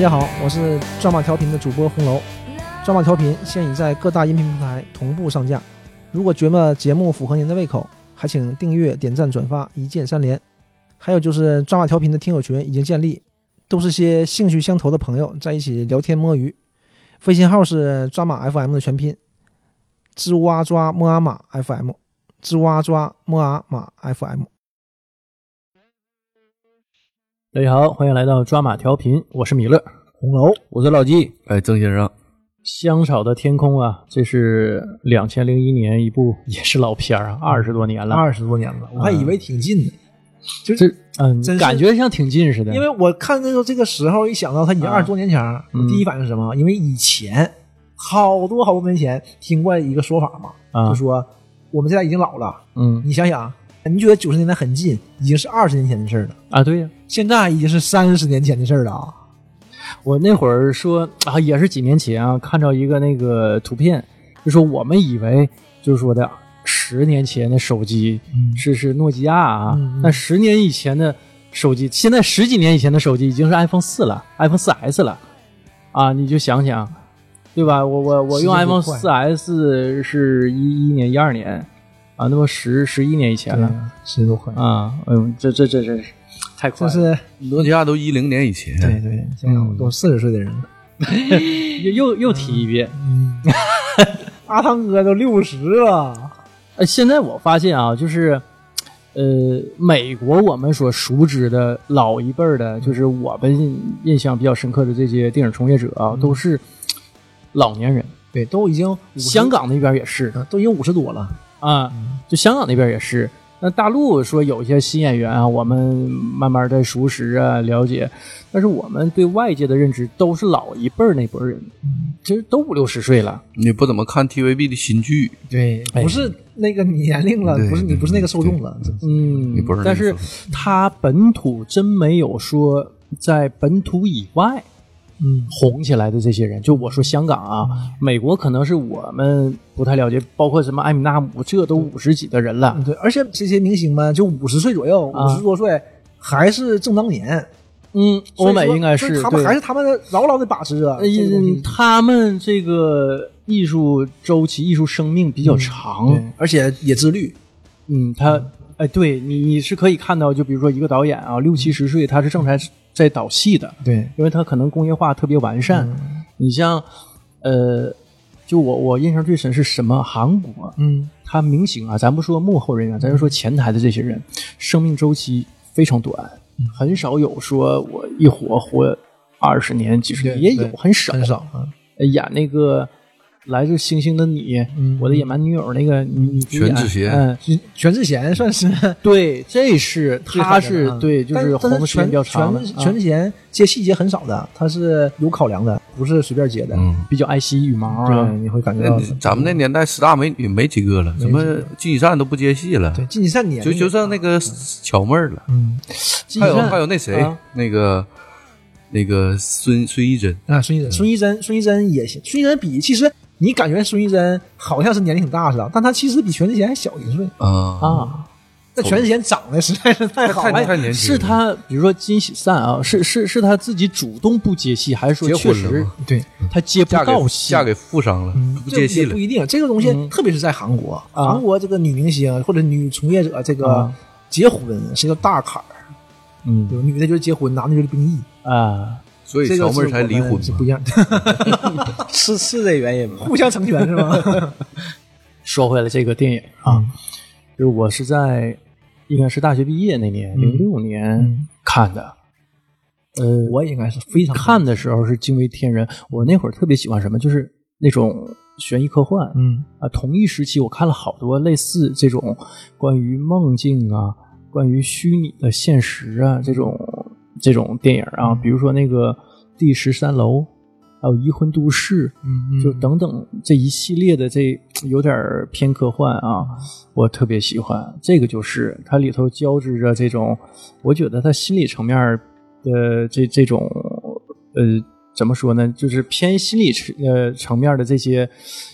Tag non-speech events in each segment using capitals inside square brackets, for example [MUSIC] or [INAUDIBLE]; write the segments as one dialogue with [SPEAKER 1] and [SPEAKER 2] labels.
[SPEAKER 1] 家好，我是抓马调频的主播红楼。抓马调频现已在各大音频平台同步上架。如果觉得节目符合您的胃口，还请订阅、点赞、转发，一键三连。还有就是抓马调频的听友群已经建立，都是些兴趣相投的朋友在一起聊天摸鱼。微信号是抓马 FM 的全拼，吱哇抓么啊马 FM，吱哇抓么啊马 FM。
[SPEAKER 2] 大家好，欢迎来到抓马调频，我是米勒，红楼。
[SPEAKER 3] 我是老纪，
[SPEAKER 4] 哎，曾先生，
[SPEAKER 2] 香草的天空啊，这是两千零一年一部也是老片儿啊，二十多年了。
[SPEAKER 1] 嗯
[SPEAKER 2] 嗯
[SPEAKER 1] 二十多年了，我还以为挺近的，
[SPEAKER 2] 这嗯
[SPEAKER 1] 真，是
[SPEAKER 2] 感觉像挺近似的，
[SPEAKER 1] 因为我看这个这个时候，一想到他已经
[SPEAKER 2] 啊
[SPEAKER 1] 二十多年前儿，我
[SPEAKER 2] 嗯
[SPEAKER 1] 第一反应是什么？因为以前好多好多年前听过一个说法嘛，
[SPEAKER 2] 啊
[SPEAKER 1] 就说我们现在已经老了，
[SPEAKER 2] 嗯
[SPEAKER 1] 你想想，你觉得九十年代很近，已经是二十年前的事儿了，
[SPEAKER 2] 啊，对呀、
[SPEAKER 1] 现在已经是三十年前的事儿了啊。
[SPEAKER 2] 我那会儿说啊，也是几年前啊，看到一个那个图片，就说我们以为就是说的十年前的手机
[SPEAKER 1] 嗯
[SPEAKER 2] 是是诺基亚啊
[SPEAKER 1] 嗯嗯，
[SPEAKER 2] 那、十年以前的手机，现在十几年以前的手机已经是 iPhone 四了，iPhone 四 S 了，啊，你就想想，对吧？我我我用
[SPEAKER 1] 时间
[SPEAKER 2] iPhone
[SPEAKER 1] 过得
[SPEAKER 2] 四 S 是一一年一二年啊，那么十十一年以
[SPEAKER 1] 啊
[SPEAKER 2] 前了
[SPEAKER 1] 十多块，
[SPEAKER 2] 啊，哎呦，这这这这太快
[SPEAKER 1] 这
[SPEAKER 2] 了，
[SPEAKER 1] 是
[SPEAKER 4] 诺基亚都一零年以前，
[SPEAKER 1] 对嗯对，想想我都四十岁的人了，
[SPEAKER 2] 又又又提一遍。
[SPEAKER 1] 嗯， [LAUGHS] 阿汤哥都六十了，
[SPEAKER 2] 呃，现在我发现啊，就是，呃，美国我们所熟知的老一辈儿的，就是我们印象比较深刻的这些电影从业者啊，都是老年人。
[SPEAKER 1] 对，嗯都已经50
[SPEAKER 2] 香港那边也是
[SPEAKER 1] 都已经五十多了，
[SPEAKER 2] 啊，就香港那边也是。那大陆说有一些新演员啊，我们慢慢的熟识啊，了解，但是我们对外界的认知都是老一辈儿那波人，其实都五六十岁了。
[SPEAKER 4] 你不怎么看 TVB 的新剧，
[SPEAKER 1] 对，
[SPEAKER 2] 哎
[SPEAKER 1] 不是那个年龄了，
[SPEAKER 4] 对
[SPEAKER 1] 不是你
[SPEAKER 4] 对
[SPEAKER 1] 不是那个受众了，这
[SPEAKER 2] 嗯，
[SPEAKER 4] 你不是那个
[SPEAKER 2] 但是
[SPEAKER 4] 时
[SPEAKER 2] 他本土真没有说在本土以外
[SPEAKER 1] 嗯
[SPEAKER 2] 红起来的这些人。就我说香港啊，美国可能是我们不太了解，包括什么艾米纳姆，这都五十几的人了。
[SPEAKER 1] 对，而且这些明星们就五十岁左右，五
[SPEAKER 2] 啊
[SPEAKER 1] 十多岁还是正当年，
[SPEAKER 2] 嗯，
[SPEAKER 1] 所
[SPEAKER 2] 欧
[SPEAKER 1] 以说
[SPEAKER 2] 美应该
[SPEAKER 1] 所以
[SPEAKER 2] 是
[SPEAKER 1] 他们
[SPEAKER 2] 对
[SPEAKER 1] 还是他们牢牢的把持着这个东
[SPEAKER 2] 嗯，
[SPEAKER 1] 西。
[SPEAKER 2] 他们这个艺术周期、艺术生命比较长。
[SPEAKER 1] 对嗯而且也自律，
[SPEAKER 2] 嗯，他哎，对你你是可以看到，就比如说一个导演啊，六七十岁，他是正常在导戏的。
[SPEAKER 1] 对，
[SPEAKER 2] 因为它可能工业化特别完善。
[SPEAKER 1] 嗯
[SPEAKER 2] 你像，呃，就我我印象最深是什么？韩国，
[SPEAKER 1] 嗯，
[SPEAKER 2] 它明星啊，咱不说幕后人员，咱就说前台的这些人，生命周期非常短，
[SPEAKER 1] 嗯
[SPEAKER 2] 很少有说我一活活二十年、几十年，
[SPEAKER 1] 对
[SPEAKER 2] 也有
[SPEAKER 1] 对
[SPEAKER 2] 很少。
[SPEAKER 1] 很少，嗯
[SPEAKER 2] 呃演那个来自星星的你，
[SPEAKER 1] 嗯
[SPEAKER 2] 我的野蛮女友那个女主演，
[SPEAKER 4] 全智贤
[SPEAKER 2] 嗯，
[SPEAKER 1] 全全智贤算是
[SPEAKER 2] 对，这是他是对，
[SPEAKER 1] 嗯
[SPEAKER 2] 就
[SPEAKER 1] 啊但
[SPEAKER 2] 是
[SPEAKER 1] 但
[SPEAKER 2] 红的时间
[SPEAKER 1] 全
[SPEAKER 2] 比较长的，
[SPEAKER 1] 全
[SPEAKER 2] 啊
[SPEAKER 1] 全智贤接细节很少的，他是有考量的，不是随便接的。
[SPEAKER 4] 嗯，
[SPEAKER 2] 比较爱惜羽毛
[SPEAKER 1] 对，
[SPEAKER 2] 啊，
[SPEAKER 1] 你会感觉
[SPEAKER 4] 那
[SPEAKER 1] 到，
[SPEAKER 4] 嗯咱们那年代十大美女没几个了，什么金喜善都不接戏了，
[SPEAKER 1] 对，近几三年
[SPEAKER 4] 就就剩那个乔妹儿了，
[SPEAKER 1] 嗯
[SPEAKER 4] 还有
[SPEAKER 2] 金善
[SPEAKER 4] 还有那谁
[SPEAKER 2] 啊，
[SPEAKER 4] 那个那个孙孙艺珍，
[SPEAKER 1] 啊，孙艺珍，孙艺珍，孙艺珍也行。孙艺珍比其实你感觉孙艺珍好像是年龄挺大似的，但她其实比全智贤还小一岁。
[SPEAKER 4] 啊，
[SPEAKER 2] 啊，
[SPEAKER 1] 那全智贤长得实在是太好
[SPEAKER 4] 太
[SPEAKER 1] 了，
[SPEAKER 4] 太年轻
[SPEAKER 2] 是
[SPEAKER 4] 了，
[SPEAKER 2] 他，比如说金喜善啊，是是是他自己主动不接戏，还是说
[SPEAKER 4] 结
[SPEAKER 2] 确
[SPEAKER 4] 婚了
[SPEAKER 2] 实
[SPEAKER 4] 吗
[SPEAKER 1] 对，
[SPEAKER 2] 他接不
[SPEAKER 4] 嫁给
[SPEAKER 2] 到戏？
[SPEAKER 4] 嫁给富商了，不
[SPEAKER 1] 嗯这
[SPEAKER 4] 接戏
[SPEAKER 1] 也
[SPEAKER 4] 了
[SPEAKER 1] 不，一定。这个东西
[SPEAKER 2] 嗯，
[SPEAKER 1] 特别是在韩国，
[SPEAKER 2] 啊
[SPEAKER 1] 韩国这个女明星或者女从业者，这个
[SPEAKER 2] 啊
[SPEAKER 1] 结婚是个大坎儿，
[SPEAKER 2] 嗯
[SPEAKER 1] 对吧？女的就是结婚，男的就是兵役，
[SPEAKER 2] 啊，
[SPEAKER 4] 所以
[SPEAKER 1] 这个
[SPEAKER 4] 乔
[SPEAKER 1] 是
[SPEAKER 4] 妹儿才离
[SPEAKER 1] 我
[SPEAKER 4] 婚
[SPEAKER 1] 们是
[SPEAKER 4] 嘛
[SPEAKER 1] 不一样的，
[SPEAKER 4] [LAUGHS]
[SPEAKER 1] [LAUGHS]
[SPEAKER 3] 是是这原因吗？
[SPEAKER 1] 互相成全是吧？
[SPEAKER 2] 说回来这个电影啊，就是我是在应该是大学毕业那年，
[SPEAKER 4] 嗯
[SPEAKER 2] 零六年看的。呃，
[SPEAKER 1] 我应该是非常
[SPEAKER 2] 看的时候是惊为天人。我那会儿特别喜欢什么，就是那种悬疑科幻，
[SPEAKER 1] 嗯
[SPEAKER 2] 啊，同一时期我看了好多类似这种关于梦境啊、关于虚拟的现实啊这种这种电影啊，比如说那个《第十三楼》，还有《移魂都市》，
[SPEAKER 1] 嗯
[SPEAKER 2] 就等等这一系列的这有点儿偏科幻啊，我特别喜欢。这个就是它里头交织着这种，我觉得它心理层面儿的这这种呃。怎么说呢？就是偏心理层呃层面的这些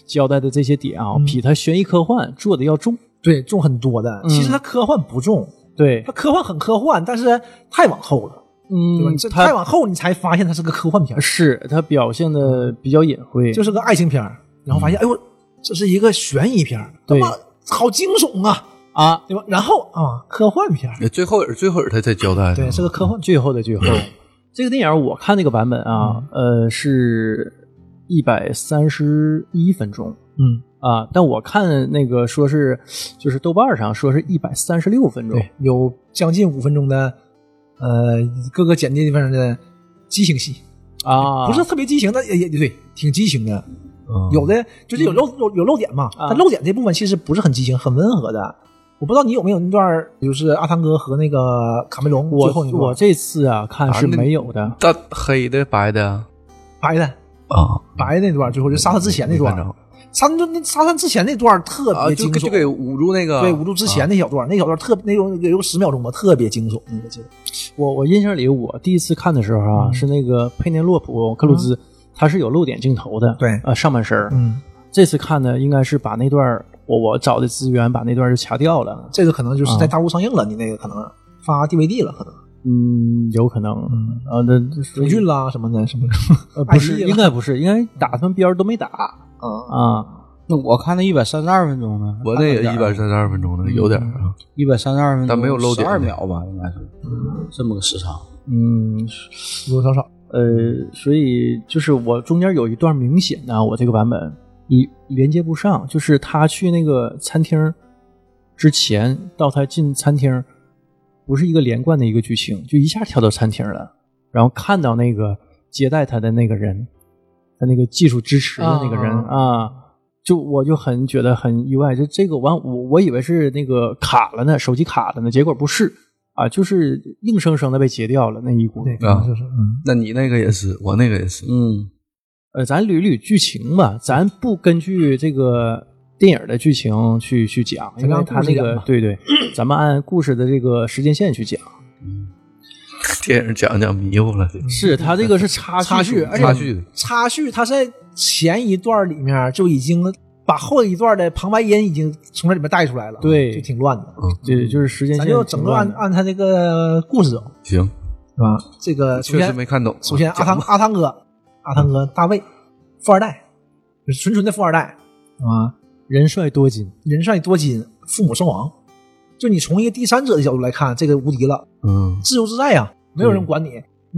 [SPEAKER 2] 交代的这些点
[SPEAKER 1] 嗯
[SPEAKER 2] 啊，比它悬疑科幻做的要重。
[SPEAKER 1] 对重很多的。
[SPEAKER 2] 嗯
[SPEAKER 1] 其实它科幻不重，
[SPEAKER 2] 对
[SPEAKER 1] 它科幻很科幻，但是太往后了。对吧？
[SPEAKER 2] 嗯
[SPEAKER 1] 你这，太
[SPEAKER 2] 它
[SPEAKER 1] 往后你才发现它是个科幻片儿，
[SPEAKER 2] 是它表现的比较隐晦，
[SPEAKER 1] 嗯就是个爱情片儿，然后发现，哎呦，这是一个悬疑片儿，
[SPEAKER 2] 嗯对
[SPEAKER 1] 他妈好惊悚啊，
[SPEAKER 2] 啊，
[SPEAKER 1] 对吧？然后啊，科幻片儿，
[SPEAKER 4] 最后最后他才交代的，
[SPEAKER 1] 对，是个科幻，
[SPEAKER 2] 最后的最后，
[SPEAKER 1] 嗯
[SPEAKER 2] 这个电影我看那个版本啊，呃，是一百三十一分钟
[SPEAKER 1] 嗯，
[SPEAKER 2] 啊，但我看那个说是就是豆瓣上说是一百三十六分钟，
[SPEAKER 1] 对，有将近五分钟的，呃，各个剪辑地方的激情戏，
[SPEAKER 2] 啊，
[SPEAKER 1] 不是特别激情，但也也对，挺激情的。
[SPEAKER 4] 嗯
[SPEAKER 1] 有的就是有漏有有漏点嘛，
[SPEAKER 2] 啊
[SPEAKER 1] 但漏点这部分其实不是很激情，很温和的。我不知道你有没有那段儿，就是阿汤哥和那个卡梅隆
[SPEAKER 2] 我
[SPEAKER 1] 最后那段
[SPEAKER 2] 我这次啊看是没有
[SPEAKER 1] 嗯
[SPEAKER 2] 的，
[SPEAKER 4] 大黑的白的啊
[SPEAKER 1] 白的
[SPEAKER 4] 啊，
[SPEAKER 1] 白的那段，最后就杀他之前那段
[SPEAKER 4] 没看着，
[SPEAKER 1] 杀他那杀他之前那段特
[SPEAKER 4] 啊，
[SPEAKER 1] 别
[SPEAKER 4] 就
[SPEAKER 1] 惊
[SPEAKER 4] 给就给
[SPEAKER 1] 悚，
[SPEAKER 4] 捂住那个，
[SPEAKER 1] 对，捂住之前那小段，那小段特那有有有十秒钟吧，特别惊悚，那个劲儿
[SPEAKER 2] 我我印象里，我第一次看的时候啊，
[SPEAKER 1] 嗯
[SPEAKER 2] 是那个佩内洛普·克鲁兹，她是有露点镜头的，
[SPEAKER 1] 对
[SPEAKER 2] 呃，上半身儿。
[SPEAKER 1] 嗯，
[SPEAKER 2] 这次看呢，应该是把那段儿我我找的资源把那段儿就掐掉了，
[SPEAKER 1] 这个可能就是在
[SPEAKER 2] 啊
[SPEAKER 1] 大陆上映了，你那个可能发 DVD 了，可能
[SPEAKER 2] 嗯，有可能，
[SPEAKER 1] 嗯
[SPEAKER 2] 啊，那
[SPEAKER 1] 鲁俊啦什么的什么，
[SPEAKER 2] 呃不
[SPEAKER 1] 爱
[SPEAKER 2] 是，
[SPEAKER 1] 奇艺了
[SPEAKER 2] 应该不是，应该打他们标儿都没打
[SPEAKER 1] 啊，
[SPEAKER 2] 啊，
[SPEAKER 3] 那我看那一百三十二分钟呢，
[SPEAKER 4] 我那也一百三十二分钟呢，有点儿啊，
[SPEAKER 3] 嗯一百三十二分钟，
[SPEAKER 4] 但没有漏点
[SPEAKER 3] 二秒吧，应该是这么个时长。
[SPEAKER 2] 嗯，
[SPEAKER 1] 多多少少，
[SPEAKER 2] 呃，所以就是我中间有一段明显的啊，我这个版本连连接不上，就是他去那个餐厅之前到他进餐厅，不是一个连贯的一个剧情，就一下跳到餐厅了，然后看到那个接待他的那个人，他那个技术支持的那个人啊。就我就很觉得很意外，就这个完我我以为是那个卡了呢，手机卡了呢，结果不是啊，就是硬生生的被截掉了那一股。
[SPEAKER 1] 对，可
[SPEAKER 4] 啊
[SPEAKER 1] 能就是嗯，
[SPEAKER 4] 那你那个也是，我那个也是，
[SPEAKER 3] 嗯，
[SPEAKER 2] 呃，咱捋捋剧情吧，咱不根据这个电影的剧情去去讲，因
[SPEAKER 1] 咱按
[SPEAKER 2] 为它
[SPEAKER 1] 故事
[SPEAKER 2] 那
[SPEAKER 1] 讲
[SPEAKER 2] 个
[SPEAKER 1] 吧
[SPEAKER 2] 对对，咱们按故事的这个时间线去讲。
[SPEAKER 4] 电影讲讲迷糊了，这
[SPEAKER 2] 是它这个是插
[SPEAKER 1] 插叙
[SPEAKER 2] 叙，
[SPEAKER 1] 而且
[SPEAKER 4] 插叙的，
[SPEAKER 1] 插叙它在前一段里面就已经把后一段的旁白音已经从这里面带出来了，
[SPEAKER 2] 对
[SPEAKER 1] 就挺乱的。
[SPEAKER 2] 对，就是时间
[SPEAKER 1] 咱
[SPEAKER 2] 线
[SPEAKER 1] 就整个按
[SPEAKER 2] 挺乱的
[SPEAKER 1] 按他这个故事走，
[SPEAKER 4] 行，
[SPEAKER 1] 是吧？这个首
[SPEAKER 4] 确实
[SPEAKER 1] 先
[SPEAKER 4] 没看懂。啊
[SPEAKER 1] 首先阿
[SPEAKER 4] 讲
[SPEAKER 1] 汤
[SPEAKER 4] 吧
[SPEAKER 1] 阿汤哥，阿汤哥大卫，富二代，就是纯纯的富二代，
[SPEAKER 2] 啊，人帅多金，
[SPEAKER 1] 人帅多金，父母双亡。就你从一个第三者的角度来看，这个无敌了，
[SPEAKER 4] 嗯
[SPEAKER 1] 自由自在呀、啊没有人管
[SPEAKER 2] 嗯
[SPEAKER 1] 你。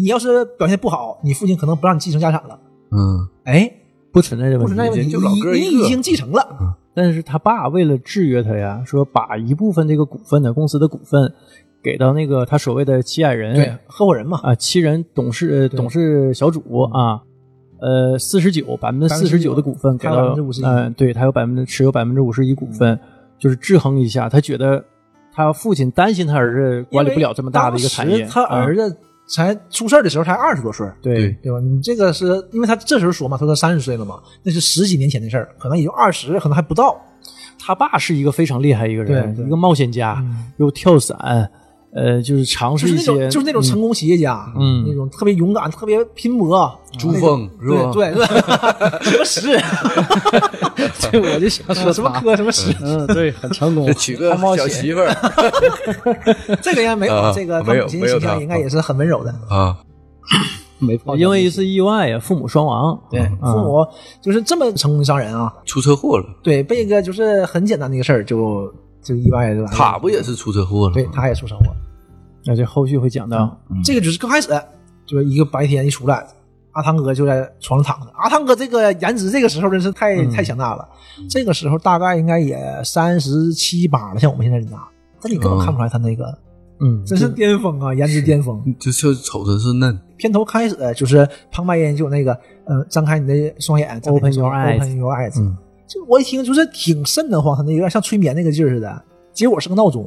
[SPEAKER 1] 你要是表现不好，你父亲可能不让你继承家产了。
[SPEAKER 4] 嗯，
[SPEAKER 1] 哎，
[SPEAKER 2] 不存在这
[SPEAKER 1] 不存
[SPEAKER 2] 问
[SPEAKER 1] 在
[SPEAKER 2] 题。
[SPEAKER 1] 问题，
[SPEAKER 4] 就老哥
[SPEAKER 1] 你
[SPEAKER 4] 一个
[SPEAKER 1] 你已经继承了，
[SPEAKER 2] 但是他爸为了制约他呀，说把一部分这个股份呢，公司的股份给到那个他所谓的七矮人，
[SPEAKER 1] 对，合伙人嘛，
[SPEAKER 2] 啊，七人董事呃
[SPEAKER 1] 对嗯
[SPEAKER 2] 董事小组啊，呃，四十九百分之四十九的股份给
[SPEAKER 1] 他有
[SPEAKER 2] 到
[SPEAKER 1] 51%
[SPEAKER 2] 嗯、对他有百分之持有百分之五十一
[SPEAKER 1] 嗯
[SPEAKER 2] 股份，就是制衡一下。他觉得他父亲担心他儿子管理不了这么大的一个产
[SPEAKER 1] 因为
[SPEAKER 2] 业，嗯
[SPEAKER 1] 当时他儿
[SPEAKER 2] 子、
[SPEAKER 1] 子才出事儿的时候才二十多岁，
[SPEAKER 2] 对
[SPEAKER 4] 对
[SPEAKER 1] 对吧？你这个是因为他这时候说嘛，他说三十岁了嘛，那是十几年前的事儿，可能也就二十，可能还不到。
[SPEAKER 2] 他爸是一个非常厉害一个人，
[SPEAKER 1] 对对
[SPEAKER 2] 一个冒险家，
[SPEAKER 1] 嗯
[SPEAKER 2] 又跳伞，呃，就是尝
[SPEAKER 1] 就
[SPEAKER 2] 试
[SPEAKER 1] 是
[SPEAKER 2] 一
[SPEAKER 1] 那
[SPEAKER 2] 些，
[SPEAKER 1] 种就是那种成功企业家，
[SPEAKER 2] 嗯
[SPEAKER 1] 那种特别勇敢、特别拼搏，啊
[SPEAKER 4] 嗯珠峰是吧？
[SPEAKER 1] 对对，什
[SPEAKER 4] [LAUGHS]
[SPEAKER 1] 么石，
[SPEAKER 3] 对，我就想说
[SPEAKER 1] 什么科什么石，
[SPEAKER 3] 嗯，对，很成功
[SPEAKER 4] 这，娶个
[SPEAKER 3] 冒
[SPEAKER 4] 小
[SPEAKER 3] 险
[SPEAKER 4] 媳
[SPEAKER 3] [LAUGHS]
[SPEAKER 4] 妇儿
[SPEAKER 1] 这个应该没有啊，
[SPEAKER 4] 啊
[SPEAKER 1] 这个他
[SPEAKER 4] 没有
[SPEAKER 1] 母亲
[SPEAKER 4] 没有
[SPEAKER 1] 形象
[SPEAKER 4] 他
[SPEAKER 1] 应该也是很温柔的。
[SPEAKER 4] 啊，
[SPEAKER 3] 没泡
[SPEAKER 2] 因为一次意外呀，啊父母双亡，啊
[SPEAKER 1] 对，父母就是这么成功的商人啊，
[SPEAKER 4] 出车祸了，
[SPEAKER 1] 对，被一个就是很简单的一个事儿就就意外
[SPEAKER 3] 嗯
[SPEAKER 1] 的来了。
[SPEAKER 4] 他不也是出车祸了吗？
[SPEAKER 1] 对，他也出车祸。
[SPEAKER 2] 那这后续会讲到。
[SPEAKER 1] 这个就是刚开始，就是一个白天一出来，阿汤哥就在床上躺着。阿汤哥这个颜值，这个时候真是太、
[SPEAKER 2] 嗯
[SPEAKER 1] 太强大了。这个时候大概应该也三十七八了，像我们现在人啊，但你根本
[SPEAKER 2] 哦
[SPEAKER 1] 看不出来他那个，
[SPEAKER 2] 嗯，
[SPEAKER 1] 真是巅峰啊，颜值巅峰。
[SPEAKER 4] 就就瞅着是嫩，
[SPEAKER 1] 片头开始就是旁白音就有那个，呃，张开你的双眼
[SPEAKER 2] Open your eyes
[SPEAKER 1] eyes，open your eyes。
[SPEAKER 2] 嗯
[SPEAKER 1] 就我一听就是挺瘆得慌，他那有点像催眠那个劲儿似的。结果是个闹钟，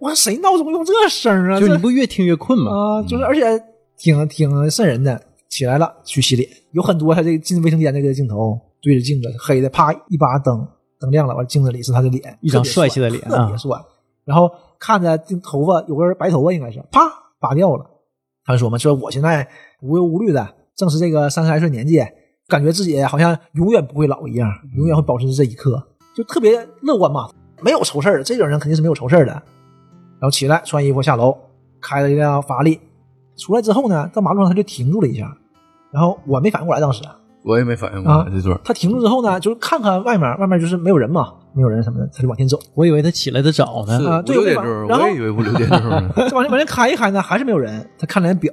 [SPEAKER 1] 我说谁闹钟用这声儿啊？
[SPEAKER 2] 就是
[SPEAKER 1] 这
[SPEAKER 2] 你不越听越困吗？
[SPEAKER 1] 啊、就是而且挺挺瘆人的。起来了，去洗脸，有很多他这个进卫生间那个镜头，对着镜子，黑的，啪一把灯灯亮了，完镜子里是他的脸，
[SPEAKER 2] 一张
[SPEAKER 1] 特别帅
[SPEAKER 2] 帅气的脸
[SPEAKER 1] 特别 [LAUGHS]
[SPEAKER 2] 啊
[SPEAKER 1] 帅。然后看着这头发有根白头发，应该是啪拔掉了。他就说嘛，说我现在无忧无虑的，正是这个三十来岁年纪，感觉自己好像永远不会老一样，永远会保持这一刻，就特别乐观嘛，没有愁事儿，这种人肯定是没有愁事儿的。然后起来穿衣服下楼，开了一辆法拉利，出来之后呢，到马路上他就停住了一下，然后我没反应过来，当时
[SPEAKER 4] 我也没反应过
[SPEAKER 1] 啊
[SPEAKER 4] 来这段儿，
[SPEAKER 1] 他停住之后呢，就是看看外面，外面就是没有人嘛，没有人什么的，他就往前走，
[SPEAKER 2] 我以为他起来的早呢
[SPEAKER 4] 是，
[SPEAKER 1] 啊
[SPEAKER 4] 五
[SPEAKER 1] 对
[SPEAKER 4] 六
[SPEAKER 1] 我
[SPEAKER 4] 点
[SPEAKER 1] 把
[SPEAKER 4] 钟，
[SPEAKER 1] 然后
[SPEAKER 4] 我也以为五六点钟呢。
[SPEAKER 1] 再往前往前开一开呢，还是没有人，他看了眼表，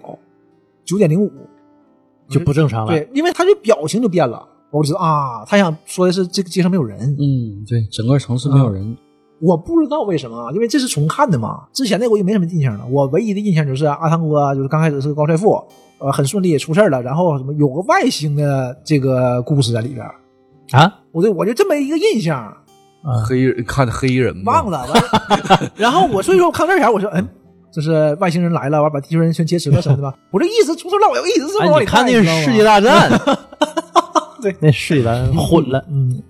[SPEAKER 1] 九点零五，
[SPEAKER 2] 就不正常了。
[SPEAKER 1] 对，因为他这表情就变了，我就知道啊，他想说的是这个街上没有人，
[SPEAKER 3] [LAUGHS] 嗯，对，整个城市没有人，
[SPEAKER 1] 我不知道为什么啊，因为这是重看的嘛，之前那个我也没什么印象了。我唯一的印象就是阿汤哥啊就是刚开始是个高帅富，呃，很顺利出事儿了，然后什么有个外星的这个故事在里边儿，
[SPEAKER 2] 啊，
[SPEAKER 1] 我对我就这么一个印象，
[SPEAKER 4] 啊
[SPEAKER 1] 嗯
[SPEAKER 4] 黑衣人看黑衣人嘛
[SPEAKER 1] 忘
[SPEAKER 2] 嗯
[SPEAKER 1] 了。
[SPEAKER 2] [LAUGHS]
[SPEAKER 1] 完然后我所以说我看这前我说嗯。就是外星人来了，完把地球人全劫持了什么的吧？我这一直从头到尾，我一直是
[SPEAKER 2] 哎
[SPEAKER 1] 往，里
[SPEAKER 2] 你看那
[SPEAKER 1] 你知
[SPEAKER 2] 是
[SPEAKER 1] 道吗，
[SPEAKER 2] 《世界大战》[LAUGHS]
[SPEAKER 1] [LAUGHS] 对，
[SPEAKER 2] 那《世界大战》混了，
[SPEAKER 1] 嗯，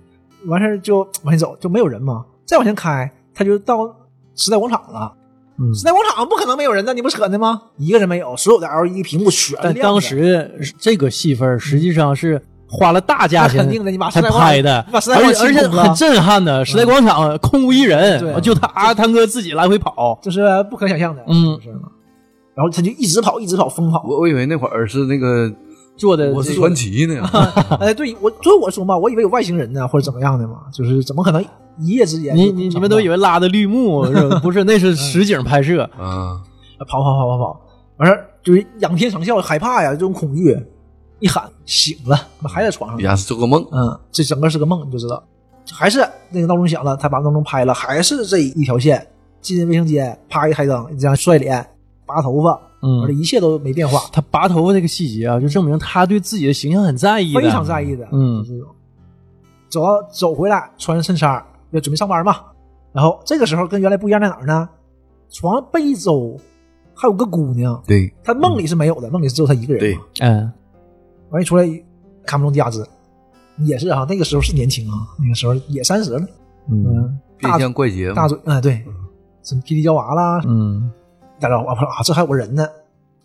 [SPEAKER 1] 完事儿就往前走，就没有人嘛。再往前开，他就到时代广场了。
[SPEAKER 2] 嗯
[SPEAKER 1] 时代广场不可能没有人的，你不扯呢吗？一个人没有，所有的 LED 屏幕全
[SPEAKER 2] 但
[SPEAKER 1] 亮着。
[SPEAKER 2] 当时这个戏份儿实际上是花了大价钱
[SPEAKER 1] 那肯定的你把
[SPEAKER 2] 才
[SPEAKER 1] 时代广场
[SPEAKER 2] 拍的，
[SPEAKER 1] 把时代广
[SPEAKER 2] 而且
[SPEAKER 1] 场
[SPEAKER 2] 而且
[SPEAKER 1] 清空了嗯
[SPEAKER 2] 很震撼的，时代广场空无一
[SPEAKER 1] 对
[SPEAKER 2] 人，就他阿汤哥自己来回跑。
[SPEAKER 1] 就是不可想象的，
[SPEAKER 2] 嗯
[SPEAKER 1] 是吗？然后他就一直跑，一直跑，疯跑。
[SPEAKER 4] 我我以为那会儿是那个
[SPEAKER 2] 做
[SPEAKER 3] 呃
[SPEAKER 2] 的
[SPEAKER 4] 我是
[SPEAKER 2] 这个 [LAUGHS]
[SPEAKER 4] 传奇
[SPEAKER 3] [LAUGHS]
[SPEAKER 4] 呢，
[SPEAKER 1] 哎，对我，所以我说嘛，我以为有外星人呢，或者怎么样的嘛，就是怎么可能一夜之间
[SPEAKER 2] 你你你们都以
[SPEAKER 1] 为
[SPEAKER 2] 为拉的绿幕
[SPEAKER 1] [LAUGHS]
[SPEAKER 2] 是吧不是？那是实景拍摄，
[SPEAKER 4] 啊，
[SPEAKER 1] 跑跑跑跑跑，完事儿就是仰天长啸，害怕呀，这种恐惧，一喊醒了，还在床上。
[SPEAKER 4] 也是做个梦。
[SPEAKER 1] 嗯，这整个是个梦，你就知道，还是那个闹钟响了，他把闹钟拍了，还是这一条线，进卫生间，啪一开灯，你这样帅脸，拔头发，
[SPEAKER 2] 嗯
[SPEAKER 1] 完了一切都没变化，
[SPEAKER 2] 他拔头发这个细节啊，就证明他对自己的形象很在意的，
[SPEAKER 1] 非常在意的，
[SPEAKER 2] 嗯
[SPEAKER 1] 就是这种，走到走回来，穿上衬衫，要准备上班嘛，然后这个时候跟原来不一样在哪儿呢？床背周还有个姑娘，
[SPEAKER 4] 对，
[SPEAKER 1] 她梦里是没有的，梦里只有她一个人嘛，
[SPEAKER 2] 嗯，
[SPEAKER 1] 完一出来，卡梅隆迪亚兹也是啊，那个时候是年轻啊，那个时候也三十了，
[SPEAKER 2] 嗯
[SPEAKER 1] 嗯，大
[SPEAKER 4] 变相怪杰
[SPEAKER 1] 大
[SPEAKER 4] 嘛，
[SPEAKER 1] 嘴啊、对，什么霹雳娇娃啦，
[SPEAKER 2] 嗯，
[SPEAKER 1] 大家伙啊，这还有个人呢。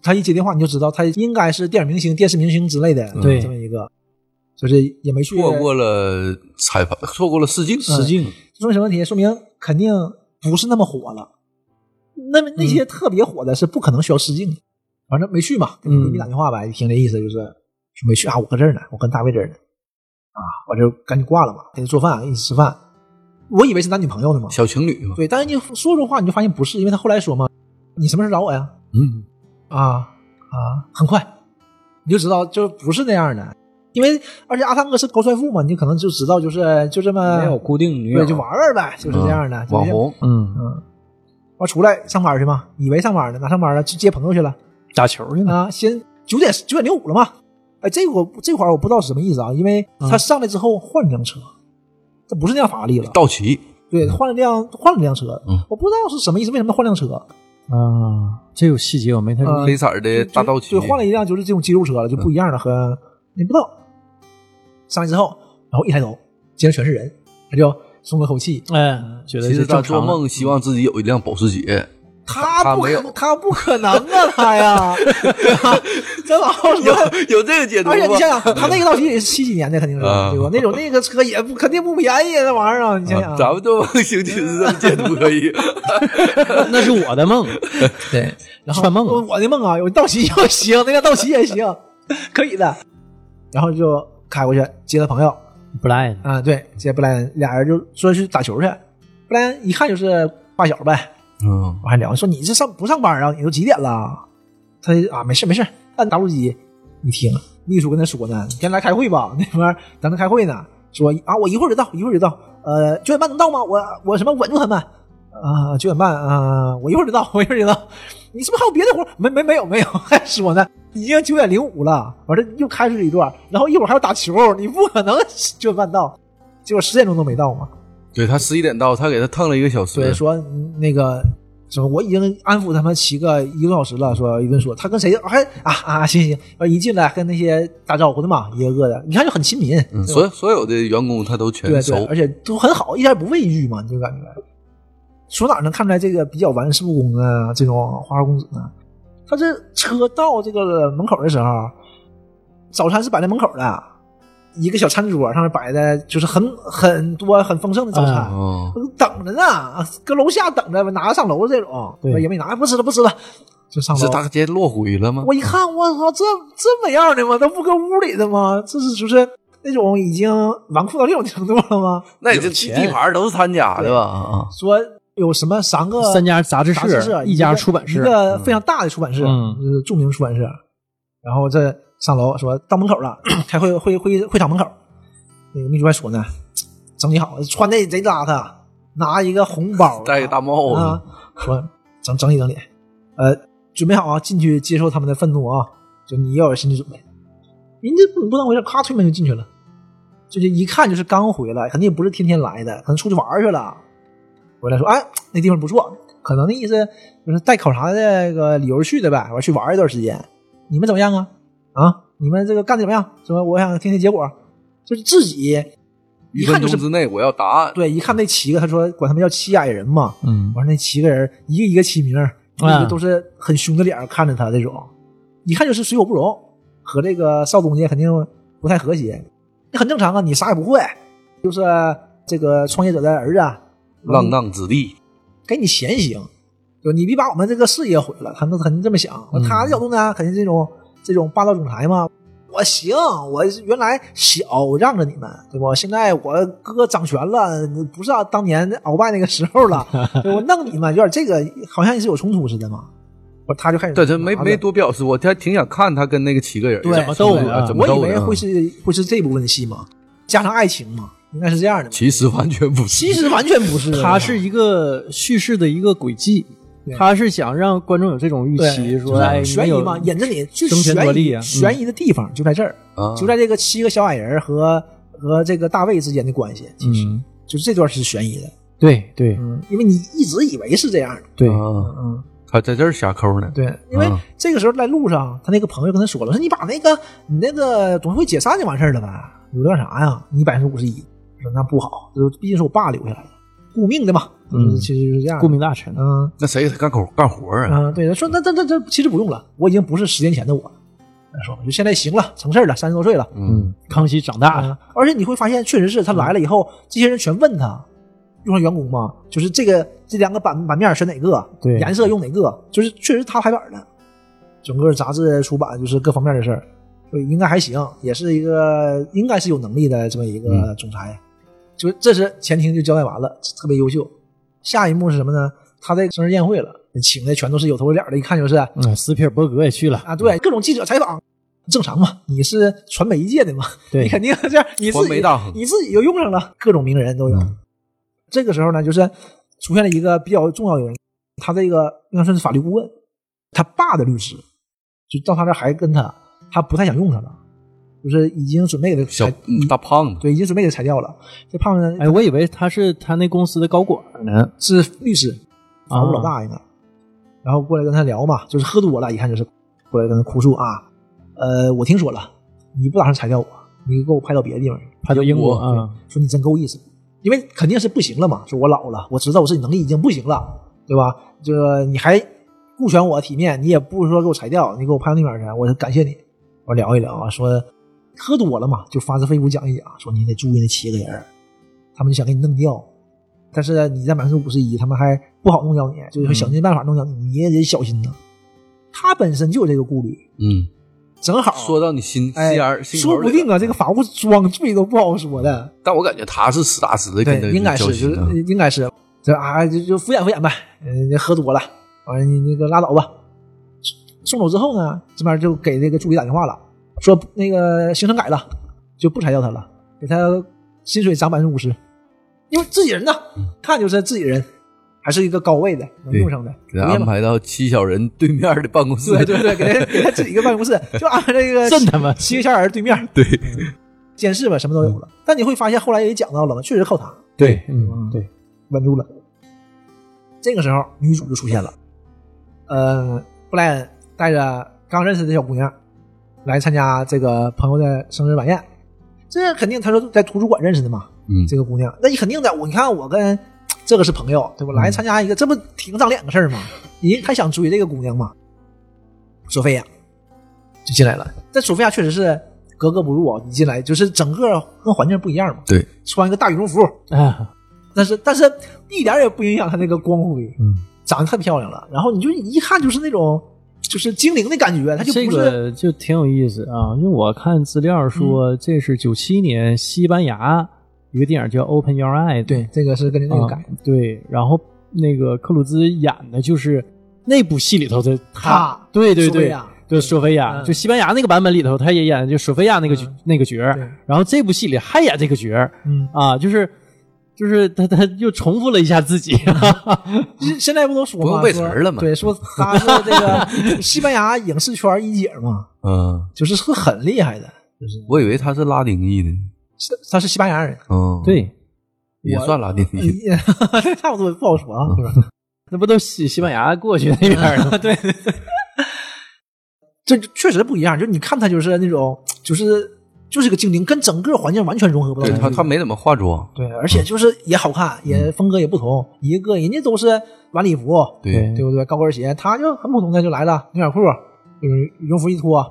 [SPEAKER 1] 他一接电话你就知道他应该是电影明星、电视明星之类的，
[SPEAKER 2] 对
[SPEAKER 1] 这么一个，就是也没去
[SPEAKER 4] 错过了彩排，错过了试镜，
[SPEAKER 1] 试
[SPEAKER 4] 镜
[SPEAKER 1] 说明什么问题？说明肯定不是那么火了。那么
[SPEAKER 2] 嗯
[SPEAKER 1] 那些特别火的是不可能需要试镜的，反正没去嘛，给
[SPEAKER 2] 嗯
[SPEAKER 1] 你打电话呗，一听这意思就是说没去啊，我搁这儿呢，我跟大卫这儿呢，啊，我就赶紧挂了嘛，他就做饭，一起吃饭。我以为是男女朋友呢嘛，
[SPEAKER 4] 小情侣嘛，
[SPEAKER 1] 对，但是你说说话，你就发现不是，因为他后来说嘛，你什么时候找我呀？
[SPEAKER 4] 嗯，
[SPEAKER 1] 啊啊，很快，你就知道就不是那样的，因为而且阿汤哥是高帅富嘛，你可能就知道就是就这么
[SPEAKER 3] 没有固定女友
[SPEAKER 1] 对，啊就玩玩呗，就是这样的、
[SPEAKER 4] 嗯
[SPEAKER 1] 就
[SPEAKER 4] 网
[SPEAKER 1] 这样。
[SPEAKER 4] 红，
[SPEAKER 2] 嗯，
[SPEAKER 1] 我出来上班去嘛，以为上班呢，哪上班了？去接朋友去了
[SPEAKER 2] 打球去呢，
[SPEAKER 1] 啊！先九点九点零五了嘛。哎，这个我这块儿我不知道是什么意思啊，因为
[SPEAKER 4] 嗯
[SPEAKER 1] 他上来之后换了辆车，他不是那辆法拉利了，
[SPEAKER 4] 道奇，
[SPEAKER 1] 对，换了辆换了辆车
[SPEAKER 4] 嗯，
[SPEAKER 1] 我不知道是什么意思，为什么换辆车？
[SPEAKER 2] 啊，这有细节我没太注意
[SPEAKER 1] 嗯
[SPEAKER 4] 黑色儿的大道奇，嗯
[SPEAKER 1] 对，换了一辆就是这种肌肉车了，就不一样了，和你不知道。上来之后，然后一抬头，街上全是人，他就松了口气。
[SPEAKER 2] 哎，觉得
[SPEAKER 4] 其
[SPEAKER 2] 这
[SPEAKER 4] 实
[SPEAKER 2] 正
[SPEAKER 4] 他
[SPEAKER 2] 常
[SPEAKER 4] 做
[SPEAKER 2] 了
[SPEAKER 4] 梦希望自己有一辆保
[SPEAKER 1] [LAUGHS]
[SPEAKER 4] 时捷，
[SPEAKER 1] 他
[SPEAKER 4] 他
[SPEAKER 1] 不
[SPEAKER 4] 没
[SPEAKER 1] 可
[SPEAKER 4] 有
[SPEAKER 1] 他不可能啊，他
[SPEAKER 4] [LAUGHS]
[SPEAKER 1] 呀， [LAUGHS] 这老说
[SPEAKER 4] 有这个解读
[SPEAKER 1] 而且你
[SPEAKER 4] 吗？
[SPEAKER 1] 想想，他那个道奇也是七几年的，肯定是
[SPEAKER 4] 啊
[SPEAKER 1] 对吧？那种那个车也不肯定不便宜，那玩意儿啊，你想想
[SPEAKER 4] 啊，咱们做梦行就是这么解读
[SPEAKER 1] [LAUGHS]
[SPEAKER 4] 可以，
[SPEAKER 2] [LAUGHS] 那是我的梦，对，
[SPEAKER 1] 然后
[SPEAKER 2] 串梦
[SPEAKER 1] 我的梦啊，有道奇也行，那辆道奇也行，可以的。然后就开过去接他朋友
[SPEAKER 2] 不赖呢，
[SPEAKER 1] 啊，对，接布莱恩，俩人就说去打球去。布莱恩一看就是发小呗，
[SPEAKER 4] 嗯，
[SPEAKER 1] 我还聊说你这上不上班啊？你都几点了？他啊，没事没事，按打录机。一听秘书跟他说呢，先来开会吧，那边咱们开会呢，说啊，我一会儿就到，一会儿就到。呃，九点半能到吗？我我什么稳住他们啊？九点半啊，我一会儿就到， [LAUGHS] 我一会儿就到。你是不是还有别的活？没没没有没有， [LAUGHS] 还说呢，已经九点零五了，完了又开出去一段，然后一会儿还要打球，你不可能九点半到，结果十点钟都没到嘛。
[SPEAKER 4] 对他十一点到，他给他腾了一个小时，
[SPEAKER 1] 对，说嗯那个什么，我已经安抚他们骑个一个多小时了。说一顿说他跟谁还啊啊，行行，呃一进来跟那些打招呼的嘛，一个个的，你看就很亲民，
[SPEAKER 4] 嗯所所有的员工他都
[SPEAKER 1] 对
[SPEAKER 4] 全
[SPEAKER 1] 对，
[SPEAKER 4] 熟
[SPEAKER 1] 而，且都很好，一点不畏惧嘛，你就感觉从哪儿能看出来这个比较玩世不恭啊，这种花花公子呢？他这车到这个门口的时候，早餐是摆在门口的，一个小餐桌上面摆的就是很很多很丰盛的早餐。
[SPEAKER 2] 啊
[SPEAKER 4] 嗯，
[SPEAKER 1] 等着呢，搁楼下等着，拿上楼这种，
[SPEAKER 2] 对
[SPEAKER 1] 哎也没拿，不吃了，不吃了，就上
[SPEAKER 4] 这
[SPEAKER 1] 楼。
[SPEAKER 4] 大街落灰了吗？
[SPEAKER 1] 我一看，我操，这这么样的吗？都不搁屋里的吗？这是就是那种已经纨绔到这种程度了吗？
[SPEAKER 4] 那你这
[SPEAKER 3] 有
[SPEAKER 4] 地
[SPEAKER 3] 钱
[SPEAKER 4] 地盘都是他家的吧？啊，
[SPEAKER 1] 说有什么三个
[SPEAKER 2] 三家杂志
[SPEAKER 1] 呃杂志
[SPEAKER 2] 社，
[SPEAKER 1] 社，
[SPEAKER 2] 一家出版社
[SPEAKER 1] 一，个非常大的出版社，
[SPEAKER 2] 嗯
[SPEAKER 1] 就是著名出版社。然后这上楼说到门口了， [COUGHS] 开会会会会场门口，那个秘书还说呢，整理好，穿的贼邋遢，拿一个红包，
[SPEAKER 4] 戴个大帽
[SPEAKER 1] 啊
[SPEAKER 4] 子，，
[SPEAKER 1] 说整整理整理，呃，准备好啊，进去接受他们的愤怒啊，就你要有心理准备。人家不不当回事，咔推门就进去了，这就一看就是刚回来，肯定不是天天来的，可能出去玩儿去了，回来说哎那地方不错，可能那意思就是带考察的这个理由去的呗，我去玩儿一段时间。你们怎么样啊？啊，你们这个干得怎么样？什么？我想听听结果。就是自己
[SPEAKER 4] 一
[SPEAKER 1] 一
[SPEAKER 4] 分
[SPEAKER 1] 看就是
[SPEAKER 4] 钟之内我要答案。
[SPEAKER 1] 对，一看那七个，他说管他们叫七矮人嘛，
[SPEAKER 2] 嗯，
[SPEAKER 1] 完了那七个人一个一个起名儿，一个都是很凶的脸儿看着他这种，一看就是水火不容，和这个少东家肯定不太和谐，那很正常啊，你啥也不会，就是啊这个创业者的儿子啊，
[SPEAKER 4] 浪荡子弟，
[SPEAKER 1] 嗯给你闲行，就你别把我们这个事业毁了，他们肯定这么想，他
[SPEAKER 4] 嗯
[SPEAKER 1] 的角度呢，肯定这种这种霸道总裁嘛。我行，我原来小，我让着你们，对不？现在我哥掌权了，不是、当年鳌拜那个时候
[SPEAKER 4] [LAUGHS]
[SPEAKER 1] 了，对我弄你们，有点这个，好像是有冲突似的嘛。我他就开始，
[SPEAKER 4] 对，他没没，多表示，我还挺想看他跟那个七个人
[SPEAKER 1] 对
[SPEAKER 4] 怎么
[SPEAKER 2] 怎么斗的
[SPEAKER 4] 啊
[SPEAKER 2] 啊
[SPEAKER 4] 怎么
[SPEAKER 1] 我以
[SPEAKER 4] 斗的
[SPEAKER 1] 为
[SPEAKER 4] 啊。
[SPEAKER 1] 会是会是这部分的戏嘛，加上爱情嘛，应该是这样的嘛。
[SPEAKER 4] [LAUGHS] 其实完全不是，
[SPEAKER 1] 其实完全不是，啊
[SPEAKER 2] 它是一个叙事的一个轨迹
[SPEAKER 1] 对，
[SPEAKER 2] 它是想让观众有这种预期，
[SPEAKER 1] 对，
[SPEAKER 2] 说哎，
[SPEAKER 1] 悬
[SPEAKER 2] 你
[SPEAKER 1] 疑
[SPEAKER 2] 有
[SPEAKER 1] 嘛，引着你就
[SPEAKER 2] 争
[SPEAKER 1] 悬
[SPEAKER 2] 权夺
[SPEAKER 1] 疑
[SPEAKER 2] 利啊嗯
[SPEAKER 1] 悬疑的地方就在这儿，
[SPEAKER 4] 啊
[SPEAKER 1] 就在这个七个小矮人和和这个大卫之间的关系，其实、
[SPEAKER 2] 嗯，
[SPEAKER 1] 就是这段是悬疑的，
[SPEAKER 2] 对对
[SPEAKER 1] 嗯，因为你一直以为是这样的，
[SPEAKER 2] 对，
[SPEAKER 4] 啊，
[SPEAKER 1] 嗯，
[SPEAKER 4] 他在这儿瞎抠呢。
[SPEAKER 1] 对，因为
[SPEAKER 4] 啊
[SPEAKER 1] 这个时候在路上，他那个朋友跟他说了，说你把那个你那个董事会解散就完事儿了呗，留恋啥呀？你百分之五十一，说那不好，就是毕竟是我爸留下来的，顾命的嘛，就是
[SPEAKER 2] 嗯
[SPEAKER 1] 其实就是这样的，
[SPEAKER 2] 顾命大臣，
[SPEAKER 1] 嗯。
[SPEAKER 4] 那谁给他干口干活啊？
[SPEAKER 1] 嗯，对，他说那那那这其实不用了，我已经不是十年前的我了。他说我就现在行了，成事儿了，三十多岁了。
[SPEAKER 2] 嗯，康熙长大了，
[SPEAKER 1] 啊，而且你会发现，确实是他来了以后，这些人全问他，用上员工吗？就是这个这两个版版面选哪个？
[SPEAKER 2] 对
[SPEAKER 1] 颜色用哪个？就是确实他拍板的，整个杂志出版就是各方面的事儿，所以应该还行，也是一个应该是有能力的这么一
[SPEAKER 2] 嗯
[SPEAKER 1] 个总裁。就这是前庭就交代完了，特别优秀。下一幕是什么呢？他在生日宴会了，请的全都是有头有脸的，一看就是
[SPEAKER 2] 嗯，斯皮尔伯格也去了，
[SPEAKER 1] 啊，对，各种记者采访，正常嘛，你是传媒界的嘛，
[SPEAKER 2] 对
[SPEAKER 1] 你 [LAUGHS] 肯定这样，你自
[SPEAKER 4] 传
[SPEAKER 1] 己
[SPEAKER 4] 媒大亨嗯
[SPEAKER 1] 你自己就用上了，各种名人都有。这个时候呢，就是出现了一个比较重要的人，他这个应该算是法律顾问，他爸的律师，就到他这儿还跟他，他不太想用他了，就是已经准备给他
[SPEAKER 4] 小嗯
[SPEAKER 1] 裁，
[SPEAKER 4] 大胖子，
[SPEAKER 1] 哎对，已经准备给他裁掉了。这胖子呢
[SPEAKER 2] 哎，我以为他是他那公司的高管呢，
[SPEAKER 1] 是律师，
[SPEAKER 2] 啊
[SPEAKER 1] 法务老大应该。然后过来跟他聊嘛，就是喝多了，一看就是过来跟他哭诉啊，呃，我听说了，你不打算裁掉我，你给我派到别的地方去，
[SPEAKER 2] 派到英国
[SPEAKER 4] 英
[SPEAKER 2] 啊，
[SPEAKER 1] 说你真够意思，因为肯定是不行了嘛，说我老了，我知道我自己能力已经不行了，对吧？就是你还顾全我体面，你也不是说给我裁掉，你给我派到那边去，我感谢你。我聊一聊啊，说喝多了嘛，就发自肺腑讲一讲，说你得注意那七个人儿，他们就想给你弄掉，但是你占百分之五十一，他们还不好弄掉你，就是说想尽办法弄掉你，你也得小心呐。他本身就有这个顾虑，
[SPEAKER 4] 嗯，
[SPEAKER 1] 正好
[SPEAKER 4] 说到你心心
[SPEAKER 1] 哎
[SPEAKER 4] 眼儿，，心口
[SPEAKER 1] 说
[SPEAKER 4] 里
[SPEAKER 1] 不定啊，这个法务装醉都不好说的。
[SPEAKER 4] 但我感觉他是实打实的
[SPEAKER 1] 对
[SPEAKER 4] 跟，他
[SPEAKER 1] 应该是
[SPEAKER 4] 交
[SPEAKER 1] 就
[SPEAKER 4] 心啊嗯
[SPEAKER 1] 是
[SPEAKER 4] 的。
[SPEAKER 1] 应该是这啊就就敷衍敷衍呗，嗯，你喝多了，完了你那个拉倒吧。送走之后呢，这边就给这个助理打电话了，说那个行程改了，就不裁掉他了，给他薪水涨百分之五十，因为自己人呢，看就是自己人，还是一个高位的能用上的，
[SPEAKER 4] 给他安排到七小人对面的办公室，
[SPEAKER 1] 对对对，给
[SPEAKER 4] [LAUGHS]
[SPEAKER 1] 他给他自己一个办公室，就安排这个
[SPEAKER 2] 真
[SPEAKER 1] [LAUGHS]
[SPEAKER 2] 他妈
[SPEAKER 1] 七个小矮人对面
[SPEAKER 4] 对嗯
[SPEAKER 1] 监视吧，什么都有了。但你会发现后来也讲到了嘛，确实靠他，
[SPEAKER 2] 对，嗯对，
[SPEAKER 1] 稳住了。这个时候，女主就出现了，呃，布莱恩带着刚认识的小姑娘来参加这个朋友的生日晚宴。这肯定，他说在图书馆认识的嘛，
[SPEAKER 4] 嗯
[SPEAKER 1] 这个姑娘，那你肯定的。我你看，我跟这个是朋友，对吧？来参加一个，这不挺长脸个事儿吗？人还想追这个姑娘吗？索菲亚就进来了，但索菲亚确实是格格不入啊！一进来就是整个跟环境不一样嘛，
[SPEAKER 4] 对，
[SPEAKER 1] 穿一个大羽绒服，
[SPEAKER 2] 啊，
[SPEAKER 1] 但是但是一点儿也不影响她那个光辉，
[SPEAKER 2] 嗯，
[SPEAKER 1] 长得太漂亮了。然后你就一看就是那种就是精灵的感觉，它就
[SPEAKER 2] 哎这
[SPEAKER 1] 不是、
[SPEAKER 2] 个就挺有意思啊，因为我看资料
[SPEAKER 1] 嗯
[SPEAKER 2] 说这是九七年西班牙一个电影叫《Open Your Eyes》，
[SPEAKER 1] 对，这个是根据那个改。
[SPEAKER 2] 啊对，然后那个克鲁兹演的就是那部戏里头的他
[SPEAKER 1] 他，
[SPEAKER 2] 对对
[SPEAKER 1] 索菲
[SPEAKER 2] 对
[SPEAKER 1] 亚，
[SPEAKER 2] 就是索菲亚，
[SPEAKER 1] 嗯
[SPEAKER 2] 就西班牙那个版本里头，他也演的就索菲亚那个角
[SPEAKER 1] 嗯
[SPEAKER 2] 那个角儿
[SPEAKER 1] 对，
[SPEAKER 2] 然后这部戏里还演这个角儿
[SPEAKER 1] 嗯，
[SPEAKER 2] 啊，就是就是他他又重复了一下
[SPEAKER 1] [LAUGHS]
[SPEAKER 2] 自己，嗯
[SPEAKER 1] 现现在不都说吗
[SPEAKER 4] 不用背词儿了嘛
[SPEAKER 1] 说对，说他是这个 [LAUGHS] 西班牙影视圈一姐嘛，
[SPEAKER 4] 嗯，
[SPEAKER 1] 就是是很厉害的，
[SPEAKER 4] 我以为他是拉丁裔的，
[SPEAKER 1] 是他是西班
[SPEAKER 2] [LAUGHS]
[SPEAKER 1] 牙人，
[SPEAKER 4] 嗯，，
[SPEAKER 2] 对，
[SPEAKER 4] 也算拉丁裔，
[SPEAKER 1] 也 [LAUGHS] 差不多不好说啊。
[SPEAKER 2] 那不都西西班牙过去那边
[SPEAKER 1] [LAUGHS]
[SPEAKER 2] 儿了？对，
[SPEAKER 1] 这确实不一样，就是你看他就是那种就是就是个精灵，跟整个环境完全融合不到
[SPEAKER 4] 对
[SPEAKER 1] 一起。
[SPEAKER 4] 他他没怎么化妆，
[SPEAKER 1] 对，而且就是也好看，
[SPEAKER 4] 嗯
[SPEAKER 1] 也风格也不同。一个人家都是晚礼服，
[SPEAKER 4] 对，
[SPEAKER 1] 对不对？高跟鞋，他就很普通的就来了，牛仔裤，就是羽绒服一脱，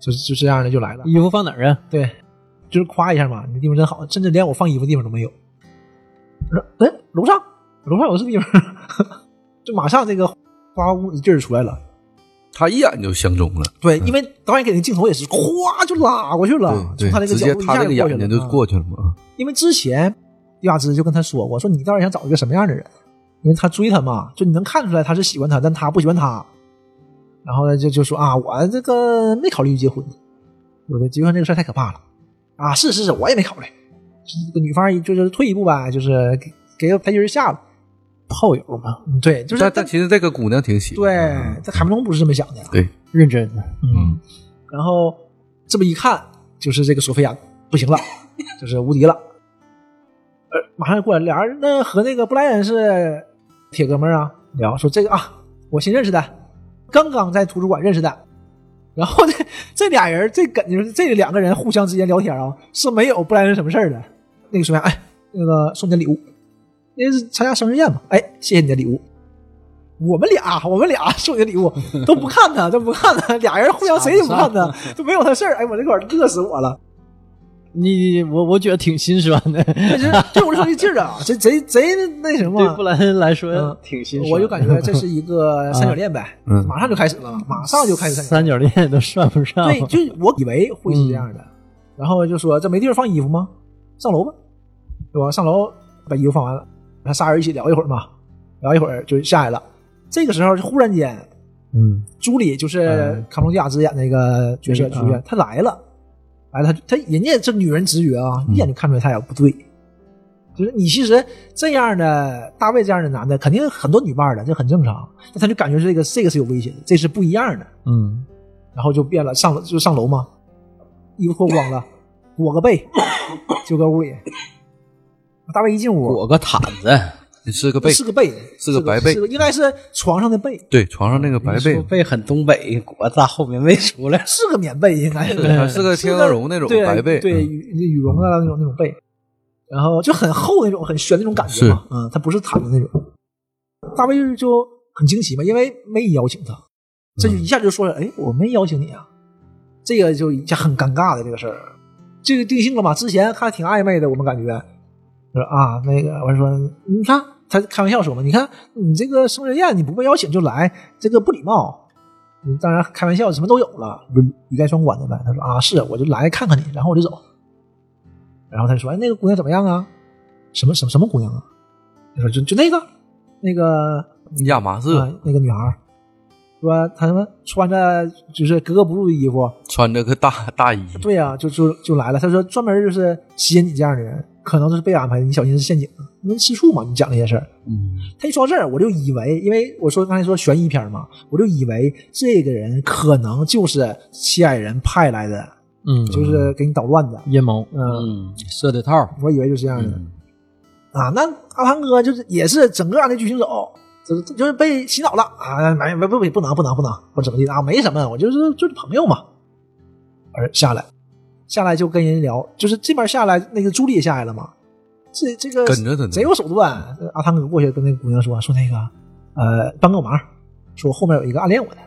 [SPEAKER 1] 就是就这样的就来了。
[SPEAKER 4] 嗯
[SPEAKER 2] 衣服放哪儿啊？
[SPEAKER 1] 对，就是夸一下嘛，你这地方真好，甚至连我放衣服地方都没有。我说哎，楼上，楼上有的是地方， [LAUGHS] 就马上这个花屋一劲儿出来了。
[SPEAKER 4] 他一眼就相中了，
[SPEAKER 1] 对，因为导演给那镜头也是咵就拉过去了，从
[SPEAKER 4] 对
[SPEAKER 1] 他这
[SPEAKER 4] 对，
[SPEAKER 1] 个
[SPEAKER 4] 直
[SPEAKER 1] 角
[SPEAKER 4] 接
[SPEAKER 1] 度一
[SPEAKER 4] 他
[SPEAKER 1] 下
[SPEAKER 4] 这个
[SPEAKER 1] 过去
[SPEAKER 4] 眼睛就
[SPEAKER 1] 了。啊嗯
[SPEAKER 4] 过去了嘛，
[SPEAKER 1] 因为之前迪亚兹就跟他说过，说你到底想找一个什么样的人？因为他追他嘛，就你能看出来他是喜欢他，但他不喜欢他。然后呢，就就说啊，我这个没考虑结婚，我的结婚这个事儿太可怕了。啊，是是是，我也没考虑。这个女方一就是退一步呗，就是给给个台阶儿下了。
[SPEAKER 2] 炮友嘛，
[SPEAKER 1] 嗯对，就是
[SPEAKER 4] 但但其实这个姑娘挺喜欢
[SPEAKER 1] 对
[SPEAKER 4] 的，，啊
[SPEAKER 1] 这卡梅隆不是这么想的。
[SPEAKER 4] 对，
[SPEAKER 2] 认真的。
[SPEAKER 1] 嗯，然后这么一看，就是这个索菲亚不行了，就是无敌了。呃，马上过来，俩人呢和那个布莱恩是铁哥们儿啊，聊说这个啊，我新认识的，刚刚在图书馆认识的。然后这这俩人这感觉这两个人互相之间聊天啊，是没有布莱恩什么事儿的。那个索菲亚，哎，那个送你的礼物，那是参加生日宴嘛，哎，谢谢你的礼物。我们俩，我们俩送你的礼物都不看他，都不看他，俩人互相谁也不看他，都没有他事儿。哎，我这块儿乐死我了，
[SPEAKER 2] 你我我觉得挺心酸的，
[SPEAKER 1] 这
[SPEAKER 2] [LAUGHS]
[SPEAKER 1] 这这我就说这劲儿啊，这贼贼那什么
[SPEAKER 2] 对
[SPEAKER 1] 啊
[SPEAKER 2] 布，莱恩来说、
[SPEAKER 1] 嗯
[SPEAKER 2] 挺心酸的。
[SPEAKER 1] 我就感觉这是一个三角恋呗，
[SPEAKER 4] 嗯
[SPEAKER 1] 马上就开始了，马上就开始三角恋。
[SPEAKER 2] 三角恋嗯都算不上。
[SPEAKER 1] 对，就是我以为会是这样的，然后就说这没地方放衣服吗？上楼吧，对吧？上楼把衣服放完了，他仨人一起聊一会儿嘛，聊一会儿就下来了。这个时候忽然间，
[SPEAKER 2] 嗯，
[SPEAKER 1] 朱莉就是
[SPEAKER 2] 嗯
[SPEAKER 1] 卡梅隆·迪亚兹演那个角色
[SPEAKER 2] 嗯
[SPEAKER 1] 主角，她来了，来了，她她人家这女人直觉啊，
[SPEAKER 4] 嗯
[SPEAKER 1] 一眼就看出来她俩不对。就是你其实这样的大卫这样的男的，肯定很多女伴儿的，这很正常。但他就感觉这个这个是有危险的，这是不一样的。
[SPEAKER 2] 嗯，
[SPEAKER 1] 然后就变了，上就上楼嘛，衣服脱光
[SPEAKER 4] [COUGHS]
[SPEAKER 1] 了，裹个被，就搁屋里。大卫一进屋，
[SPEAKER 3] 裹个毯子，
[SPEAKER 4] 是个被，
[SPEAKER 1] 是个被，
[SPEAKER 4] 是个白被
[SPEAKER 1] 是个应该是床上的被，
[SPEAKER 4] 对，床上那
[SPEAKER 1] 嗯
[SPEAKER 4] 个白被
[SPEAKER 3] 说，被很东北，裹在后面没出来。
[SPEAKER 1] 是个棉被，应该是。
[SPEAKER 4] 对，它是个天鹅绒那种
[SPEAKER 1] 对
[SPEAKER 4] 白被，
[SPEAKER 1] 对
[SPEAKER 4] 嗯
[SPEAKER 1] 羽羽绒啊的那种那种被，然后就很厚那种很悬那种感觉嘛，嗯，它不是弹的那种。大卫就很惊奇嘛，因为没邀请他，这就
[SPEAKER 4] 嗯
[SPEAKER 1] 一下就说了，哎，我没邀请你啊，这个就一下很尴尬的这个事儿，这个定性了嘛，之前看挺暧昧的，我们感觉，说啊那个，我说你看他开玩笑说嘛，你看你这个生日宴你不被邀请就来，这个不礼貌。嗯当然开玩笑，什么都有了，不是一概双关的呗。他说啊，是，我就来看看你，然后我就走。然后他就说，哎，那个姑娘怎么样啊？什么什么什么姑娘啊？他说就就那个那个
[SPEAKER 4] 亚麻
[SPEAKER 1] 啊
[SPEAKER 4] 色，
[SPEAKER 1] 那个女孩儿，说她他妈穿着就是格格不入的衣服，
[SPEAKER 4] 穿着个大大衣，
[SPEAKER 1] 对呀、就就就来了。他说专门就是吸引你这样的人，可能就是被安排的，你小心是陷阱，啊因为吃醋嘛，你讲这些事儿。
[SPEAKER 3] 嗯，
[SPEAKER 1] 他一说到这儿，我就以为，因为我说刚才说悬疑片嘛，我就以为这个人可能就是七矮人派来的，
[SPEAKER 2] 嗯，
[SPEAKER 1] 就是给你捣乱的。
[SPEAKER 2] 阴谋。
[SPEAKER 1] 嗯，
[SPEAKER 3] 嗯，设的
[SPEAKER 2] [LAUGHS]
[SPEAKER 3] 套。
[SPEAKER 1] 我以为就是这样的、
[SPEAKER 3] 嗯
[SPEAKER 1] 啊。那阿汤哥就是也是整个按这剧情走，就是就是被洗脑了啊！没不不不能不能不能，我怎么地啊？没什么，我就是就是朋友嘛。而下来，下来就跟人聊，就是这边下来，那个朱莉也下来了嘛。这这个
[SPEAKER 4] 跟着他呢
[SPEAKER 1] 贼有手段。呃阿汤哥过去跟那姑娘说说那个，呃，帮个忙，说后面有一个暗恋我的，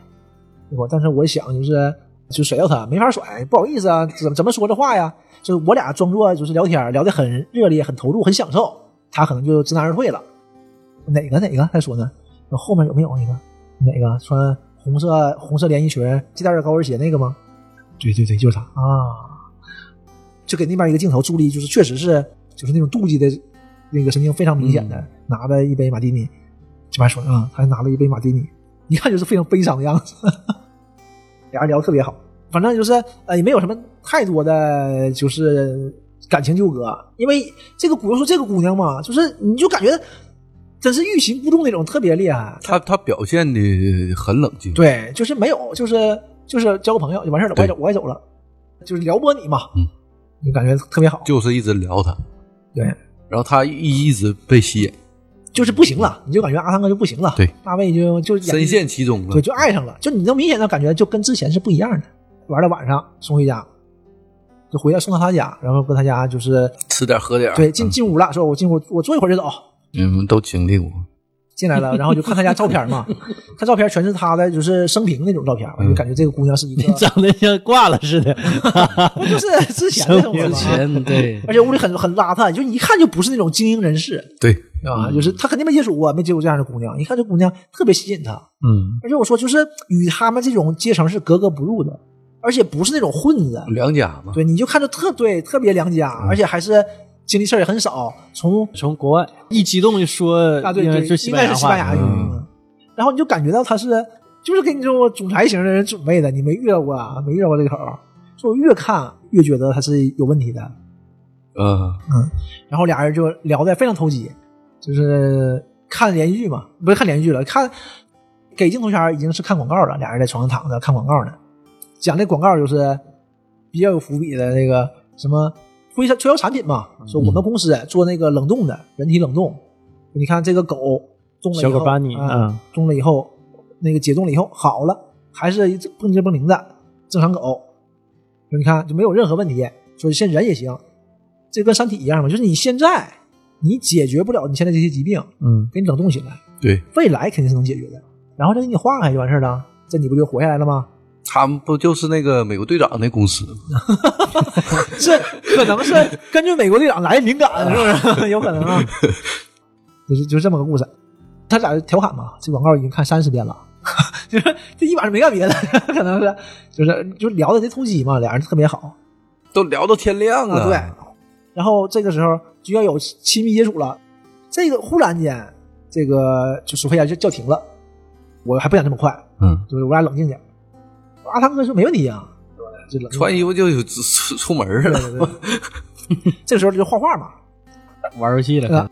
[SPEAKER 1] 对吧？但是我想就是就甩掉他，没法甩，不好意思啊，怎么怎么说这话呀？就是我俩装作就是聊天，聊得很热烈，很投入，很享受，他可能就知难而退了。哪个哪个？他说呢？后面有没有一个哪个穿红色红色连衣裙，系带着高跟鞋那个吗？
[SPEAKER 2] 对对对，就是他。
[SPEAKER 1] 啊，就给那边一个镜头助力，就是确实是就是那种妒忌的那个神经非常明显
[SPEAKER 2] 嗯
[SPEAKER 1] 的，拿着一杯马蒂尼，这边说啊、他还拿了一杯马蒂尼， [LAUGHS] 一看就是非常悲伤的样子。 [LAUGHS] 俩人聊得特别好，反正就是呃也没有什么太多的就是感情纠葛，因为这个姑要说这个姑娘嘛，就是你就感觉真是欲擒故纵那种，特别厉害。
[SPEAKER 4] 他他表现的很冷静，
[SPEAKER 1] 对，就是没有，就是就是交个朋友就完事儿了，我也
[SPEAKER 4] 对
[SPEAKER 1] 走，我也走了，就是撩拨你嘛，
[SPEAKER 4] 嗯，
[SPEAKER 1] 就感觉特别好，
[SPEAKER 4] 就是一直聊他，
[SPEAKER 1] 对，
[SPEAKER 4] 然后他一一直被吸引，
[SPEAKER 1] 就是不行了，你就感觉阿汤哥就不行了，
[SPEAKER 4] 对，
[SPEAKER 1] 大卫就就演
[SPEAKER 4] 深陷其中啊了
[SPEAKER 1] 对，。就爱上了，就你能明显的感觉就跟之前是不一样的。玩到晚上送回家，就回家送到他家，然后搁他家就是
[SPEAKER 4] 吃点喝点，
[SPEAKER 1] 对进进屋了，说我进屋我坐一会儿就走，
[SPEAKER 4] 你们都经历过，
[SPEAKER 1] 进来了，然后就看他家照片嘛，看照片全是他的就是生平那种照片，我就感觉这个姑娘是一个，
[SPEAKER 3] 长得像挂了
[SPEAKER 1] [LAUGHS]
[SPEAKER 3] 似的。
[SPEAKER 1] 不就是之前的生活
[SPEAKER 3] 之
[SPEAKER 1] 吗？
[SPEAKER 3] 前对，
[SPEAKER 1] 而且屋里很很邋遢，就一看就不是那种精英人士，
[SPEAKER 4] 对，
[SPEAKER 1] 对吧？就是他肯定没接触过，没接触这样的姑娘，一看这姑娘特别吸引他。
[SPEAKER 2] 嗯，
[SPEAKER 1] 而且我说，就是与他们这种阶层是格格不入的，而且不是那种混子，
[SPEAKER 4] 两家嘛，
[SPEAKER 1] 对，你就看着特对，特别良家，而且还是经历事儿也很少，从
[SPEAKER 2] 从国外一激动就说
[SPEAKER 1] 啊对
[SPEAKER 2] 因
[SPEAKER 1] 对
[SPEAKER 2] 为，是
[SPEAKER 1] 应该是西班牙语，
[SPEAKER 2] 嗯
[SPEAKER 1] 嗯然后你就感觉到他是就是给你这种总裁型的人准备的，你没遇到过，啊，没遇到过这口儿，所以我越看越觉得他是有问题的。
[SPEAKER 4] 嗯，
[SPEAKER 1] 然后俩人就聊得非常投机，就是看连续剧嘛，不是看连续剧了，看给镜头圈已经是看广告了，俩人在床上躺着看广告呢，讲那广告就是比较有伏笔的那个什么推销推销产品嘛，说我们公司做那个冷冻的人体冷冻，你看这个狗冻了以后，
[SPEAKER 2] 小狗巴尼
[SPEAKER 1] 啊
[SPEAKER 2] 嗯
[SPEAKER 1] 冻了以后那个解冻了以后好了，还是一只蹦跶蹦灵的正常狗，说你看就没有任何问题，说现在人也行，这跟《三体》一样嘛，就是你现在你解决不了你现在这些疾病，
[SPEAKER 2] 嗯，
[SPEAKER 1] 给你冷冻起来，
[SPEAKER 4] 对
[SPEAKER 1] 未来肯定是能解决的，然后再给你化开就完事儿了，这你不就活下来了吗？
[SPEAKER 4] 他们不就是那个美国队长那公司吗？
[SPEAKER 1] 是可能是根据美国队长来敏感，是 [LAUGHS] 不是？有可能啊，就是就是这么个故事。他俩就调侃嘛，这广告已经看三十遍了， [LAUGHS] 就是这一晚上没干别的， [LAUGHS] 可能是就是就聊的这投机嘛，俩人特别好
[SPEAKER 4] 都聊到天亮
[SPEAKER 1] 啊，
[SPEAKER 4] 了，
[SPEAKER 1] 对。然后这个时候就要有亲密接触了，这个忽然间，这个就索菲亚就叫停了，我还不想这么快，
[SPEAKER 4] 嗯，
[SPEAKER 1] 就是我俩冷静点。阿汤哥说没问题啊，对吧就冷静
[SPEAKER 4] 穿衣服就出出出门了，
[SPEAKER 1] 对对对。 [LAUGHS] 这个时候就画画嘛，
[SPEAKER 2] 玩游戏了，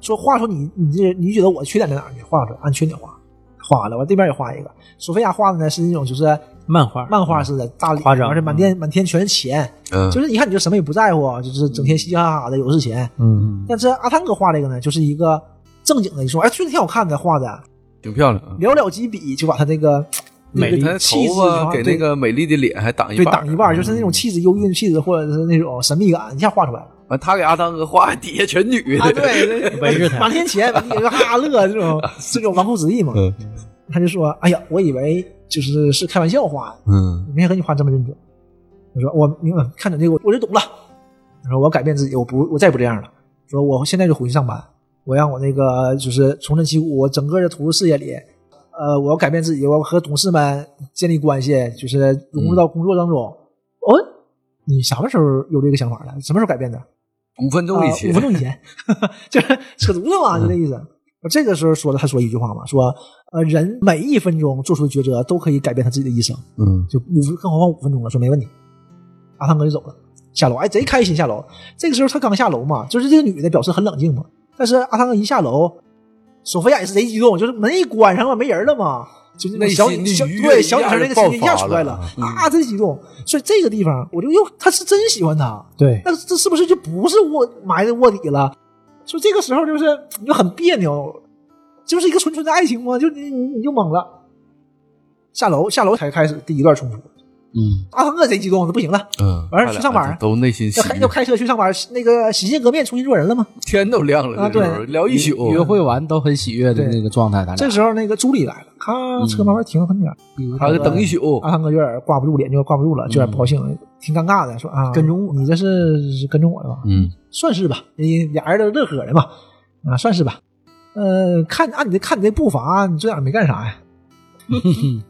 [SPEAKER 1] 说画说你你这你觉得我缺点在哪儿？你画出来，按缺点画，画完了，完这边也画一个。索菲亚画的呢是那种就是
[SPEAKER 2] 漫画，
[SPEAKER 1] 漫画似的，大
[SPEAKER 2] 夸张
[SPEAKER 1] 而且满天满天全是钱，
[SPEAKER 4] 嗯，
[SPEAKER 1] 就是一看你就什么也不在乎，啊就是整天嘻嘻哈哈的，有的是钱。
[SPEAKER 2] 嗯，
[SPEAKER 1] 但是阿汤哥画这个呢，就是一个正经的，你说哎，确实挺好看的，画的
[SPEAKER 4] 挺漂亮啊。
[SPEAKER 1] 寥寥几笔就把他那
[SPEAKER 4] [LAUGHS]
[SPEAKER 1] 个那
[SPEAKER 2] 美丽
[SPEAKER 4] 他
[SPEAKER 1] 个
[SPEAKER 4] 的
[SPEAKER 1] 气质
[SPEAKER 4] 头
[SPEAKER 1] 就
[SPEAKER 4] 发给那个美丽的脸还挡一
[SPEAKER 1] 对
[SPEAKER 4] 半，嗯
[SPEAKER 1] 对挡一半，就是那种气质忧郁的气质，或者是那种神秘感，一下画出来了。
[SPEAKER 4] 完，他给阿汤哥画底下全女的，
[SPEAKER 1] 啊，对，对
[SPEAKER 2] [LAUGHS] 围着他
[SPEAKER 1] 满天钱，满天哈哈乐这
[SPEAKER 2] [LAUGHS]
[SPEAKER 1] 种这种纨绔子弟嘛。
[SPEAKER 4] 嗯
[SPEAKER 1] 他就说：“哎呀，我以为就是是开玩笑画，
[SPEAKER 4] 嗯，
[SPEAKER 1] 没想跟你画这么认真。”我说：“我明白，看你这个我就懂了。”他说：“我要改变自己，我不我再也不这样了。说我现在就回去上班，我让我那个就是重振旗鼓，我整个的投入事业里。”呃，我要改变自己，我要和同事们建立关系，就是融
[SPEAKER 2] 嗯
[SPEAKER 1] 入到工作当中。哦，你什么时候有这个想法的？什么时候改变的？
[SPEAKER 4] 五分钟以前，
[SPEAKER 1] 啊五分钟以前， [LAUGHS] 就是扯犊子嘛，就这意思。我这个时候说了，他说一句话嘛，说呃，人每一分钟做出的抉择都可以改变他自己的一生，
[SPEAKER 4] 嗯，
[SPEAKER 1] 就五分，更何况五分钟了，说没问题。阿汤哥就走了，下楼，哎，贼开心下楼。这个时候他刚下楼嘛，就是这个女的表示很冷静嘛，但是阿汤哥一下楼，索菲亚也是贼激动，就是门一关上了，没人了嘛，就是那种小
[SPEAKER 4] 内
[SPEAKER 1] 女
[SPEAKER 4] 心
[SPEAKER 1] 小
[SPEAKER 4] 的愉悦
[SPEAKER 1] 对
[SPEAKER 4] 一
[SPEAKER 1] 小女
[SPEAKER 4] 下
[SPEAKER 1] 生那个
[SPEAKER 4] 就
[SPEAKER 1] 心情一下
[SPEAKER 4] 爆发
[SPEAKER 1] 出来
[SPEAKER 4] 了
[SPEAKER 1] 了，啊，真激动。所以这个地方，我就又他是真喜欢他，
[SPEAKER 2] 对，
[SPEAKER 1] 那这是不是就不是卧埋在卧底了？所以这个时候就是你就很别扭，就是一个纯纯的爱情嘛，就你你你就懵了。下楼下楼才开始第一段冲突，
[SPEAKER 4] 嗯
[SPEAKER 1] 阿汤哥贼激动，那不行了，
[SPEAKER 4] 嗯，
[SPEAKER 1] 完事儿去上班儿
[SPEAKER 4] 都内心喜
[SPEAKER 1] 要开要开车去上班，那个洗心革面重新做人了吗？
[SPEAKER 4] 天都亮了，
[SPEAKER 1] 啊
[SPEAKER 4] 这时候
[SPEAKER 1] 对
[SPEAKER 4] 聊一宿，
[SPEAKER 3] 约会完都很喜悦的那个状态，
[SPEAKER 2] 哎
[SPEAKER 3] 咱
[SPEAKER 1] 这
[SPEAKER 3] 俩
[SPEAKER 1] 时候那个朱莉来了，咔车慢慢停很远，
[SPEAKER 2] 嗯
[SPEAKER 4] 他就等一宿，
[SPEAKER 1] 阿汤哥有点挂不住，脸就挂不住了，就有点不高兴，挺尴尬的，说啊跟踪我，你这是是跟踪我的吧？
[SPEAKER 4] 嗯，
[SPEAKER 1] 算是吧，你俩人都乐呵的嘛，啊啊，算是吧。呃，看按你的看你这步伐，你这俩没干啥呀？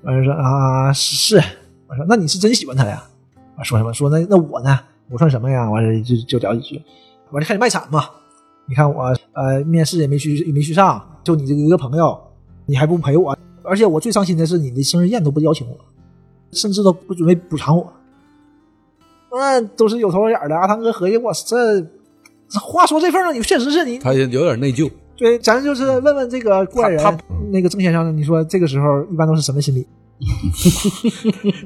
[SPEAKER 1] 完事说啊是，是我说那你是真喜欢他呀？我说什么？说那那我呢？我算什么呀？完事就就聊几句，完事开始卖惨嘛。你看我呃面试也没去也没去上，就你这个一个朋友，你还不陪我，而且我最伤心的是你的生日宴都不邀请我，甚至都不准备补偿我。那、都是有头有脸的。阿汤哥合计，我这这话说这份上，你确实是你
[SPEAKER 4] 他也有点内疚，
[SPEAKER 1] 对，咱就是问问这个过来人
[SPEAKER 4] 嗯他他，
[SPEAKER 1] 那个郑先生，你说这个时候一般都是什么心理？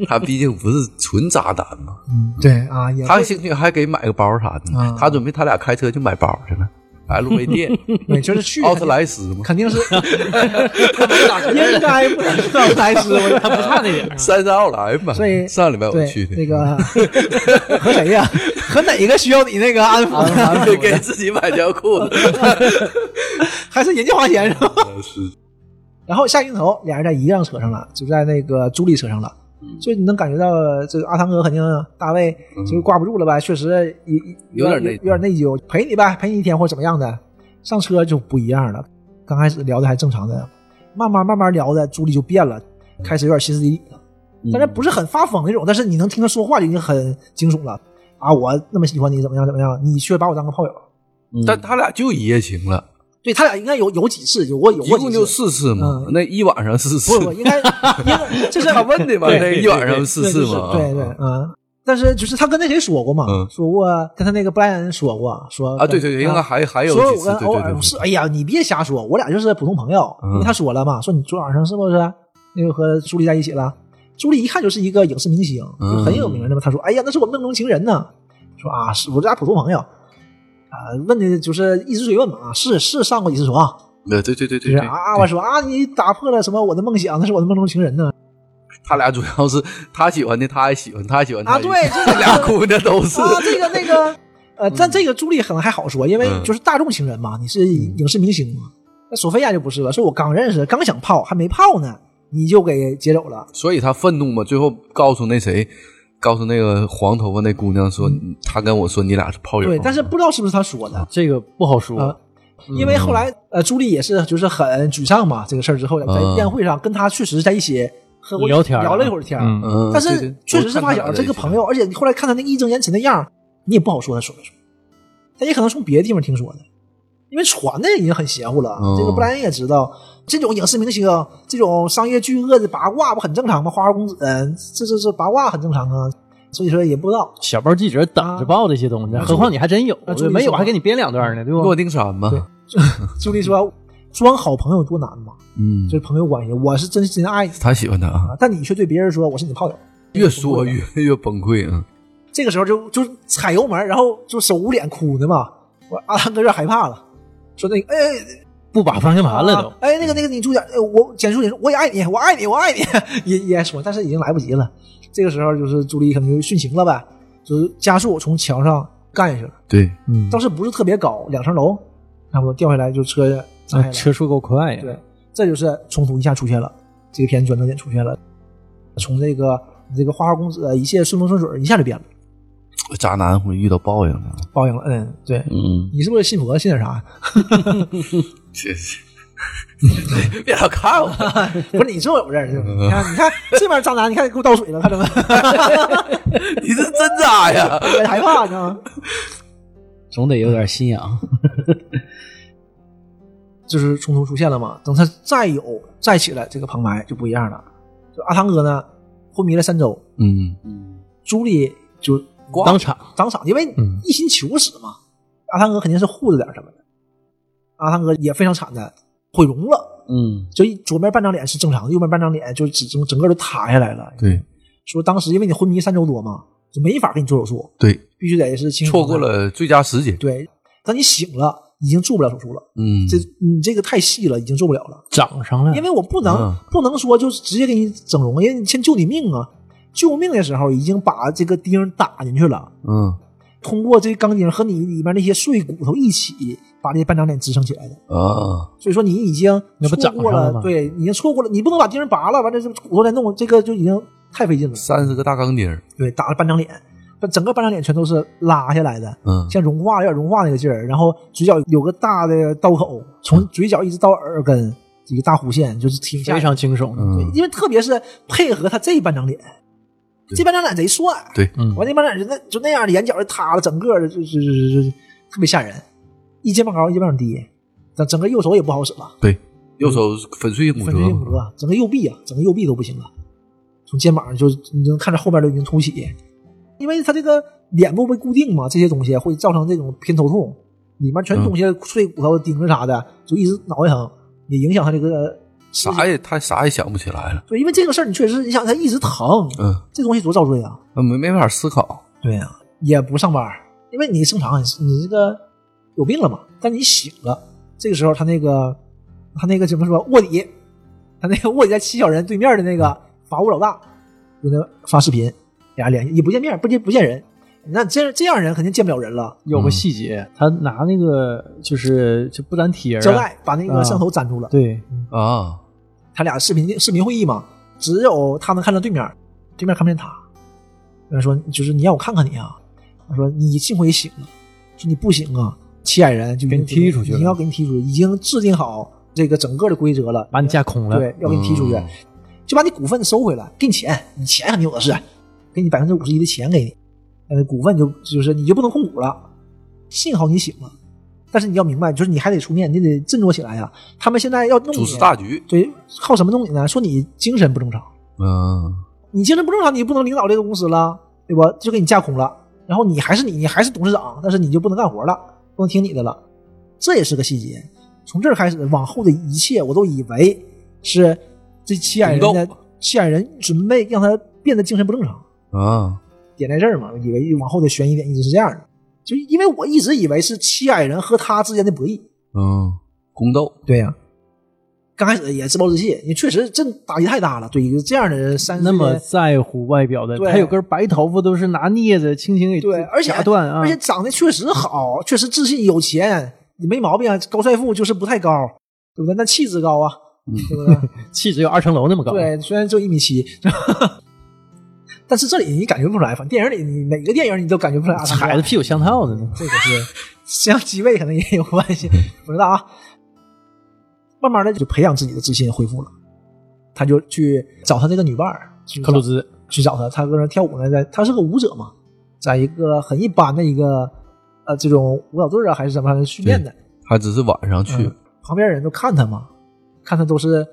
[SPEAKER 4] 他毕竟不是纯渣男嘛，
[SPEAKER 1] 对啊，也
[SPEAKER 4] 他兴许还给买个包啥的
[SPEAKER 1] 啊
[SPEAKER 4] 呢。他准备他俩开车去买包
[SPEAKER 1] [LAUGHS]
[SPEAKER 4] 去了，LV 店，
[SPEAKER 1] 没就是去
[SPEAKER 4] 奥特莱斯嘛，
[SPEAKER 1] 肯定是应该不能到台师，我他不差那点。
[SPEAKER 4] [LAUGHS] 三山奥莱嘛。
[SPEAKER 1] 所以
[SPEAKER 4] 上礼 [LAUGHS] 拜我
[SPEAKER 1] 对
[SPEAKER 4] 去的，
[SPEAKER 1] 那
[SPEAKER 4] [LAUGHS]
[SPEAKER 1] 个 [LAUGHS] 和谁呀？和哪个需要你那个安 [LAUGHS]
[SPEAKER 2] 啊
[SPEAKER 1] 抚？
[SPEAKER 4] 给自己买条裤
[SPEAKER 1] [LAUGHS]
[SPEAKER 4] 子，
[SPEAKER 1] 还是人家花钱是吧？
[SPEAKER 4] 是
[SPEAKER 1] 然后下镜头，俩人在一辆车上了，就在那个朱莉车上了。
[SPEAKER 4] 嗯
[SPEAKER 1] 所以你能感觉到，这个阿汤哥肯定大卫就是挂不住了呗，确实有
[SPEAKER 4] 有点内
[SPEAKER 1] 有点内疚，陪你呗，陪你一天或怎么样的。上车就不一样了，刚开始聊的还正常的，慢慢慢慢聊的，朱莉就变了，
[SPEAKER 4] 嗯
[SPEAKER 1] 开始有点歇斯底里了。
[SPEAKER 2] 嗯
[SPEAKER 1] 但是不是很发疯那种，但是你能听他说话就已经很惊悚了啊！我那么喜欢你，怎么样怎么样？你却把我当个炮友。
[SPEAKER 2] 嗯
[SPEAKER 4] 但他俩就一夜情了，
[SPEAKER 1] 对他俩应该有有几次，有过有
[SPEAKER 4] 一
[SPEAKER 1] 过几
[SPEAKER 4] 共就
[SPEAKER 1] 次，
[SPEAKER 4] 四次嘛
[SPEAKER 1] 嗯，
[SPEAKER 4] 那一晚上四次
[SPEAKER 1] 不，不应该应该这是
[SPEAKER 4] [LAUGHS] 他问的嘛，
[SPEAKER 2] 对
[SPEAKER 4] 那一晚上四次嘛，
[SPEAKER 1] 对对，嗯。但是就是他跟那谁说过嘛，
[SPEAKER 4] 啊嗯
[SPEAKER 1] 说过跟他那个布莱恩说过，说
[SPEAKER 4] 啊，对对对，应该
[SPEAKER 1] 啊
[SPEAKER 4] 还还有
[SPEAKER 1] 说
[SPEAKER 4] 几
[SPEAKER 1] 我
[SPEAKER 4] 次
[SPEAKER 1] 跟，
[SPEAKER 4] 对
[SPEAKER 1] 偶
[SPEAKER 4] 对
[SPEAKER 1] 尔
[SPEAKER 4] 对
[SPEAKER 1] 不是，哎呀，你别瞎说，我俩就是普通朋友。
[SPEAKER 4] 嗯
[SPEAKER 1] 因为他说了嘛，说你昨晚上是不是那个和朱莉在一起了？朱莉一看就是一个影视明星，
[SPEAKER 4] 嗯
[SPEAKER 1] 很有名的嘛。他说，哎呀，那是我梦中情人呢。说啊，是我这俩普通朋友。啊，问的就是一直追问嘛，啊，是是上过几次床，
[SPEAKER 4] 对对对对
[SPEAKER 1] 啊就
[SPEAKER 4] 对
[SPEAKER 1] 是
[SPEAKER 4] 对
[SPEAKER 1] 啊，，啊我说啊，你打破了什么我的梦想，那是我的梦中情人呢。
[SPEAKER 4] 他俩主要是他喜欢的，他也喜欢，他喜欢
[SPEAKER 1] 啊
[SPEAKER 4] 他也喜欢
[SPEAKER 1] 对这个
[SPEAKER 4] [LAUGHS] 俩姑娘都是，
[SPEAKER 1] 啊，这个那个， [LAUGHS] 呃，
[SPEAKER 2] 嗯
[SPEAKER 1] 但这个朱莉可能还好说，因为
[SPEAKER 4] 嗯
[SPEAKER 1] 就是大众情人嘛，你是
[SPEAKER 2] 嗯
[SPEAKER 1] 影视明星嘛。那索菲亚就不是了，说我刚认识，刚想泡，还没泡呢，你就给劫走了。
[SPEAKER 4] 所以他愤怒嘛，最后告诉那谁，告诉那个黄头发那姑娘说，他跟我说你俩是炮
[SPEAKER 1] 嗯
[SPEAKER 4] 友，
[SPEAKER 1] 对，但是不知道是不是他说的，
[SPEAKER 2] 嗯这个不好
[SPEAKER 1] 啊
[SPEAKER 2] 说。
[SPEAKER 1] 因为后来
[SPEAKER 2] 嗯
[SPEAKER 1] 呃，朱莉也是就是很沮丧嘛，这个事儿之后在
[SPEAKER 4] 嗯
[SPEAKER 1] 宴会上跟他确实在一起喝过
[SPEAKER 2] 聊天儿
[SPEAKER 1] 聊了一会儿天儿，
[SPEAKER 2] 嗯
[SPEAKER 4] 嗯，
[SPEAKER 1] 但
[SPEAKER 4] 对
[SPEAKER 1] 是
[SPEAKER 4] 对
[SPEAKER 1] 确实是
[SPEAKER 4] 我
[SPEAKER 1] 发
[SPEAKER 4] 看他
[SPEAKER 1] 小
[SPEAKER 4] 俩
[SPEAKER 1] 这
[SPEAKER 4] 在
[SPEAKER 1] 个
[SPEAKER 4] 一起
[SPEAKER 1] 朋友，而且你后来看他那义正言辞那样儿，你也不好说他说没说，他也可能从别的地方听说的，因为传的已经很邪乎了。
[SPEAKER 4] 嗯
[SPEAKER 1] 这个布莱恩也知道，这种影视明星、啊这种商业巨鳄的八卦不很正常吗？花花公子，嗯这这这八卦很正常啊，所以说也不知道。
[SPEAKER 2] 小报记者等着报这些东西，
[SPEAKER 1] 啊
[SPEAKER 2] 何况你还真有
[SPEAKER 1] 啊注意，
[SPEAKER 2] 没有
[SPEAKER 1] 说
[SPEAKER 2] 还给你编两段呢，对
[SPEAKER 4] 诺
[SPEAKER 2] 不？
[SPEAKER 4] 丁山嘛，
[SPEAKER 1] 朱莉说：“装好朋友多难嘛，
[SPEAKER 4] 嗯
[SPEAKER 1] 就，是朋友关系，我是真心爱你
[SPEAKER 4] 他喜欢他啊
[SPEAKER 1] 啊，，但你却对别人说我是你炮友。”
[SPEAKER 4] 越说越越 [LAUGHS] 崩溃啊，
[SPEAKER 1] 这个时候就就踩油门，然后就手捂脸哭呢嘛。我啊阿汤哥有点害怕了，说那个哎
[SPEAKER 2] 不把方向盘了都
[SPEAKER 1] 啊。哎那个那个你住点，哎我简述简述，我也爱你， [LAUGHS] 我爱你，我爱你，也也说，但是已经来不及了。这个时候就是朱莉可能就殉情了呗，哎就是加速从墙上干下去了，
[SPEAKER 4] 对，
[SPEAKER 2] 嗯，
[SPEAKER 1] 倒是不是特别高，两层楼，差不多掉下来就车砸下
[SPEAKER 2] 那
[SPEAKER 1] 来了。
[SPEAKER 2] 哎车速够快呀！
[SPEAKER 1] 对，这就是冲突一下出现了，这个片转折点出现了，从这个你这个花花公子一切顺风顺水，一下就变了，
[SPEAKER 4] 渣男会遇到报应啊的，
[SPEAKER 1] 报应了。嗯，对，
[SPEAKER 4] 嗯，
[SPEAKER 1] 你是不是信佛信点
[SPEAKER 4] [LAUGHS]
[SPEAKER 1] 啥？
[SPEAKER 4] 这是。 [LAUGHS] 别老看我，
[SPEAKER 1] 不是你这我不认识，你看你看这边渣男，你看给我倒水了，看 [LAUGHS] 着没？
[SPEAKER 4] 你是真渣呀！
[SPEAKER 1] 我害怕你知道吗？
[SPEAKER 3] 总得有点信仰。
[SPEAKER 1] 就是冲突出现了嘛。等他再有再起来，这个旁白就不一样了。就阿汤哥呢，昏迷了三周，
[SPEAKER 4] [LAUGHS] 嗯，
[SPEAKER 1] 朱莉就
[SPEAKER 2] 当场
[SPEAKER 1] 当场，因为
[SPEAKER 2] 嗯
[SPEAKER 1] 一心求死嘛。阿汤哥肯定是护着点什么的。阿汤哥也非常惨的毁容了，
[SPEAKER 3] 嗯，
[SPEAKER 1] 就一左面半张脸是正常的，右面半张脸就整整个都塌下来了。
[SPEAKER 4] 对
[SPEAKER 1] 说当时因为你昏迷三周多嘛，就没法给你做手术，
[SPEAKER 4] 对，
[SPEAKER 1] 必须得是清
[SPEAKER 4] 错过了最佳时节。
[SPEAKER 1] 对，当你醒了，已经做不了手术了。
[SPEAKER 4] 嗯，
[SPEAKER 1] 这你这个太细了，已经做不了了。
[SPEAKER 2] 长上了
[SPEAKER 1] 因，为我不能、
[SPEAKER 4] 嗯
[SPEAKER 1] 不能说就是直接给你整容，因为你先救你命啊！救命的时候已经把这个钉打进去了，
[SPEAKER 4] 嗯
[SPEAKER 1] 通过这钢钉和你里面那些碎骨头一起把这半张脸支撑起来的。
[SPEAKER 4] 啊，
[SPEAKER 1] 所以说你已经
[SPEAKER 2] 那不
[SPEAKER 1] 错
[SPEAKER 2] 长
[SPEAKER 1] 过
[SPEAKER 2] 上
[SPEAKER 1] 了，
[SPEAKER 2] 了吗
[SPEAKER 1] 对，已经错过了。你不能把钉拔了，完了这骨头再弄，这个就已经太费劲了。
[SPEAKER 4] 三十个大钢钉儿，
[SPEAKER 1] 对，打了半张脸，把整个半张脸全都是拉下来的。
[SPEAKER 4] 嗯，
[SPEAKER 1] 像融化有点融化那个劲儿，然后嘴角有个大的刀口，从嘴角一直到耳根，一个大弧线，就是挺吓
[SPEAKER 2] 非
[SPEAKER 1] 人
[SPEAKER 2] 常惊悚。
[SPEAKER 1] 对
[SPEAKER 4] 嗯，
[SPEAKER 1] 因为特别是配合他这半张脸，
[SPEAKER 4] 对
[SPEAKER 1] 这半张脸贼帅，
[SPEAKER 4] 对，
[SPEAKER 2] 嗯
[SPEAKER 1] 完那半张脸就那就那样的眼角就塌了，整个就就就就就特别吓人，一肩膀高一肩膀低，整整个右手也不好使了，
[SPEAKER 4] 右手粉碎性骨
[SPEAKER 1] 粉碎性骨
[SPEAKER 4] 折，
[SPEAKER 1] 折，整个右臂啊，整个右臂都不行了，从肩膀就你能看着后边都已经凸起，因为他这个脸部被固定嘛，这些东西会造成这种偏头痛，里面
[SPEAKER 4] 嗯
[SPEAKER 1] 全东西碎骨头钉子啥的，就一直脑袋疼，也影响他这个
[SPEAKER 4] 啥也他啥也想不起来了，
[SPEAKER 1] 对，因为这个事儿，你确实，你想他一直疼，
[SPEAKER 4] 嗯，
[SPEAKER 1] 这东西多遭罪啊！
[SPEAKER 4] 那没没法思考，
[SPEAKER 1] 对呀、也不上班儿，因为你正常，你这个有病了嘛？但你醒了，这个时候他那个他那个怎么说卧底，他那个卧底在七小人对面的那个法务老大，就那发视频，俩联系也不见面，不见不见人。那这这样人肯定见不了人了，
[SPEAKER 2] 有个细节，他拿那个就是就布兰贴
[SPEAKER 1] 胶
[SPEAKER 2] 啊，
[SPEAKER 1] 带把那个摄像头粘住了。
[SPEAKER 2] 对，
[SPEAKER 4] 啊，
[SPEAKER 1] 他俩视频视频会议嘛，只有他能看到对面，对面看不见他。他说：“就是你让我看看你啊。”他说：“你幸亏醒了，说你不醒啊，七矮人就
[SPEAKER 2] 给你踢出去了
[SPEAKER 1] 已经要给你踢出去，已经制定好这个整个的规则了，
[SPEAKER 2] 把你架空了。
[SPEAKER 1] 对，要给你踢出去，
[SPEAKER 4] 嗯
[SPEAKER 1] 就把你股份收回来，给你钱，你钱肯定有的是，啊给你百分之五十一的钱给你，呃，股份就就是你就不能控股了。幸好你醒了，但是你要明白，就是你还得出面，你得振作起来呀、啊他们现在要弄
[SPEAKER 4] 主
[SPEAKER 1] 你啊
[SPEAKER 4] 持大局，
[SPEAKER 1] 对，靠什么弄你呢？说你精神不正常，
[SPEAKER 4] 嗯，
[SPEAKER 1] 你精神不正常，你不能领导这个公司了，对吧？就给你架空了。然后你还是你，你还是董事长，但是你就不能干活了，不能听你的了。这也是个细节。从这儿开始，往后的一切我都以为是这七矮人的
[SPEAKER 4] 引
[SPEAKER 1] 七矮人准备让他变得精神不正常。
[SPEAKER 4] 啊，
[SPEAKER 1] 点在这儿嘛，以为往后的悬疑点一直是这样的，就因为我一直以为是七矮人和他之间的博弈。
[SPEAKER 4] 嗯，宫斗，
[SPEAKER 1] 对呀、刚开始也自暴自弃，你确实这打击太大了，对一个这样的人三十
[SPEAKER 2] 那么
[SPEAKER 1] 岁
[SPEAKER 2] 在乎外表的，
[SPEAKER 1] 对
[SPEAKER 2] 他有根白头发都是拿镊子轻轻给
[SPEAKER 1] 对，而且
[SPEAKER 2] 夹断啊
[SPEAKER 1] 而，且长得确实好，确实自信有钱，你没毛病啊。高帅富就是不太高，对不对？那气质高啊，对不对？
[SPEAKER 2] 气质有二层楼那嗯 [LAUGHS] 么高。，
[SPEAKER 1] 对，虽然就一米七， [LAUGHS] 但是这里你感觉不出来，反正电影里你每个电影你都感觉不出来啊。
[SPEAKER 2] 踩着屁股香套的呢。
[SPEAKER 1] 这个是像机位可能也有关系，
[SPEAKER 2] 嗯
[SPEAKER 1] 不知道啊。慢慢的就培养自己的自信恢复了，他就去找他那个女伴儿，去
[SPEAKER 2] 克鲁
[SPEAKER 1] 找
[SPEAKER 2] 兹，
[SPEAKER 1] 去找他，他搁那跳舞呢，在他是个舞者嘛，在一个很一般的一个呃这种舞蹈队啊还是什么训练的，
[SPEAKER 4] 还只是晚上去，
[SPEAKER 1] 旁边人都看他嘛，看他都是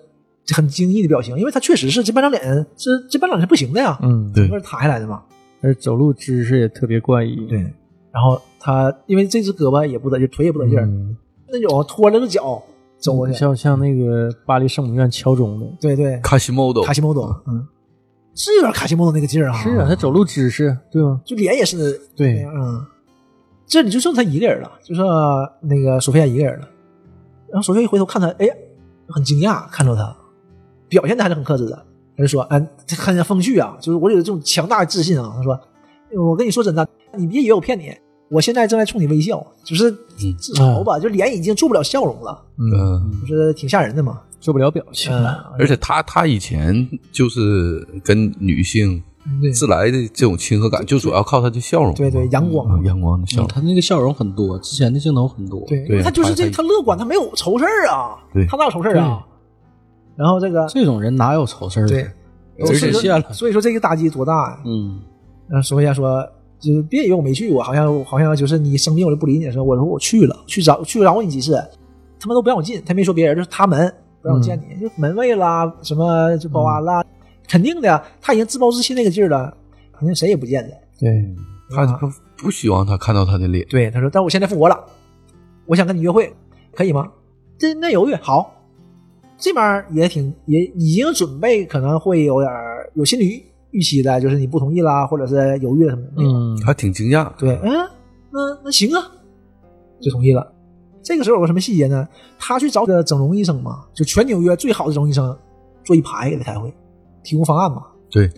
[SPEAKER 1] 很惊异的表情，因为他确实是这半张脸是这半张脸是不行的呀，
[SPEAKER 2] 嗯，
[SPEAKER 4] 对
[SPEAKER 1] 那是塌下来的嘛，
[SPEAKER 2] 而走路姿势也特别怪异。
[SPEAKER 1] 对，然后他因为这只胳膊也不得劲，腿也不得劲儿，
[SPEAKER 2] 嗯，
[SPEAKER 1] 那种拖着个脚走过去，
[SPEAKER 2] 像像那个巴黎圣母院敲钟的。
[SPEAKER 1] 对对，
[SPEAKER 4] 卡西莫斗
[SPEAKER 1] 卡，西莫多，嗯，是有点卡西莫多那个劲儿啊，
[SPEAKER 2] 是啊，他走路姿势对吗？
[SPEAKER 1] 就脸也是
[SPEAKER 2] 对
[SPEAKER 1] 那样啊。这里就剩他一个人了，就剩那个索菲亚一个人了。然后索菲亚一回头看他，哎呀，很惊讶，看着他，表现的还是很克制的。他就说：“嗯，这看着风趣啊，就是我有这种强大的自信啊。”他说：“我跟你说真的，你别以为我骗你，我现在正在冲你微笑，就是自嘲吧，就脸已经做不了笑容了，
[SPEAKER 4] 嗯，
[SPEAKER 1] 就是挺吓人的嘛。
[SPEAKER 2] 做不了表情啊了。
[SPEAKER 4] 而且他他以前就是跟女性
[SPEAKER 1] 嗯对
[SPEAKER 4] 自来的这种亲和感，就主要靠他的笑容，
[SPEAKER 1] 对对，阳光啊嘛
[SPEAKER 4] 嗯，阳光的笑
[SPEAKER 3] 嗯
[SPEAKER 4] 容，
[SPEAKER 3] 他那个笑容很多，之前的镜头很多。
[SPEAKER 1] 对，因为
[SPEAKER 4] 对
[SPEAKER 1] 他就是这
[SPEAKER 4] 他
[SPEAKER 1] 他乐观，他没有愁事儿啊
[SPEAKER 4] 对，
[SPEAKER 1] 他哪有愁事儿啊？然后这个
[SPEAKER 3] 这种人哪有愁
[SPEAKER 2] 啊
[SPEAKER 3] 事儿？
[SPEAKER 1] 对，
[SPEAKER 3] 而且
[SPEAKER 1] 所以
[SPEAKER 3] 谢
[SPEAKER 1] 说
[SPEAKER 3] 了。
[SPEAKER 1] 所以说这个打击多大呀、
[SPEAKER 3] 嗯，
[SPEAKER 1] 然后索菲亚说：“就是别以为我没去过，好像好像就是你生病我就不理你似的。”我说我去了，去找去找你几次，他们都不让我进。他没说别人，就是他们不让我见你，就门卫啦，什么就保安啦，肯定的呀，他已经自暴自弃那个劲儿了，肯定谁也不见啊的。
[SPEAKER 3] 嗯
[SPEAKER 2] 对，
[SPEAKER 1] 嗯
[SPEAKER 4] 他他不希望他看到他的脸，
[SPEAKER 1] 对，他说：“但我现在复活了，我想跟你约会，可以吗？”这那犹豫，好，这边儿也挺也已经准备，可能会有点儿有心理预预期的，就是你不同意啦，或者是犹豫了什么的。
[SPEAKER 2] 嗯，
[SPEAKER 4] 还挺惊讶，
[SPEAKER 1] 对，嗯，那那行啊，就同意了。这个时候有个什么细节呢？他去找个整容医生嘛，就全纽约最好的整容医生坐一排给他开会，提供方案嘛。
[SPEAKER 4] 对，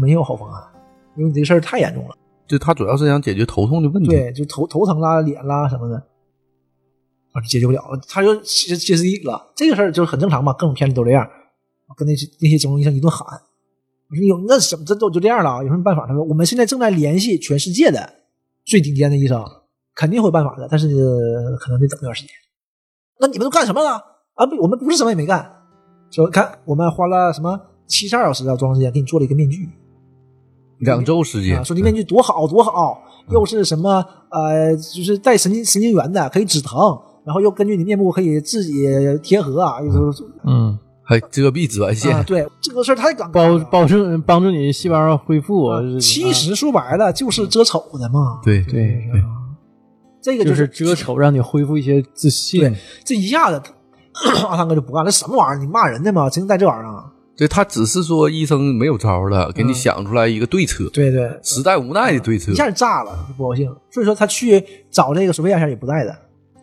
[SPEAKER 1] 没有好方案，因为你这事儿太严重了。
[SPEAKER 4] 就他主要是想解决头痛的问题，
[SPEAKER 1] 对，就头头疼啦、脸啦什么的，啊，解决不了，他就歇歇斯底里了。这个事儿就是很正常嘛，各种片里都这样，跟那些那些整容医生一顿喊，我说有那什么，这都就这样了啊，有什么办法？他说我们现在正在联系全世界的最顶尖的医生，肯定会有办法的，但是呃可能得等一段时间。那你们都干什么了？啊，不我们不是什么也没干，就看我们花了什么七十二小时啊，装时间给你做了一个面具
[SPEAKER 4] 两周时间
[SPEAKER 1] 啊，，说这面具多好多好，
[SPEAKER 2] 嗯
[SPEAKER 1] 又是什么呃，就是带神经神经元的，可以止疼，然后又根据你面部可以自己贴合啊，就是
[SPEAKER 2] 嗯，
[SPEAKER 4] 还遮蔽紫外线
[SPEAKER 1] 啊，，对这个事儿太尴尬
[SPEAKER 2] 保
[SPEAKER 1] 了。
[SPEAKER 2] 保证帮助你细胞恢复。啊是
[SPEAKER 1] 嗯其实说白了就是遮丑的嘛，
[SPEAKER 4] 对，
[SPEAKER 2] 对，
[SPEAKER 1] 这个
[SPEAKER 2] 就是是遮丑，让你恢复一些自信
[SPEAKER 1] 对。这一下子，阿汤哥就不干了，什么玩意儿？你骂人的吗？真带这玩意儿啊？
[SPEAKER 4] 对他只是说医生没有招了，给你想出来一个对策，
[SPEAKER 1] 嗯对对，
[SPEAKER 4] 时代无奈的对策
[SPEAKER 1] 一，下就炸了，就不高兴。所以说他去找这个索菲亚前也不带的，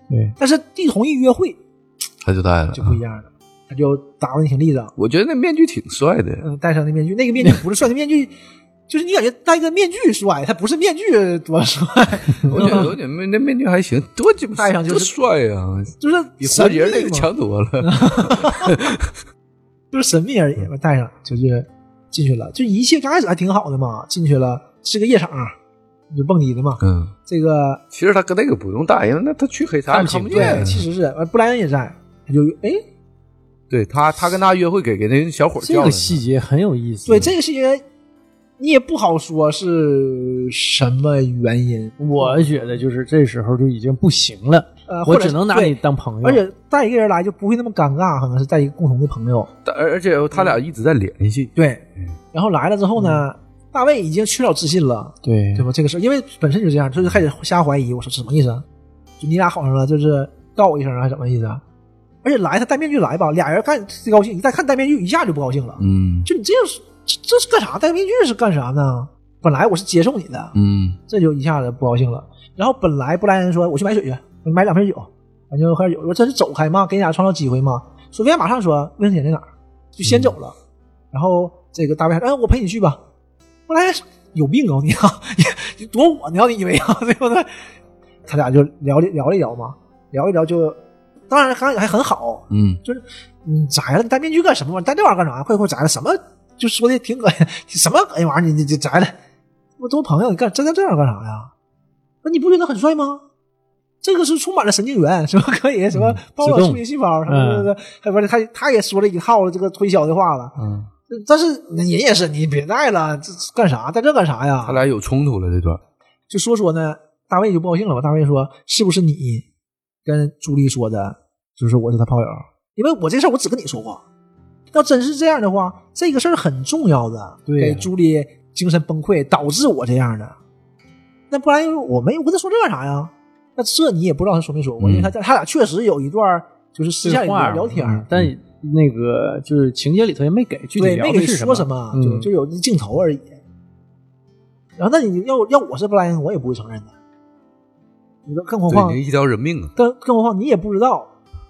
[SPEAKER 2] 对，
[SPEAKER 1] 但是地同意约会
[SPEAKER 4] 他就带了啊
[SPEAKER 1] 就。不一样
[SPEAKER 2] 啊
[SPEAKER 1] 了，他就打扮得挺立正，
[SPEAKER 4] 我觉得那面具挺帅
[SPEAKER 1] [LAUGHS]
[SPEAKER 4] 的，
[SPEAKER 1] 嗯，戴上那面具，那个面具不是帅，那面具就是你感觉戴个面具帅，他不是面具多帅，
[SPEAKER 4] 我觉得我觉得那那面具还行，多鸡巴
[SPEAKER 1] [LAUGHS] 戴上就是
[SPEAKER 4] 多帅呀，
[SPEAKER 1] 就是
[SPEAKER 4] 比
[SPEAKER 1] 神
[SPEAKER 4] 活
[SPEAKER 1] 秘
[SPEAKER 4] 结那个
[SPEAKER 1] 嘛
[SPEAKER 4] 强多了。
[SPEAKER 1] [LAUGHS] 就是神秘而已
[SPEAKER 4] 嗯
[SPEAKER 1] 嘛，戴上就是进去了，就一切刚开始还挺好的嘛，进去了是个夜场，就蹦迪的嘛，
[SPEAKER 4] 嗯，
[SPEAKER 1] 这个
[SPEAKER 4] 其实他跟那个不用戴，因为那他去黑茶也看不见
[SPEAKER 1] 对，。其实是呃布莱恩也在，他就哎，
[SPEAKER 4] 对他，他跟他约会给给那小伙
[SPEAKER 2] 这
[SPEAKER 4] 叫
[SPEAKER 2] 个
[SPEAKER 4] 来
[SPEAKER 2] 细节很有意思。
[SPEAKER 4] 嗯
[SPEAKER 1] 对这个细节，你也不好说是什么原因，
[SPEAKER 2] 我觉得就是这时候就已经不行了，
[SPEAKER 1] 呃，或
[SPEAKER 2] 我
[SPEAKER 1] 者
[SPEAKER 2] 只能拿
[SPEAKER 1] 对
[SPEAKER 2] 你当朋友。
[SPEAKER 1] 而且带一个人来就不会那么尴尬，可能是带一个共同的朋友。
[SPEAKER 4] 但而而且他俩一直在联系，
[SPEAKER 1] 对，然后来了之后呢，大卫已经缺少自信了，
[SPEAKER 2] 对
[SPEAKER 1] 对吧？这个事儿，因为本身就这样，就是开始瞎怀疑，我说什么意思？啊？就你俩好上了，就是告我一声啊，还是什么意思啊？而且来他戴面具来吧，俩人看最高兴，一旦看戴面具一下就不高兴了，
[SPEAKER 4] 嗯
[SPEAKER 1] 就你这是这这是干啥？戴面具是干啥呢？本来我是接受你的，
[SPEAKER 4] 嗯，
[SPEAKER 1] 这就一下子不高兴了。然后本来布莱恩说我去买水去，我买两瓶酒，完就喝点酒。我说这是走开吗？给你俩创造机会吗？索菲亚马上说卫生间在哪儿，就先走了。然后这个大卫还说，哎，我陪你去吧。布莱恩说有病啊、你啊，你躲我呢？你以为啊？对不对？他俩就聊了聊了一聊嘛，聊一聊就，当然还还很好，
[SPEAKER 4] 嗯，
[SPEAKER 1] 就是你摘了，你戴面具干什么玩意儿？戴这玩意儿干啥？快快摘了，什么就说的挺恶心，什么恶心玩意儿？你你你摘了，我都朋友，你干真的这样干啥呀？那你不觉得很帅吗？这个是充满了神经元，什么可以什么包
[SPEAKER 2] 自
[SPEAKER 1] 了
[SPEAKER 2] 动
[SPEAKER 1] 促进细胞，什么什么，还不是他他也说了一套这个推销的话了。
[SPEAKER 3] 嗯，
[SPEAKER 1] 但是人也是你别戴了，这这干啥？戴这干啥呀
[SPEAKER 4] 他？俩有冲突了这段，
[SPEAKER 1] 就说说呢，大卫就不高兴了吧？大卫说：“是不是你跟朱莉说的？就是我是他炮友？因为我这事儿我只跟你说过。要真是这样的话，这个事儿很重要的，
[SPEAKER 2] 对呀
[SPEAKER 1] 给朱莉精神崩溃，导致我这样的。那不然我没我跟他说这干啥呀？那这你也不知道他说没说过，
[SPEAKER 4] 嗯
[SPEAKER 1] 因为他他俩确实有一段就是私下
[SPEAKER 2] 对
[SPEAKER 1] 里
[SPEAKER 2] 话
[SPEAKER 1] 聊天儿，
[SPEAKER 2] 嗯但那个就是情节里头也没给具体
[SPEAKER 1] 对，
[SPEAKER 2] 聊
[SPEAKER 1] 没
[SPEAKER 2] 的
[SPEAKER 1] 给
[SPEAKER 2] 是
[SPEAKER 1] 说
[SPEAKER 2] 什
[SPEAKER 1] 什
[SPEAKER 2] 么。
[SPEAKER 1] 么，
[SPEAKER 2] 嗯
[SPEAKER 1] 就就有镜头而已。然后，那你要要我是布莱恩，我也不会承认的。你说，更何况
[SPEAKER 4] 对，你一条人命啊，
[SPEAKER 1] 更更何况你也不知道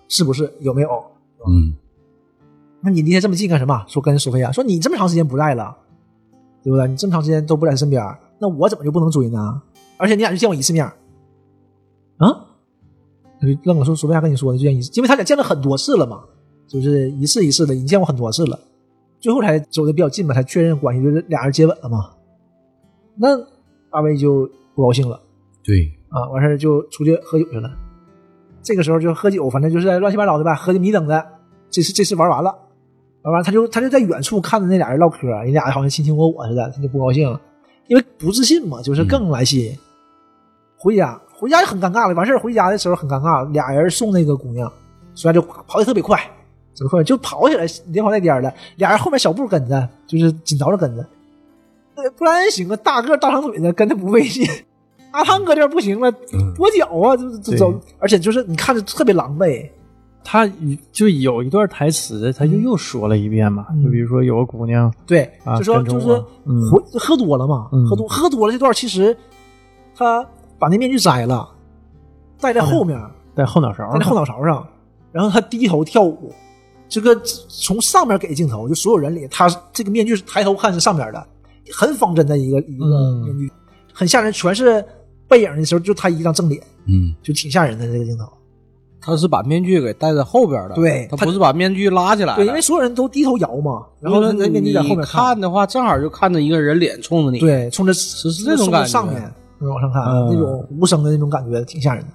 [SPEAKER 1] 是不是有没有？
[SPEAKER 4] 嗯，
[SPEAKER 1] 那你离得这么近干什么？说跟索菲亚啊说你这么长时间不在了，对不对？你这么长时间都不在她身边，那我怎么就不能追呢？而且你俩就见我一次面，啊？他就愣了，说索菲亚跟你说的就见一次，因为他俩见了很多次了嘛，就是一次一次的，你见过很多次了，最后才走的比较近嘛，才确认关系，就是俩人接吻了嘛。那大卫就不高兴了。
[SPEAKER 4] 对，
[SPEAKER 1] 啊，完事儿就出去喝酒去了。这个时候就喝酒，反正就是乱七八糟的吧，喝的迷瞪的。这次这次玩完了，玩完他就他就在远处看着那俩人唠嗑，啊人俩好像卿卿我我似的，他就不高兴了，因为不自信嘛，就是更来气。回家回家也很尴尬了，完事儿回家的时候很尴尬，俩人送那个姑娘，所以他就跑的特别快，怎么快就跑起来，连跑带颠儿的，俩人后面小步跟着，就是紧着着跟着。那不然行啊，大个儿大长腿的跟他不费劲。 [LAUGHS] 阿汤哥这不行了，
[SPEAKER 4] 嗯
[SPEAKER 1] 跛脚啊，这这走
[SPEAKER 2] 对，
[SPEAKER 1] 而且就是你看着特别狼狈，
[SPEAKER 2] 他就有一段台词，他就又说了一遍嘛，
[SPEAKER 1] 嗯
[SPEAKER 2] 就比如说有个姑娘，
[SPEAKER 1] 对，
[SPEAKER 2] 啊
[SPEAKER 1] 就说
[SPEAKER 2] 跟着
[SPEAKER 1] 就
[SPEAKER 2] 我
[SPEAKER 1] 是
[SPEAKER 2] 嗯
[SPEAKER 1] 喝喝多了嘛，
[SPEAKER 2] 嗯
[SPEAKER 1] 喝多喝多了这段其实他把那面具摘了，戴
[SPEAKER 2] 哎
[SPEAKER 1] 在后面，
[SPEAKER 2] 在后脑勺
[SPEAKER 1] 戴在后脑勺上，然后他低头跳舞，这个从上面给镜头，就所有人里，他这个面具是抬头看是上面的，很仿真的一个一个
[SPEAKER 2] 嗯
[SPEAKER 1] 面具，很吓人，全是背影的时候就他一张正脸，
[SPEAKER 4] 嗯，
[SPEAKER 1] 就挺吓人的这个镜头。
[SPEAKER 3] 他是把面具给戴在后边的，
[SPEAKER 1] 对
[SPEAKER 3] 他
[SPEAKER 1] 他
[SPEAKER 3] 不是把面具拉起来的，
[SPEAKER 1] 对，因为所有人都低头摇嘛，然后
[SPEAKER 3] 因为
[SPEAKER 1] 那个面具在后面
[SPEAKER 3] 你看的话，正好就看着一个人脸冲着你，，
[SPEAKER 1] 对，冲着是
[SPEAKER 3] 是这种感觉
[SPEAKER 1] 上面，嗯往上看，
[SPEAKER 2] 嗯
[SPEAKER 1] 那种无声的那种感觉挺吓人的。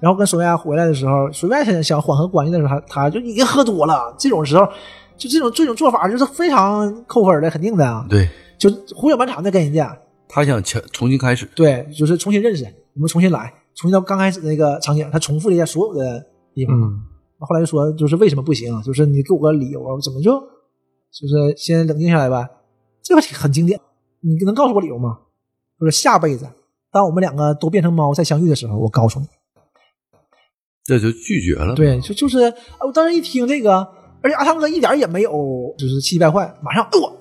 [SPEAKER 1] 然后跟索菲亚回来的时候，索菲亚想想缓和关系的时候，他他就已经喝多了，这种时候就这种这种做法就是非常扣分的，肯定的啊，
[SPEAKER 4] 对
[SPEAKER 1] 就胡搅蛮缠的跟人家，
[SPEAKER 4] 他想强重新开始，
[SPEAKER 1] 对，就是重新认识，我们重新来，重新到刚开始那个场景，他重复了一下所有的地方，
[SPEAKER 2] 嗯，
[SPEAKER 1] 后来就说就是为什么不行，就是你给我个理由啊，我怎么就就是先冷静下来呗。这个很经典，你能告诉我理由吗？就是下辈子，当我们两个都变成猫再相遇的时候，我告诉你。
[SPEAKER 4] 这就拒绝了。
[SPEAKER 1] 对，就就是啊我当时一听这个，而且阿汤哥一点也没有就是气急败坏，马上哎我，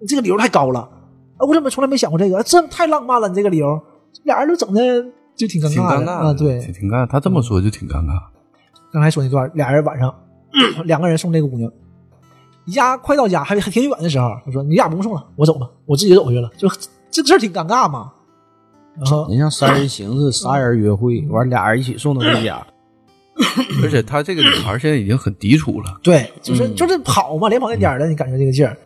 [SPEAKER 1] 你这个理由太高了，啊我怎么从来没想过这个？这太浪漫了，你这个理由，俩人都整的就挺尴
[SPEAKER 4] 挺
[SPEAKER 1] 尬
[SPEAKER 4] 尴
[SPEAKER 1] 的
[SPEAKER 4] 尬
[SPEAKER 1] 啊。对，
[SPEAKER 4] 挺挺尴尬。他这么说就挺尴尬。
[SPEAKER 1] 刚才说那段，俩人晚上两个人送这个姑娘，离家快到家还还挺远的时候，他说你俩不用送了，我走吧，我自己走回去了。就这个事儿挺尴尬嘛。然后
[SPEAKER 3] 你像三人行是仨人约会，完俩人一起送到回家，
[SPEAKER 1] 嗯
[SPEAKER 4] 而且他这个女孩现在已经很抵触了，
[SPEAKER 1] 对，就是、就是跑嘛，连跑带颠儿的，你感觉这个劲儿。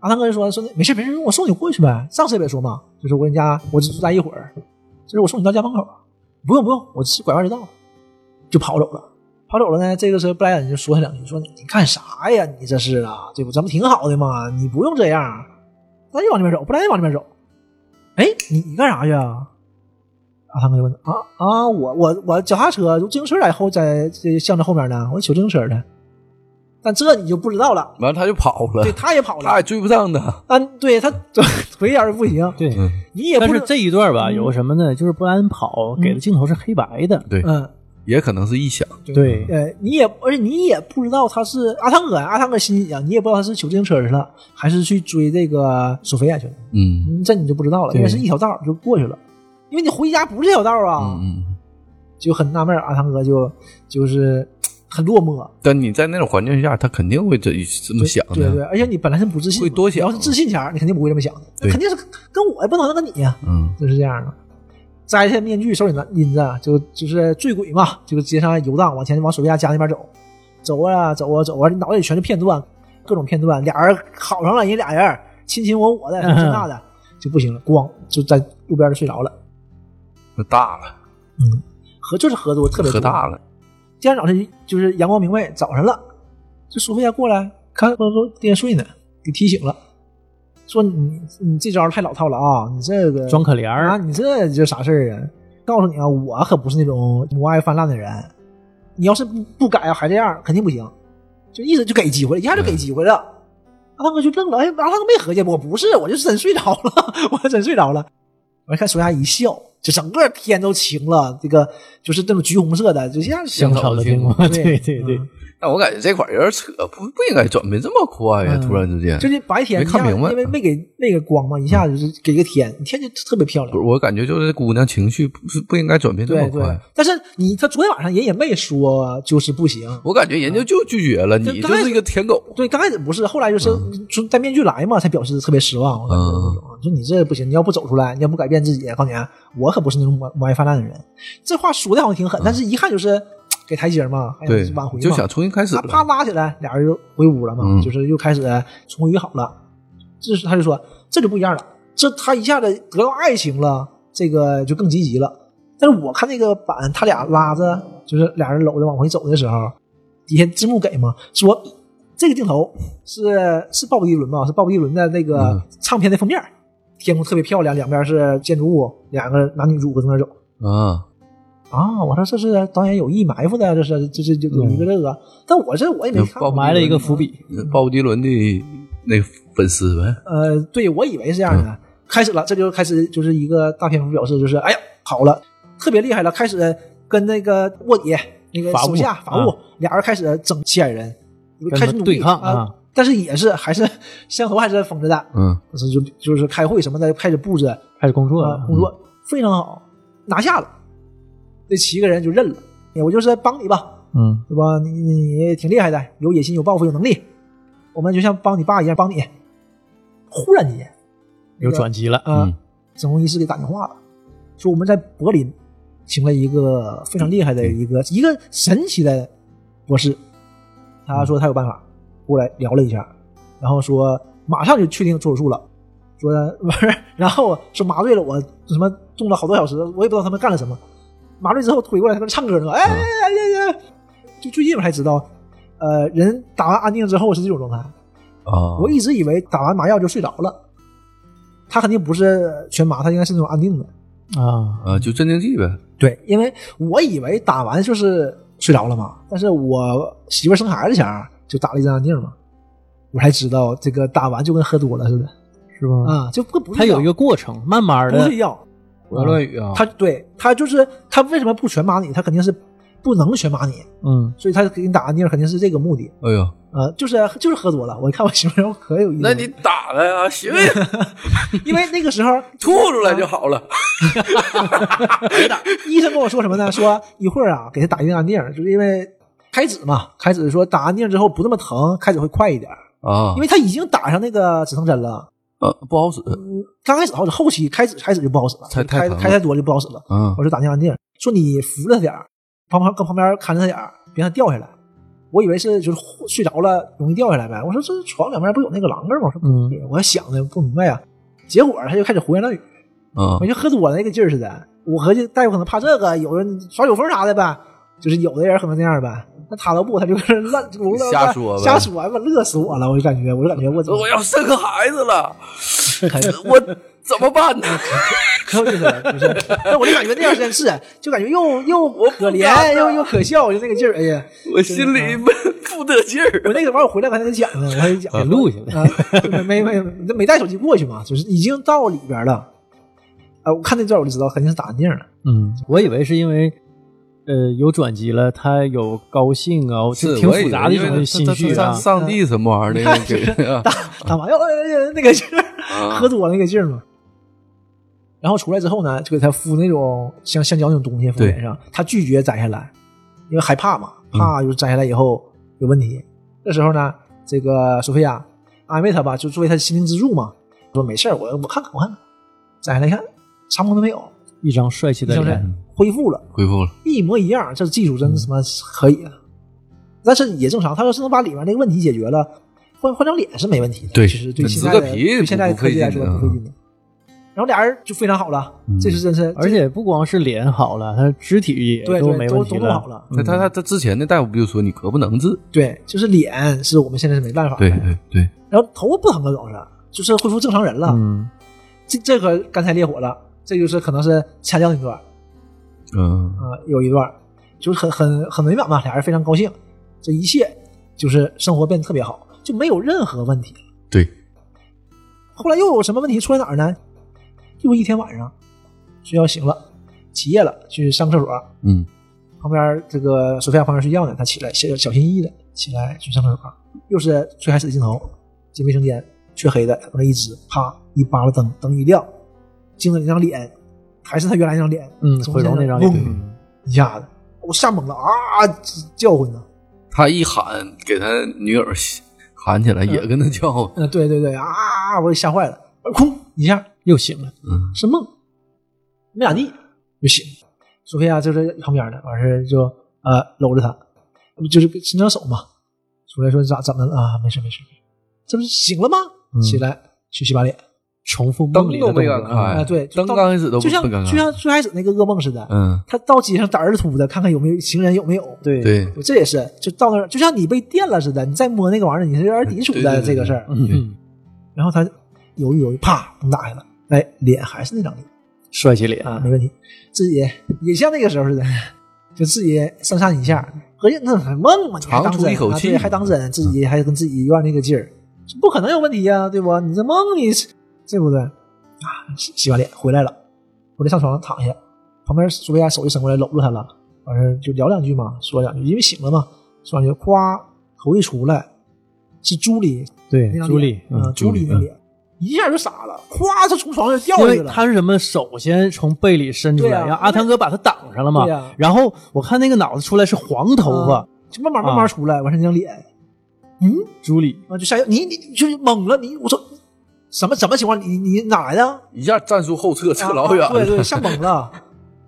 [SPEAKER 1] 阿汤哥就说说没事没事，我送你过去呗，上次也别说嘛，就是我跟你家我只待一会儿，就是我送你到家门口，不用不用，我拐弯就到了，就跑走了。跑走了呢，这个时候布莱恩就说他两句，说你你干啥呀？你这是啊，对不？咱们挺好的嘛，你不用这样。咱就往那边走，布莱恩往那边走。哎，你你干啥去啊？阿汤哥就问啊啊，我我我脚踏车，就自行车在后在这巷子后面呢，我取自行车的。但这你就不知道了，
[SPEAKER 4] 完了他就跑了
[SPEAKER 1] 对，，他也跑
[SPEAKER 4] 呃他
[SPEAKER 1] 了
[SPEAKER 4] 也，追不上他。
[SPEAKER 1] 啊，对他 [LAUGHS] 腿脚也不行，
[SPEAKER 2] 对。
[SPEAKER 4] 嗯，
[SPEAKER 1] 你也不
[SPEAKER 2] 但是
[SPEAKER 1] 知
[SPEAKER 2] 这一段吧，
[SPEAKER 1] 嗯
[SPEAKER 2] 有个什么呢？就是布莱恩跑给的镜头是黑白的，
[SPEAKER 4] 对，
[SPEAKER 1] 嗯，
[SPEAKER 4] 也可能是臆想。
[SPEAKER 2] 对，
[SPEAKER 1] 呃，你也而且你也不知道他是阿汤哥呀，阿汤哥心里啊，你也不知道他是取自行车去了，还是去追这个索菲亚去了，
[SPEAKER 4] 嗯
[SPEAKER 1] 嗯这你就不知道了，
[SPEAKER 2] 对
[SPEAKER 1] 因为是一条道儿就过去了，因为你回家不是这条道儿啊，
[SPEAKER 4] 嗯嗯。
[SPEAKER 1] 就很纳闷儿，阿汤哥就就是很落寞，
[SPEAKER 4] 但你在那种环境下，他肯定会这这么想
[SPEAKER 1] 对对，
[SPEAKER 4] 的。
[SPEAKER 1] 而且你本来是不自信嘛，
[SPEAKER 4] 会多想
[SPEAKER 1] 你要是自信前儿，你肯定不会这么想的，
[SPEAKER 4] 对
[SPEAKER 1] 肯定是跟我也不能跟你呀、
[SPEAKER 4] 嗯，
[SPEAKER 1] 就是这样的。摘下面具，手里拿拎着，就就是醉鬼嘛，就街上游荡，往前往索菲亚家那边走，走啊走啊走啊，脑袋里全是片段，各种片段，俩人好上了，人俩人亲亲我我的，这那的就不行了，咣就在路边就睡着了，
[SPEAKER 4] 那大了，
[SPEAKER 1] 喝就是喝多，特别多
[SPEAKER 4] 喝大了。
[SPEAKER 1] 第二天早晨就是阳光明媚，早上了，这索菲亚过来看说说颠睡呢，给提醒了，说你你这招太老套了啊，你这个
[SPEAKER 2] 装可怜
[SPEAKER 1] 啊，
[SPEAKER 2] 儿，
[SPEAKER 1] 你这就啥事儿啊？告诉你啊，我可不是那种母爱泛滥的人。你要是不不改啊还这样，肯定不行。就意思就给机会，一下就
[SPEAKER 4] 嗯
[SPEAKER 1] 给机会了。阿汤哥就愣了，哎，阿汤哥没合计，我不是，我就真睡着了， [LAUGHS] 我真睡着了。我一看索亚一笑，就整个天都晴了，这个就是这种橘红色的，就一下
[SPEAKER 2] 香草的苹果，对
[SPEAKER 1] 对
[SPEAKER 2] 对对，
[SPEAKER 1] 嗯
[SPEAKER 4] 但我感觉这块儿有点扯，不不应该转变这么快呀！
[SPEAKER 1] 嗯
[SPEAKER 4] 突然之间，
[SPEAKER 1] 就是白天
[SPEAKER 4] 没看
[SPEAKER 1] 一下
[SPEAKER 4] 明白啊
[SPEAKER 1] 因为没给那个光嘛，一下就是给个天，天就特别漂亮
[SPEAKER 4] 不。是，我感觉就是这姑娘情绪不是不应该转变这
[SPEAKER 1] 对
[SPEAKER 4] 么
[SPEAKER 1] 对
[SPEAKER 4] 快。，
[SPEAKER 1] 但是你他昨天晚上人也没说就是不行，
[SPEAKER 4] 我感觉人家就拒绝了，
[SPEAKER 1] 就
[SPEAKER 4] 你
[SPEAKER 1] 刚
[SPEAKER 4] 就
[SPEAKER 1] 开始
[SPEAKER 4] 是一个舔狗。
[SPEAKER 1] 对，刚开始不是，后来就是就戴面具来嘛，才表示特别失望。我感觉
[SPEAKER 4] 嗯
[SPEAKER 1] 就你这不行，你要不走出来，你要不改变自己，告诉你啊，我可不是那种母母爱泛滥的人。这话说的好像挺狠，但是一看就是给台阶嘛，还
[SPEAKER 4] 嗯对
[SPEAKER 1] 想挽回，嘛，
[SPEAKER 4] 就想重新开始
[SPEAKER 1] 啊啪
[SPEAKER 4] 了。
[SPEAKER 1] 拉起来，俩人就回屋了嘛，
[SPEAKER 4] 嗯
[SPEAKER 1] 就是又开始重遇好了。这是他就说这就不一样了，这他一下子得到爱情了，这个就更积极了。但是我看那个版，他俩拉着就是俩人搂着往回走的时候，底下字幕给嘛说这个镜头是是鲍勃迪伦吧，是鲍勃迪伦的那个
[SPEAKER 4] 嗯
[SPEAKER 1] 唱片的封面，天空特别漂亮，两边是建筑物，两个男女主搁那走。
[SPEAKER 4] 啊，
[SPEAKER 1] 啊，我说这是导演有意埋伏的，这是这是有一个这个，但我这我也没看
[SPEAKER 4] 鲍勃迪伦
[SPEAKER 2] 嗯埋了一个
[SPEAKER 1] 啊
[SPEAKER 2] 伏笔，
[SPEAKER 4] 鲍勃迪伦的那个粉丝呗。
[SPEAKER 1] 呃，对我以为是这样的。
[SPEAKER 2] 嗯
[SPEAKER 1] 开始了，这就开始就是一个大篇幅表示，就是哎呀，好了，特别厉害了，开始跟那个卧底、那个
[SPEAKER 2] 法务
[SPEAKER 1] 手下法务、
[SPEAKER 2] 啊
[SPEAKER 1] 俩人开始整七矮人，
[SPEAKER 2] 他
[SPEAKER 1] 开始努力
[SPEAKER 2] 对抗
[SPEAKER 1] 啊、
[SPEAKER 2] 啊
[SPEAKER 1] 但是也是还是枪头还是绷着的，
[SPEAKER 4] 嗯，
[SPEAKER 1] 但是就就是开会什么的，开始布置
[SPEAKER 2] 开始工作
[SPEAKER 1] 呃
[SPEAKER 2] 了，
[SPEAKER 1] 工作非常好，拿下了，这七个人就认了，我就是帮你吧，
[SPEAKER 2] 嗯，
[SPEAKER 1] 对吧？你你也挺厉害的，有野心、有抱负、有能力，我们就像帮你爸一样帮你。忽然间，
[SPEAKER 2] 有转机了，
[SPEAKER 1] 啊
[SPEAKER 4] 嗯，
[SPEAKER 1] 整容医师给打电话了，说我们在柏林请了一个非常厉害的一个、一个神奇的博士，他说他有办法，过来聊了一下，然后说马上就确定做手术了，说不是，然后说麻醉了我什么动了好多小时，我也不知道他们干了什么，麻醉之后推过来，他搁那唱歌呢，哎哎哎哎哎，就最近我才知道，呃，人打完安定之后是这种状态。
[SPEAKER 4] 啊，
[SPEAKER 1] 我一直以为打完麻药就睡着了，他肯定不是全麻，他应该是那种安定的。
[SPEAKER 2] 啊，
[SPEAKER 4] 啊就镇定剂呗，
[SPEAKER 1] 对，因为我以为打完就是睡着了嘛，但是我媳妇儿生孩子前儿就打了一针安定嘛，我才知道这个打完就跟喝多了似的
[SPEAKER 2] 是
[SPEAKER 4] 嗯
[SPEAKER 2] 吗？
[SPEAKER 1] 啊，就不不
[SPEAKER 2] 它
[SPEAKER 1] 是药
[SPEAKER 2] 有一个过程，慢慢
[SPEAKER 1] 不
[SPEAKER 2] 的
[SPEAKER 1] 是药，
[SPEAKER 2] 胡
[SPEAKER 4] 哎
[SPEAKER 2] 言乱语啊，
[SPEAKER 1] 他对他就是他为什么不全麻你？他肯定是不能全麻你，
[SPEAKER 2] 嗯，
[SPEAKER 1] 所以他给你打安定肯定是这个目的。
[SPEAKER 4] 哎呦，
[SPEAKER 1] 呃，就是就是喝多了，我看我媳妇儿可有意思了，
[SPEAKER 4] 那你打了呀，行，
[SPEAKER 1] 因为那个时候
[SPEAKER 4] [LAUGHS] 吐出来就好了，
[SPEAKER 1] 医生跟我说什么呢？说一会儿啊，给他打一定安定，就是因为开指嘛，开指说打安定之后不那么疼，开指会快一点，
[SPEAKER 4] 啊
[SPEAKER 1] 因，为他已经打上那个止疼针了。
[SPEAKER 4] 呃，不好使，
[SPEAKER 1] 嗯，刚开始好使，后期开指开指就不好使了，
[SPEAKER 4] 太太
[SPEAKER 1] 开
[SPEAKER 4] 疼了
[SPEAKER 1] 开太多就不好使了。
[SPEAKER 4] 嗯
[SPEAKER 1] 我说打定安定，说你扶着他点儿，旁旁跟旁边看着他点儿，别让他掉下来。我以为是就是睡着了容易掉下来呗。我说这床两边不有那个栏杆吗？我说
[SPEAKER 2] 嗯
[SPEAKER 1] 不是，我还想呢不明白啊。结果他就开始胡言乱语，
[SPEAKER 4] 啊
[SPEAKER 1] 我就喝多了那个劲儿似的。我合计大夫可能怕这个，有人耍酒疯啥的呗，就是有的人可能那样呗。那他都不，他就是乱乱
[SPEAKER 4] 瞎说呗
[SPEAKER 1] 瞎说，哎妈，乐死我了！我就感觉，我就感觉我怎么
[SPEAKER 4] 我要生个孩子了，
[SPEAKER 1] 可
[SPEAKER 4] 我怎么办呢？
[SPEAKER 1] 可有意思了，就是。但我就感觉那段时间是，就感觉又又可怜又又可笑，就那个劲儿。哎呀，
[SPEAKER 4] 我心里不不得劲儿。
[SPEAKER 1] 我那个玩意儿回来我还跟他讲呢，我还得讲
[SPEAKER 2] 给录下来。
[SPEAKER 1] 啊，没没没没带手机过去嘛，就是已经到里边了。啊，我看那段我就知道肯定是打安定了。 [LAUGHS]
[SPEAKER 2] 嗯，我以为是因为。呃，有转机了，他有高兴啊，
[SPEAKER 4] 是
[SPEAKER 2] 这挺
[SPEAKER 4] 我也
[SPEAKER 2] 复杂的一
[SPEAKER 4] 因为
[SPEAKER 2] 种
[SPEAKER 4] 他
[SPEAKER 2] 心
[SPEAKER 4] 他
[SPEAKER 2] 绪
[SPEAKER 4] 他
[SPEAKER 2] 啊
[SPEAKER 4] 上。上帝什么玩意儿那个给
[SPEAKER 1] 打打麻药哎哎哎那个劲儿，
[SPEAKER 4] 啊
[SPEAKER 1] 喝多了那个劲儿嘛。然后出来之后呢，就给他敷那种像橡胶那种东西敷
[SPEAKER 4] 对嗯
[SPEAKER 1] 脸上，他拒绝摘下来，因为害怕嘛，怕就是摘下来以后有问题。这时候呢，这个索菲亚安慰他吧，就作为他心灵支柱嘛，说没事儿，我我看看我看看，摘下来看啥毛病都没有，
[SPEAKER 2] 一张帅气的
[SPEAKER 1] 是不是
[SPEAKER 2] 脸，
[SPEAKER 1] 恢复了？
[SPEAKER 4] 恢复了，
[SPEAKER 1] 一模一样，这技术真他妈可以啊！但是也正常，他要是能把里面那个问题解决了，换换张脸是没问题的。
[SPEAKER 4] 对
[SPEAKER 1] 其实对
[SPEAKER 4] 那
[SPEAKER 1] 现
[SPEAKER 4] 植
[SPEAKER 1] 在
[SPEAKER 4] 个
[SPEAKER 1] 的
[SPEAKER 4] 皮
[SPEAKER 1] 对现在的
[SPEAKER 4] 不
[SPEAKER 1] 科技来
[SPEAKER 4] 不费
[SPEAKER 1] 说
[SPEAKER 4] 劲的
[SPEAKER 1] 不费劲的。然后俩人就非常好了，这是真是，
[SPEAKER 2] 而且不光是脸好了，他肢体也
[SPEAKER 1] 对
[SPEAKER 2] 都
[SPEAKER 1] 对
[SPEAKER 2] 没
[SPEAKER 1] 都
[SPEAKER 2] 问题
[SPEAKER 1] 都弄好了。
[SPEAKER 4] 他他他他之前那大夫不就说你可不能治？
[SPEAKER 1] 对，就是脸是我们现在是没办法的
[SPEAKER 4] 对。对对，
[SPEAKER 1] 然后头发不疼了，主要是就是恢复正常人了。
[SPEAKER 2] 嗯，
[SPEAKER 1] 这这可干柴烈火了，这就是可能是掐掉那段
[SPEAKER 4] 嗯
[SPEAKER 1] 啊、有一段就是很很很美满嘛，俩人非常高兴，这一切就是生活变得特别好，就没有任何问题。
[SPEAKER 4] 对，
[SPEAKER 1] 后来又有什么问题出在哪儿呢？又一天晚上睡觉醒了，起夜了，去上个厕所，
[SPEAKER 4] 嗯
[SPEAKER 1] 旁边这个索菲亚旁边睡觉呢，他起来小小心翼翼的起来去上厕所，又是最开始的镜头，进卫生间，黢黑的，往那一支，啪一扒拉灯，灯一亮，镜子里那张脸还是他原来那张脸，
[SPEAKER 2] 嗯
[SPEAKER 1] 从
[SPEAKER 2] 毁容那张脸
[SPEAKER 1] 现在嗡一下子，我吓懵了啊，叫唤呢，
[SPEAKER 4] 他一喊给他女友喊起来也跟他叫，
[SPEAKER 1] 嗯，对对对啊，我给吓坏了，空一下
[SPEAKER 2] 又醒了，
[SPEAKER 4] 嗯
[SPEAKER 1] 是梦，没咋地就醒。索菲亚就是旁边的，完事儿就呃搂着他，就是伸张手嘛。出来说咋怎么了啊？没事没事，没事这不是醒了吗？
[SPEAKER 2] 嗯
[SPEAKER 1] 起来去洗把脸
[SPEAKER 2] 重复
[SPEAKER 4] 灯
[SPEAKER 2] 梦里的
[SPEAKER 4] 都
[SPEAKER 2] 动
[SPEAKER 4] 没
[SPEAKER 2] 作
[SPEAKER 4] 敢
[SPEAKER 2] 啊
[SPEAKER 4] 开，
[SPEAKER 1] 啊对就
[SPEAKER 4] 灯
[SPEAKER 1] 到
[SPEAKER 4] 刚开始都不
[SPEAKER 1] 就像
[SPEAKER 4] 不敢
[SPEAKER 1] 就
[SPEAKER 4] 开，
[SPEAKER 1] 像最开始那个噩梦似的。
[SPEAKER 4] 嗯
[SPEAKER 1] 他到街上胆儿突的，看看有没有行人有没有。
[SPEAKER 2] 对
[SPEAKER 4] 对，
[SPEAKER 1] 这也是就到那儿，就像你被电了似的，你再摸那个玩意儿，你是有点抵触
[SPEAKER 4] 对对
[SPEAKER 1] 的
[SPEAKER 4] 对
[SPEAKER 1] 这个事儿。
[SPEAKER 2] 嗯，
[SPEAKER 1] 然后他犹豫犹豫，啪灯打开了，哎，脸还是那张脸。
[SPEAKER 2] 帅气脸
[SPEAKER 1] 啊，没问题，自己也像那个时候似的，就自己三上一下，合计那还梦嘛，你还
[SPEAKER 4] 长
[SPEAKER 1] 当
[SPEAKER 4] 出
[SPEAKER 1] 真
[SPEAKER 4] 一口
[SPEAKER 1] 啊
[SPEAKER 4] 气
[SPEAKER 1] 对还当真，自己还跟自己有点那个劲儿，这不可能有问题呀、对不？你这梦里对不对？啊，洗洗完脸回来了，回来上床躺下，旁边苏菲亚手就伸过来搂住他了，完事儿就聊两句嘛，说两句，因为醒了嘛，说两句，夸头一出来是朱莉
[SPEAKER 2] 对
[SPEAKER 1] 那张
[SPEAKER 2] 朱
[SPEAKER 1] 脸
[SPEAKER 2] 莉，
[SPEAKER 1] 啊，
[SPEAKER 2] 嗯，
[SPEAKER 1] 朱莉那
[SPEAKER 2] 嗯
[SPEAKER 1] 脸。一下就傻了，咵，就从床上掉
[SPEAKER 2] 因
[SPEAKER 1] 下去
[SPEAKER 2] 为
[SPEAKER 1] 了。
[SPEAKER 2] 他是什么，首先从背里伸出
[SPEAKER 1] 对
[SPEAKER 2] 来，
[SPEAKER 1] 啊
[SPEAKER 2] 然后阿汤哥把他挡上了嘛
[SPEAKER 1] 对啊。
[SPEAKER 2] 然后我看那个脑子出来是黄头发
[SPEAKER 1] 啊，就慢慢慢慢出来，完事儿那张脸，嗯，
[SPEAKER 2] 朱莉
[SPEAKER 1] 啊，就吓一你你就是懵了，你我说什么什么情况？你你哪来的？啊
[SPEAKER 4] 一下战术后撤，撤老远
[SPEAKER 1] 啊对对，
[SPEAKER 4] 了，
[SPEAKER 1] 吓懵了。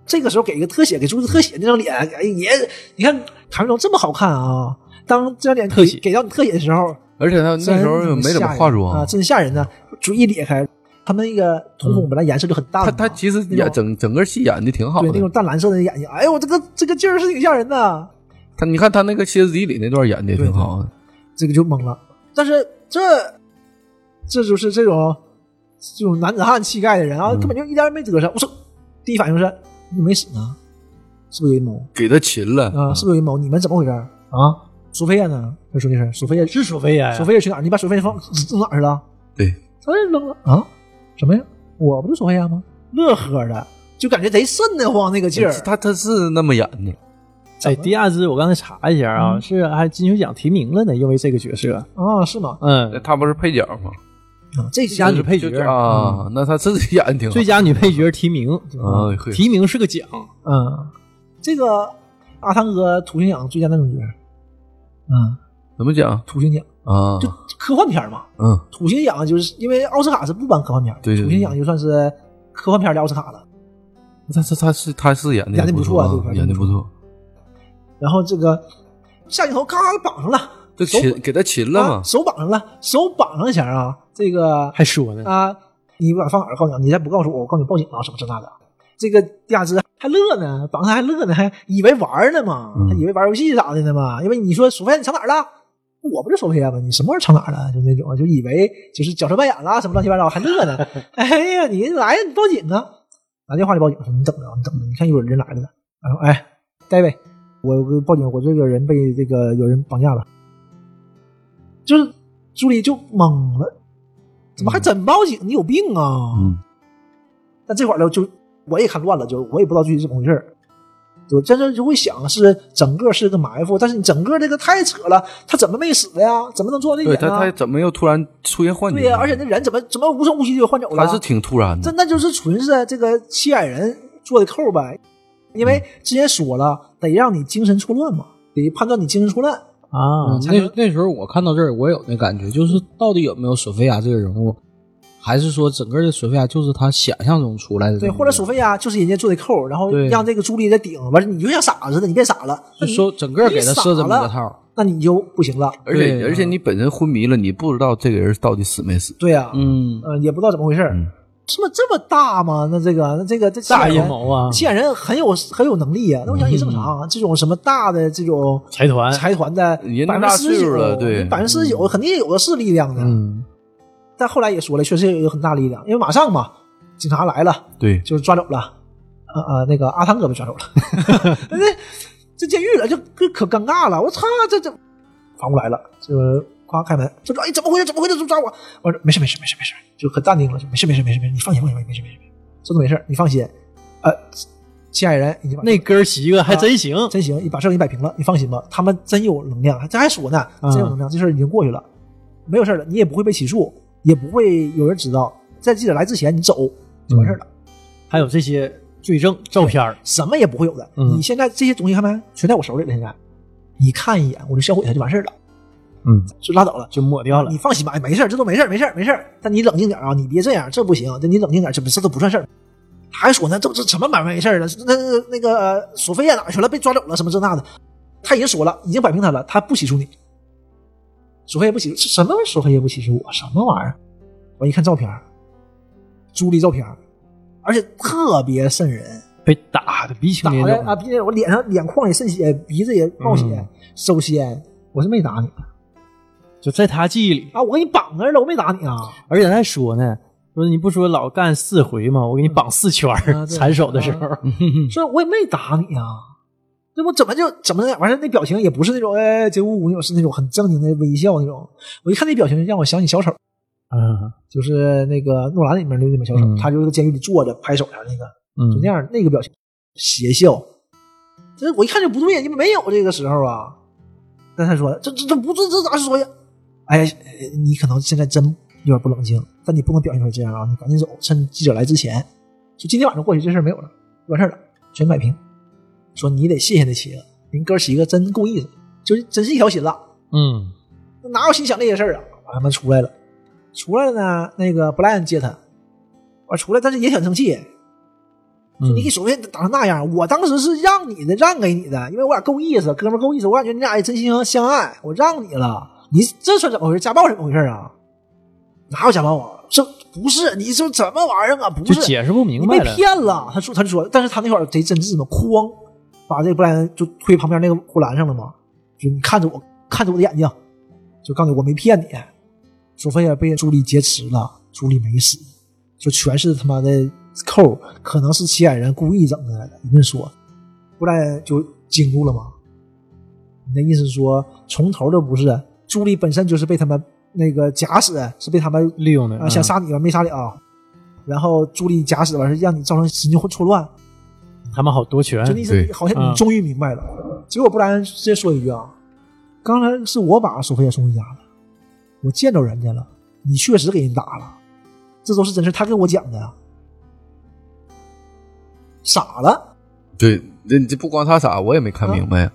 [SPEAKER 1] 这个时候给一个特写，给朱子特写那张脸，哎也你看谭卫东这么好看啊，当这张脸
[SPEAKER 2] 特写
[SPEAKER 1] 给给到你特写的时候，
[SPEAKER 4] 而且他那时候
[SPEAKER 1] 真
[SPEAKER 4] 没怎么
[SPEAKER 1] 吓人
[SPEAKER 4] 化妆啊
[SPEAKER 1] 啊，，真吓人呢。就一裂开，他们那个瞳孔本来颜色就很淡嘛，
[SPEAKER 4] 他他其实
[SPEAKER 1] 那
[SPEAKER 4] 演
[SPEAKER 1] 种
[SPEAKER 4] 整整个戏演的挺好
[SPEAKER 1] 对那
[SPEAKER 4] 的
[SPEAKER 1] 种，淡蓝色的眼睛，哎呦，这个这个劲儿是挺吓人的，
[SPEAKER 4] 他你看他那个歇斯底里那段演的挺好啊的，
[SPEAKER 1] 这个就懵了。但是这这就是这种这种男子汉气概的人啊，根本就一点儿没遮上。我说，第一反应是你没死呢，是不是有阴谋
[SPEAKER 4] 给他擒了
[SPEAKER 1] 啊？是不是有阴谋？你们怎么回事儿？
[SPEAKER 2] 啊，
[SPEAKER 1] 索菲亚呢？他说那声，索菲亚
[SPEAKER 2] 是哎索菲亚呀
[SPEAKER 1] 索菲亚去哪儿？你把索菲亚放 [LAUGHS] 扔哪儿去了？
[SPEAKER 4] 对，
[SPEAKER 1] 他扔了啊？什么呀？我不是索菲亚吗？乐呵的，就感觉贼瘆得慌那个劲儿。
[SPEAKER 4] 他他是那么演的，
[SPEAKER 2] 哎，迪亚兹，我刚才查一下啊，是还金球奖提名了呢，因为这个角色。
[SPEAKER 1] 啊，是吗？
[SPEAKER 2] 嗯，
[SPEAKER 4] 他不是配角吗？
[SPEAKER 1] 啊，这
[SPEAKER 2] 佳
[SPEAKER 1] 家
[SPEAKER 2] 女配
[SPEAKER 4] 就
[SPEAKER 2] 角
[SPEAKER 1] 嗯
[SPEAKER 4] 啊，那他真是演的挺好
[SPEAKER 2] 最。佳女配角提名
[SPEAKER 4] 啊嘿
[SPEAKER 2] 提名是个奖。
[SPEAKER 1] 嗯，这个阿汤哥土星奖最佳男主角，嗯，
[SPEAKER 4] 怎么讲
[SPEAKER 1] 土星奖
[SPEAKER 4] 啊？
[SPEAKER 1] 就科幻片嘛，
[SPEAKER 4] 嗯，
[SPEAKER 1] 土星奖就是因为奥斯卡是不颁科幻片的，
[SPEAKER 4] 对对对
[SPEAKER 1] 土星奖就算是科幻片的奥斯卡了。
[SPEAKER 4] 嗯他他他是他是演的
[SPEAKER 1] 演得不错啊
[SPEAKER 4] 啊
[SPEAKER 1] 这块儿
[SPEAKER 4] 演的不错，
[SPEAKER 1] 然后这个下镜头咔咔绑上了，
[SPEAKER 4] 就
[SPEAKER 1] 手
[SPEAKER 4] 擒给他擒了
[SPEAKER 1] 啊
[SPEAKER 4] 嘛，
[SPEAKER 1] 手绑上了，手绑上前啊，这个
[SPEAKER 2] 还说呢，
[SPEAKER 1] 啊，你不敢放哪儿告诉你，你再不告诉我，我告诉你报警啊了，什么这那的。这个迪亚兹还乐呢，绑上还乐呢，还以为玩儿呢嘛，
[SPEAKER 4] 嗯
[SPEAKER 1] 还以为玩儿游戏啥的呢嘛。因为你说索菲亚你藏哪儿了？我不是索菲亚吗？你什么玩意儿藏哪儿了？就那种，就以为就是角色扮演啦，什么乱七八糟，还乐呢。哎呀，你来呀，你报警呢？打电话就报警，说你等着，你等着，你看一会儿人来了。然后哎，戴维，我报警，我这个人被这个有人绑架了。就是朱莉就懵了，怎么还真报警？你有病啊！
[SPEAKER 4] 嗯，
[SPEAKER 1] 但这会儿呢，就我也看乱了，就我也不知道具体怎么回事儿。我真是就会想是整个是个埋伏，但是你整个这个太扯了，他怎么没死呀？怎么能做到这一
[SPEAKER 4] 对
[SPEAKER 1] 点
[SPEAKER 4] 他他
[SPEAKER 1] 呢？
[SPEAKER 4] 怎么又突然出现幻觉？
[SPEAKER 1] 啊对呀、而且那人怎么怎么无声无息就换走了？
[SPEAKER 4] 他是挺突然
[SPEAKER 1] 这
[SPEAKER 4] 的，
[SPEAKER 1] 那就是纯是这个七矮人做的扣呗，因为之前说了，得让你精神错乱嘛，得判断你精神错乱。
[SPEAKER 2] 啊
[SPEAKER 3] 嗯，那那时候我看到这儿，我有那感觉，就是到底有没有索菲亚这个人物，还是说整个的索菲亚就是他想象中出来的人物？
[SPEAKER 1] 对，或者索菲亚就是人家做的扣，然后
[SPEAKER 3] 嗯对
[SPEAKER 1] 让这个朱莉再顶，完了你就像傻子似的，你变傻了，那
[SPEAKER 3] 就
[SPEAKER 1] 你
[SPEAKER 3] 说整个给他设这么一个套儿。
[SPEAKER 1] 那你就不行了。
[SPEAKER 4] 而且
[SPEAKER 3] 对
[SPEAKER 4] 而且你本身昏迷了，你不知道这个人到底死没死。
[SPEAKER 1] 对呀、
[SPEAKER 3] 嗯，
[SPEAKER 1] 呃，也不知道怎么回事儿
[SPEAKER 4] 嗯，
[SPEAKER 1] 这么这么大吗？那这个那这个这
[SPEAKER 2] 大阴谋啊，
[SPEAKER 1] 七矮人很有很有能力啊。那我想也正常啊，这种什么大的这种
[SPEAKER 2] 财团
[SPEAKER 1] 财团的
[SPEAKER 4] 人
[SPEAKER 1] 百
[SPEAKER 4] 都
[SPEAKER 1] 分
[SPEAKER 4] 啊大
[SPEAKER 1] 之四
[SPEAKER 4] 岁
[SPEAKER 1] 十
[SPEAKER 4] 数了
[SPEAKER 1] 九，嗯
[SPEAKER 4] 对嗯
[SPEAKER 1] 百分之四十九肯定也有的是力量的。
[SPEAKER 3] 嗯，
[SPEAKER 1] 但后来也说了，确实也有很大力量，因为马上嘛，警察来了，
[SPEAKER 4] 对，
[SPEAKER 1] 就是抓走了，啊、啊、那个阿汤哥被抓
[SPEAKER 4] [LAUGHS]
[SPEAKER 1] 走了，那这监狱了，就可可尴尬了，我操，这这反过来了，就夸开门，就说哎怎么回事？怎么回事？怎么抓我？我说没事没事没事没事，就可淡定了，就没事没事没事没事，你放心放心没事没事没事，真的没事，你放心，呃，七矮人已经把
[SPEAKER 2] 那哥儿几个还啊真行，
[SPEAKER 1] 真行，你把事儿给你摆平了，你放心吧，他们真有能量，这还说呢，
[SPEAKER 2] 嗯
[SPEAKER 1] 真有能量，这事儿已经过去了，没有事儿了，你也不会被起诉，也不会有人知道，在记者来之前你走就完事儿了，
[SPEAKER 2] 嗯还有这些罪证照片儿
[SPEAKER 1] 什么也不会有的。
[SPEAKER 2] 嗯
[SPEAKER 1] 你现在这些东西看没，全在我手里了，现在你看一眼我就销毁它就完事儿了，
[SPEAKER 2] 嗯，
[SPEAKER 1] 就拉倒了。
[SPEAKER 2] 就抹掉了
[SPEAKER 1] 你。放心吧，哎，没事儿，这都没事儿，没事儿，没事儿。但你冷静点啊，你别这样，这不行。这你冷静点，这不这都不算事儿。还说呢，这这什么买卖没事儿了？那那那个呃索菲亚哪儿去了？被抓走了，什么这那的。他已经说了，已经摆平他了，他不起诉你。索菲亚不起诉，什么索菲亚不起诉我？什么玩意儿？我一看照片儿，朱莉照片儿，而且特别瘆人。
[SPEAKER 2] 被打的鼻青
[SPEAKER 1] 打
[SPEAKER 2] 脸
[SPEAKER 1] 的啊，
[SPEAKER 2] 肿，
[SPEAKER 1] 鼻我脸上脸眶也渗血，鼻子也冒血。
[SPEAKER 2] 嗯
[SPEAKER 1] 首先，我是没打你
[SPEAKER 2] 就在他记忆里。
[SPEAKER 1] 啊，我给你绑那儿了，我没打你啊。
[SPEAKER 2] 而且他还说呢，说你不说老干四回吗？我给你绑四圈
[SPEAKER 1] 啊
[SPEAKER 2] 儿，
[SPEAKER 1] 对啊
[SPEAKER 2] 缠手的时候，
[SPEAKER 1] 所以我也没打你啊。那我怎么就怎么那样完事儿那表情也不是那种哎贼呜呜那种，是那种很正经的微笑那种。我一看那表情，让我想起小丑，
[SPEAKER 2] [LAUGHS] 嗯
[SPEAKER 1] 就是那个诺兰里面的那个小丑，
[SPEAKER 2] 嗯
[SPEAKER 1] 他就是在监狱里坐着拍手啊啥那个，就
[SPEAKER 2] 嗯
[SPEAKER 1] 那，样那个表情，邪笑。这我一看就不对呀，你们没有这个时候啊。但他说这这这不这这咋说呀？哎，你可能现在真有点不冷静，但你不能表现成这样啊！你赶紧走，趁记者来之前，就今天晚上过去，这事儿没有了，完事儿了，全摆平。说你得谢谢那企鹅，您哥几个真够意思，就是真是一条心了。
[SPEAKER 2] 嗯，
[SPEAKER 1] 哪有心想那些事儿啊？完他妈出来了，出来了呢，那个布莱恩接他，完出来，但是也挺生气，
[SPEAKER 2] 嗯
[SPEAKER 1] 你给索菲亚打成那样，我当时是让你的，让给你的，因为我俩够意思，哥们儿够意思，我感觉你俩也真心相爱，我让你了，你这算怎么回事？家暴怎么回事啊？哪有家暴啊？这不是，你说怎么玩意儿啊？不，
[SPEAKER 2] 就是解释不明
[SPEAKER 1] 你
[SPEAKER 2] 白
[SPEAKER 1] 被
[SPEAKER 2] 了。
[SPEAKER 1] 骗了。他说，他就说，但是他那会儿贼真挚嘛，哐，把这个布莱恩就推旁边那个护栏上了嘛，就你看着我，看着我的眼睛，就告诉你我没骗你。索菲亚被朱莉劫持了，朱莉没死，就全是他妈的扣儿，可能是七眼人故意整的来的。一顿说，布莱恩就惊住了嘛。你的意思是说，从头就不是朱莉本身就是被他们那个假死，是被他们
[SPEAKER 2] 利用的嗯
[SPEAKER 1] 啊，想杀你吧，没杀你啊。然后朱莉假死完事，让你造成神经混错乱，
[SPEAKER 2] 嗯他们好夺权
[SPEAKER 1] 就，那意思
[SPEAKER 4] 对，
[SPEAKER 1] 好像
[SPEAKER 2] 嗯
[SPEAKER 1] 你终于明白了。结果布莱恩直接说一句啊：“刚才是我把索菲亚送回家的，我见着人家了，你确实给人打了，这都是真事，他跟我讲的。”傻了，
[SPEAKER 4] 对，那你这不光他傻，我也没
[SPEAKER 1] 啊
[SPEAKER 4] 看明白呀。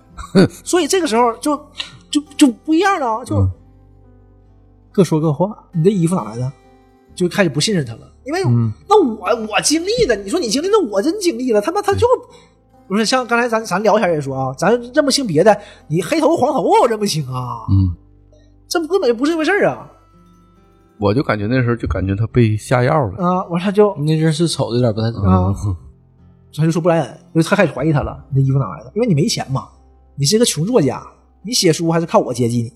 [SPEAKER 1] 所以这个时候就就就不一样了啊，就、
[SPEAKER 4] 嗯
[SPEAKER 2] 各说各话。
[SPEAKER 1] 你的衣服哪来的？就开始不信任他了，因为、
[SPEAKER 2] 嗯
[SPEAKER 1] 那我我经历的，你说你经历，那我真经历了，他妈他就不是像刚才咱咱聊天也说啊，咱认不清别的，你黑头黄头我认不清啊，
[SPEAKER 4] 嗯，
[SPEAKER 1] 这根本就不是一回事儿啊
[SPEAKER 4] 我就感觉那时候就感觉他被下药了。
[SPEAKER 1] 啊！完他就
[SPEAKER 3] 那阵儿是瞅着有点不太正常。
[SPEAKER 1] 啊，他就说布莱恩，就是他开始怀疑他了，你的衣服哪来的？因为你没钱嘛，你是一个穷作家，你写书还是靠我接济你，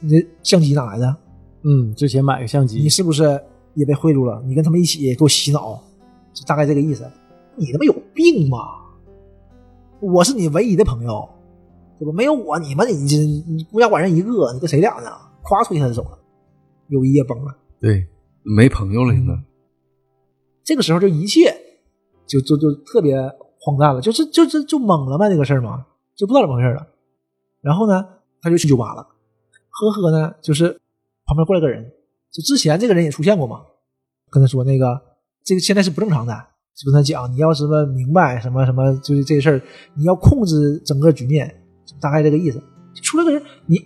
[SPEAKER 1] 你的相机哪来的？
[SPEAKER 2] 嗯，之前买个相机
[SPEAKER 1] 你，是不是也被贿赂了？你跟他们一起给我洗脑，就大概这个意思。你他妈有病吧？我是你唯一的朋友，对吧？没有我，你们你这你孤家寡人一个，你跟谁俩呢？夸推他就走了，友谊也崩了。
[SPEAKER 4] 对，没朋友了，现在
[SPEAKER 1] 嗯这个时候就一切就就就特别荒诞了，就是就就就懵了嘛，这个事儿嘛，就不知道怎么回事了。然后呢，他就去酒吧了，呵呵呢，就是旁边过来个人，就之前这个人也出现过嘛，跟他说那个这个现在是不正常的，就跟他讲，你要什么明白什么什么，就是这事儿，你要控制整个局面，大概这个意思。出来个人，你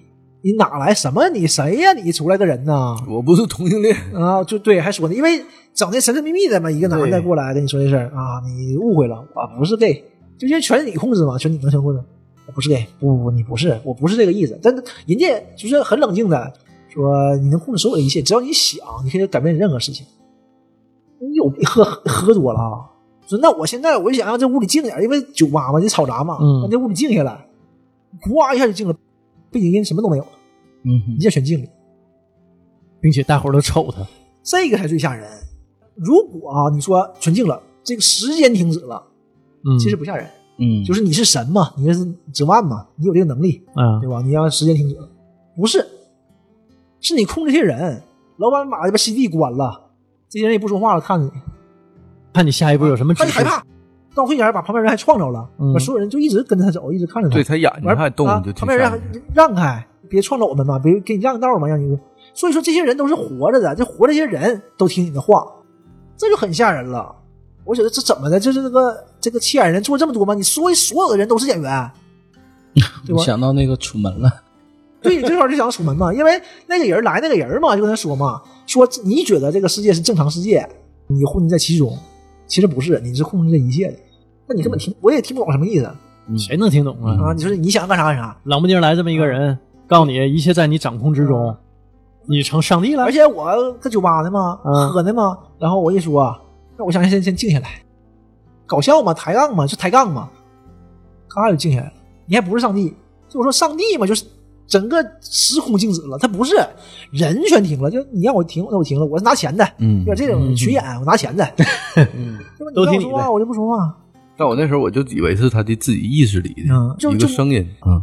[SPEAKER 1] 你哪来什么？你谁呀、你出来个人呐？
[SPEAKER 4] 我不是同性恋，
[SPEAKER 1] 啊，就对，还说呢，因为整的神神秘秘的嘛，一个男的
[SPEAKER 2] 对
[SPEAKER 1] 过来跟你说这事儿啊，你误会了，我不是 gay，就因为全是你控制嘛，全你能全控制，我不是 gay，不不不，你不是，我不是这个意思，但是人家就是很冷静的说，你能控制所有的一切，只要你想，你可以改变任何事情。你有病喝喝多了啊？说那我现在我就想让这屋里静点儿，因为酒吧嘛，你嘈杂嘛，
[SPEAKER 2] 嗯
[SPEAKER 1] 让这屋里静下来，哗一下就静了，背景音什么都没有了，
[SPEAKER 4] 嗯，
[SPEAKER 1] 一下全静了。
[SPEAKER 2] 并且大伙儿都瞅他，
[SPEAKER 1] 这个才最吓人。如果啊，你说纯净了，这个时间停止了，
[SPEAKER 2] 嗯，
[SPEAKER 1] 其实不吓人，
[SPEAKER 4] 嗯
[SPEAKER 1] 就是你是神嘛，你是指万嘛，你有这个能力，
[SPEAKER 2] 啊
[SPEAKER 1] 对，吧？你让时间停止了，不是，是你控制这些人，老板把这把 CD 关了，这些人也不说话了，看着你，
[SPEAKER 2] 看你下一步有什么指
[SPEAKER 1] 他就
[SPEAKER 2] 示
[SPEAKER 1] 害，怕，到会前把旁边人还撞着了，
[SPEAKER 2] 嗯
[SPEAKER 1] 把所有人就一直跟着他走，一直看着他，
[SPEAKER 4] 对他眼睛
[SPEAKER 1] 完
[SPEAKER 4] 还动，
[SPEAKER 1] 啊
[SPEAKER 4] 就
[SPEAKER 1] 旁
[SPEAKER 4] 挺
[SPEAKER 1] 边人
[SPEAKER 4] 吓
[SPEAKER 1] 还
[SPEAKER 4] 人的。
[SPEAKER 1] 让开，别撞着我们嘛，别给你让道嘛，让你。所以说这些人都是活着的，这活着这些人都听你的话，这就很吓人了。我觉得这怎么的？就是这个这个七眼人做这么多吗？你说所有的人都是演员，对
[SPEAKER 3] 我
[SPEAKER 1] 吧？
[SPEAKER 3] 想到那个楚门了，
[SPEAKER 1] 对，这块就想楚门嘛，因为那个人来那个人嘛，就跟他说嘛，说你觉得这个世界是正常世界，你混迹在其中，其实不是，你是控制这一切的。那你根本听我也听不懂什么意思啊！
[SPEAKER 2] 嗯谁能听懂啊？
[SPEAKER 1] 你说你想干啥干啥，
[SPEAKER 2] 冷不丁来这么一个
[SPEAKER 1] 嗯
[SPEAKER 2] 人，告诉你一切在你掌控之中，你成上帝了
[SPEAKER 1] 而。且我搁酒吧呢嘛，
[SPEAKER 2] 嗯
[SPEAKER 1] 喝呢嘛，然后我一说，啊那我想先先静下来，搞笑嘛，抬杠嘛，就抬杠嘛，咔就静下来了。你还不是上帝？就我说上帝嘛，就是整个时空静止了，他不是人全停了，就你让我停，那我停了，我是拿钱的，
[SPEAKER 4] 嗯
[SPEAKER 1] 有点这种群演，我拿钱的，对吧？
[SPEAKER 2] 都
[SPEAKER 1] 你
[SPEAKER 2] 听
[SPEAKER 1] 让我说话，我
[SPEAKER 2] 你的
[SPEAKER 1] 就不说话。
[SPEAKER 4] 但我那时候我就以为是他的自己意识里
[SPEAKER 1] 嗯
[SPEAKER 4] 的
[SPEAKER 1] 就
[SPEAKER 4] 一个
[SPEAKER 1] 就
[SPEAKER 4] 声音，嗯，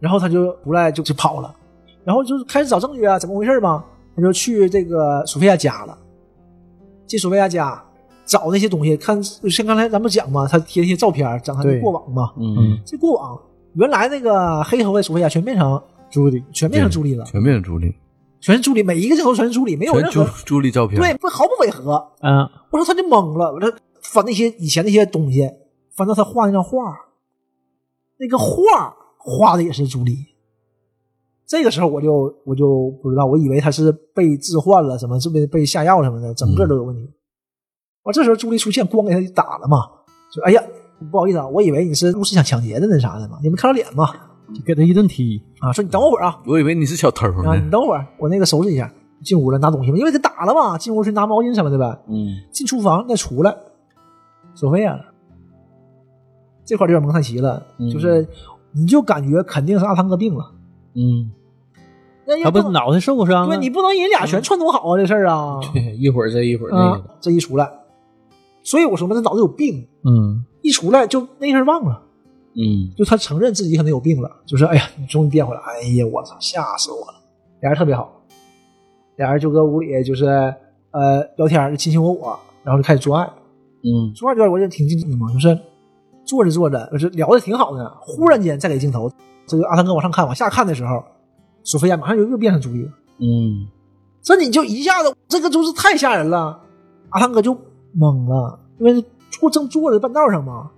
[SPEAKER 1] 然后他就不赖就就跑了，然后就是开始找证据啊，怎么回事嘛？他就去这个索菲亚家了，进索菲亚家找那些东西，看就像刚才咱们讲嘛，他贴那些照片，讲他的
[SPEAKER 2] 对
[SPEAKER 1] 过往嘛，
[SPEAKER 3] 嗯，
[SPEAKER 1] 这过往原来那个黑头发索菲亚全变成朱莉，全变成朱莉了，
[SPEAKER 4] 全面是朱莉，
[SPEAKER 1] 全是朱莉，每一个镜头全是朱莉，没有
[SPEAKER 4] 全
[SPEAKER 1] 任
[SPEAKER 4] 朱
[SPEAKER 1] 何
[SPEAKER 4] 朱莉照片，
[SPEAKER 1] 对，不毫不违和。
[SPEAKER 2] 嗯，
[SPEAKER 1] 我说他就懵了，我说翻那些以前那些东西，翻到他画那张画，那个画画的也是朱莉。这个时候我就我就不知道，我以为他是被置换了什么，是不是被下药什么的，整个都有问题。我、这时候朱莉出现，咣给他一打了嘛，就哎呀，不好意思啊，我以为你是入室想抢劫的那啥的嘛，你没看到脸嘛？
[SPEAKER 2] 给他一顿踢，
[SPEAKER 1] 啊，说你等我会儿啊，
[SPEAKER 4] 我以为你是小偷
[SPEAKER 1] 啊，
[SPEAKER 4] 呢
[SPEAKER 1] 你。等会儿，我那个收拾一下。进屋了拿东西嘛，因为给打了嘛，进屋去拿毛巾什么的呗。
[SPEAKER 4] 嗯，
[SPEAKER 1] 进厨房再出来，索菲亚这块儿就有点蒙太奇了，
[SPEAKER 3] 嗯
[SPEAKER 1] 就是你就感觉肯定是阿汤哥病了， [LAUGHS]
[SPEAKER 3] 嗯，
[SPEAKER 1] 那
[SPEAKER 2] 他
[SPEAKER 1] 要
[SPEAKER 2] 不
[SPEAKER 1] 能
[SPEAKER 2] 脑袋受过伤啊
[SPEAKER 1] 对
[SPEAKER 2] 了？
[SPEAKER 1] 你不能人俩全串通好啊，这事儿啊，
[SPEAKER 3] 嗯对，一会儿这一会儿那
[SPEAKER 1] 啊
[SPEAKER 3] 个，，
[SPEAKER 1] 这一出来，所以我说嘛，这脑子有病，
[SPEAKER 2] 嗯，
[SPEAKER 1] 一出来就那事儿忘了。
[SPEAKER 4] 嗯，
[SPEAKER 1] 就他承认自己可能有病了，就是哎呀，你终于变回来，哎呀，我操，吓死我了！俩人特别好，俩人就搁屋里就是呃聊天，就卿卿我我，然后就开始做爱，
[SPEAKER 3] 嗯，
[SPEAKER 1] 做爱这段我也挺静静的嘛，就是坐着坐着，就是聊的挺好的呢，忽然间再给镜头，这个阿汤哥往上看往下看的时候，索菲亚马上就又变成朱莉了，
[SPEAKER 3] 嗯，
[SPEAKER 1] 这你就一下子这个就是太吓人了，阿汤哥就懵了，因为坐正坐着半道上嘛，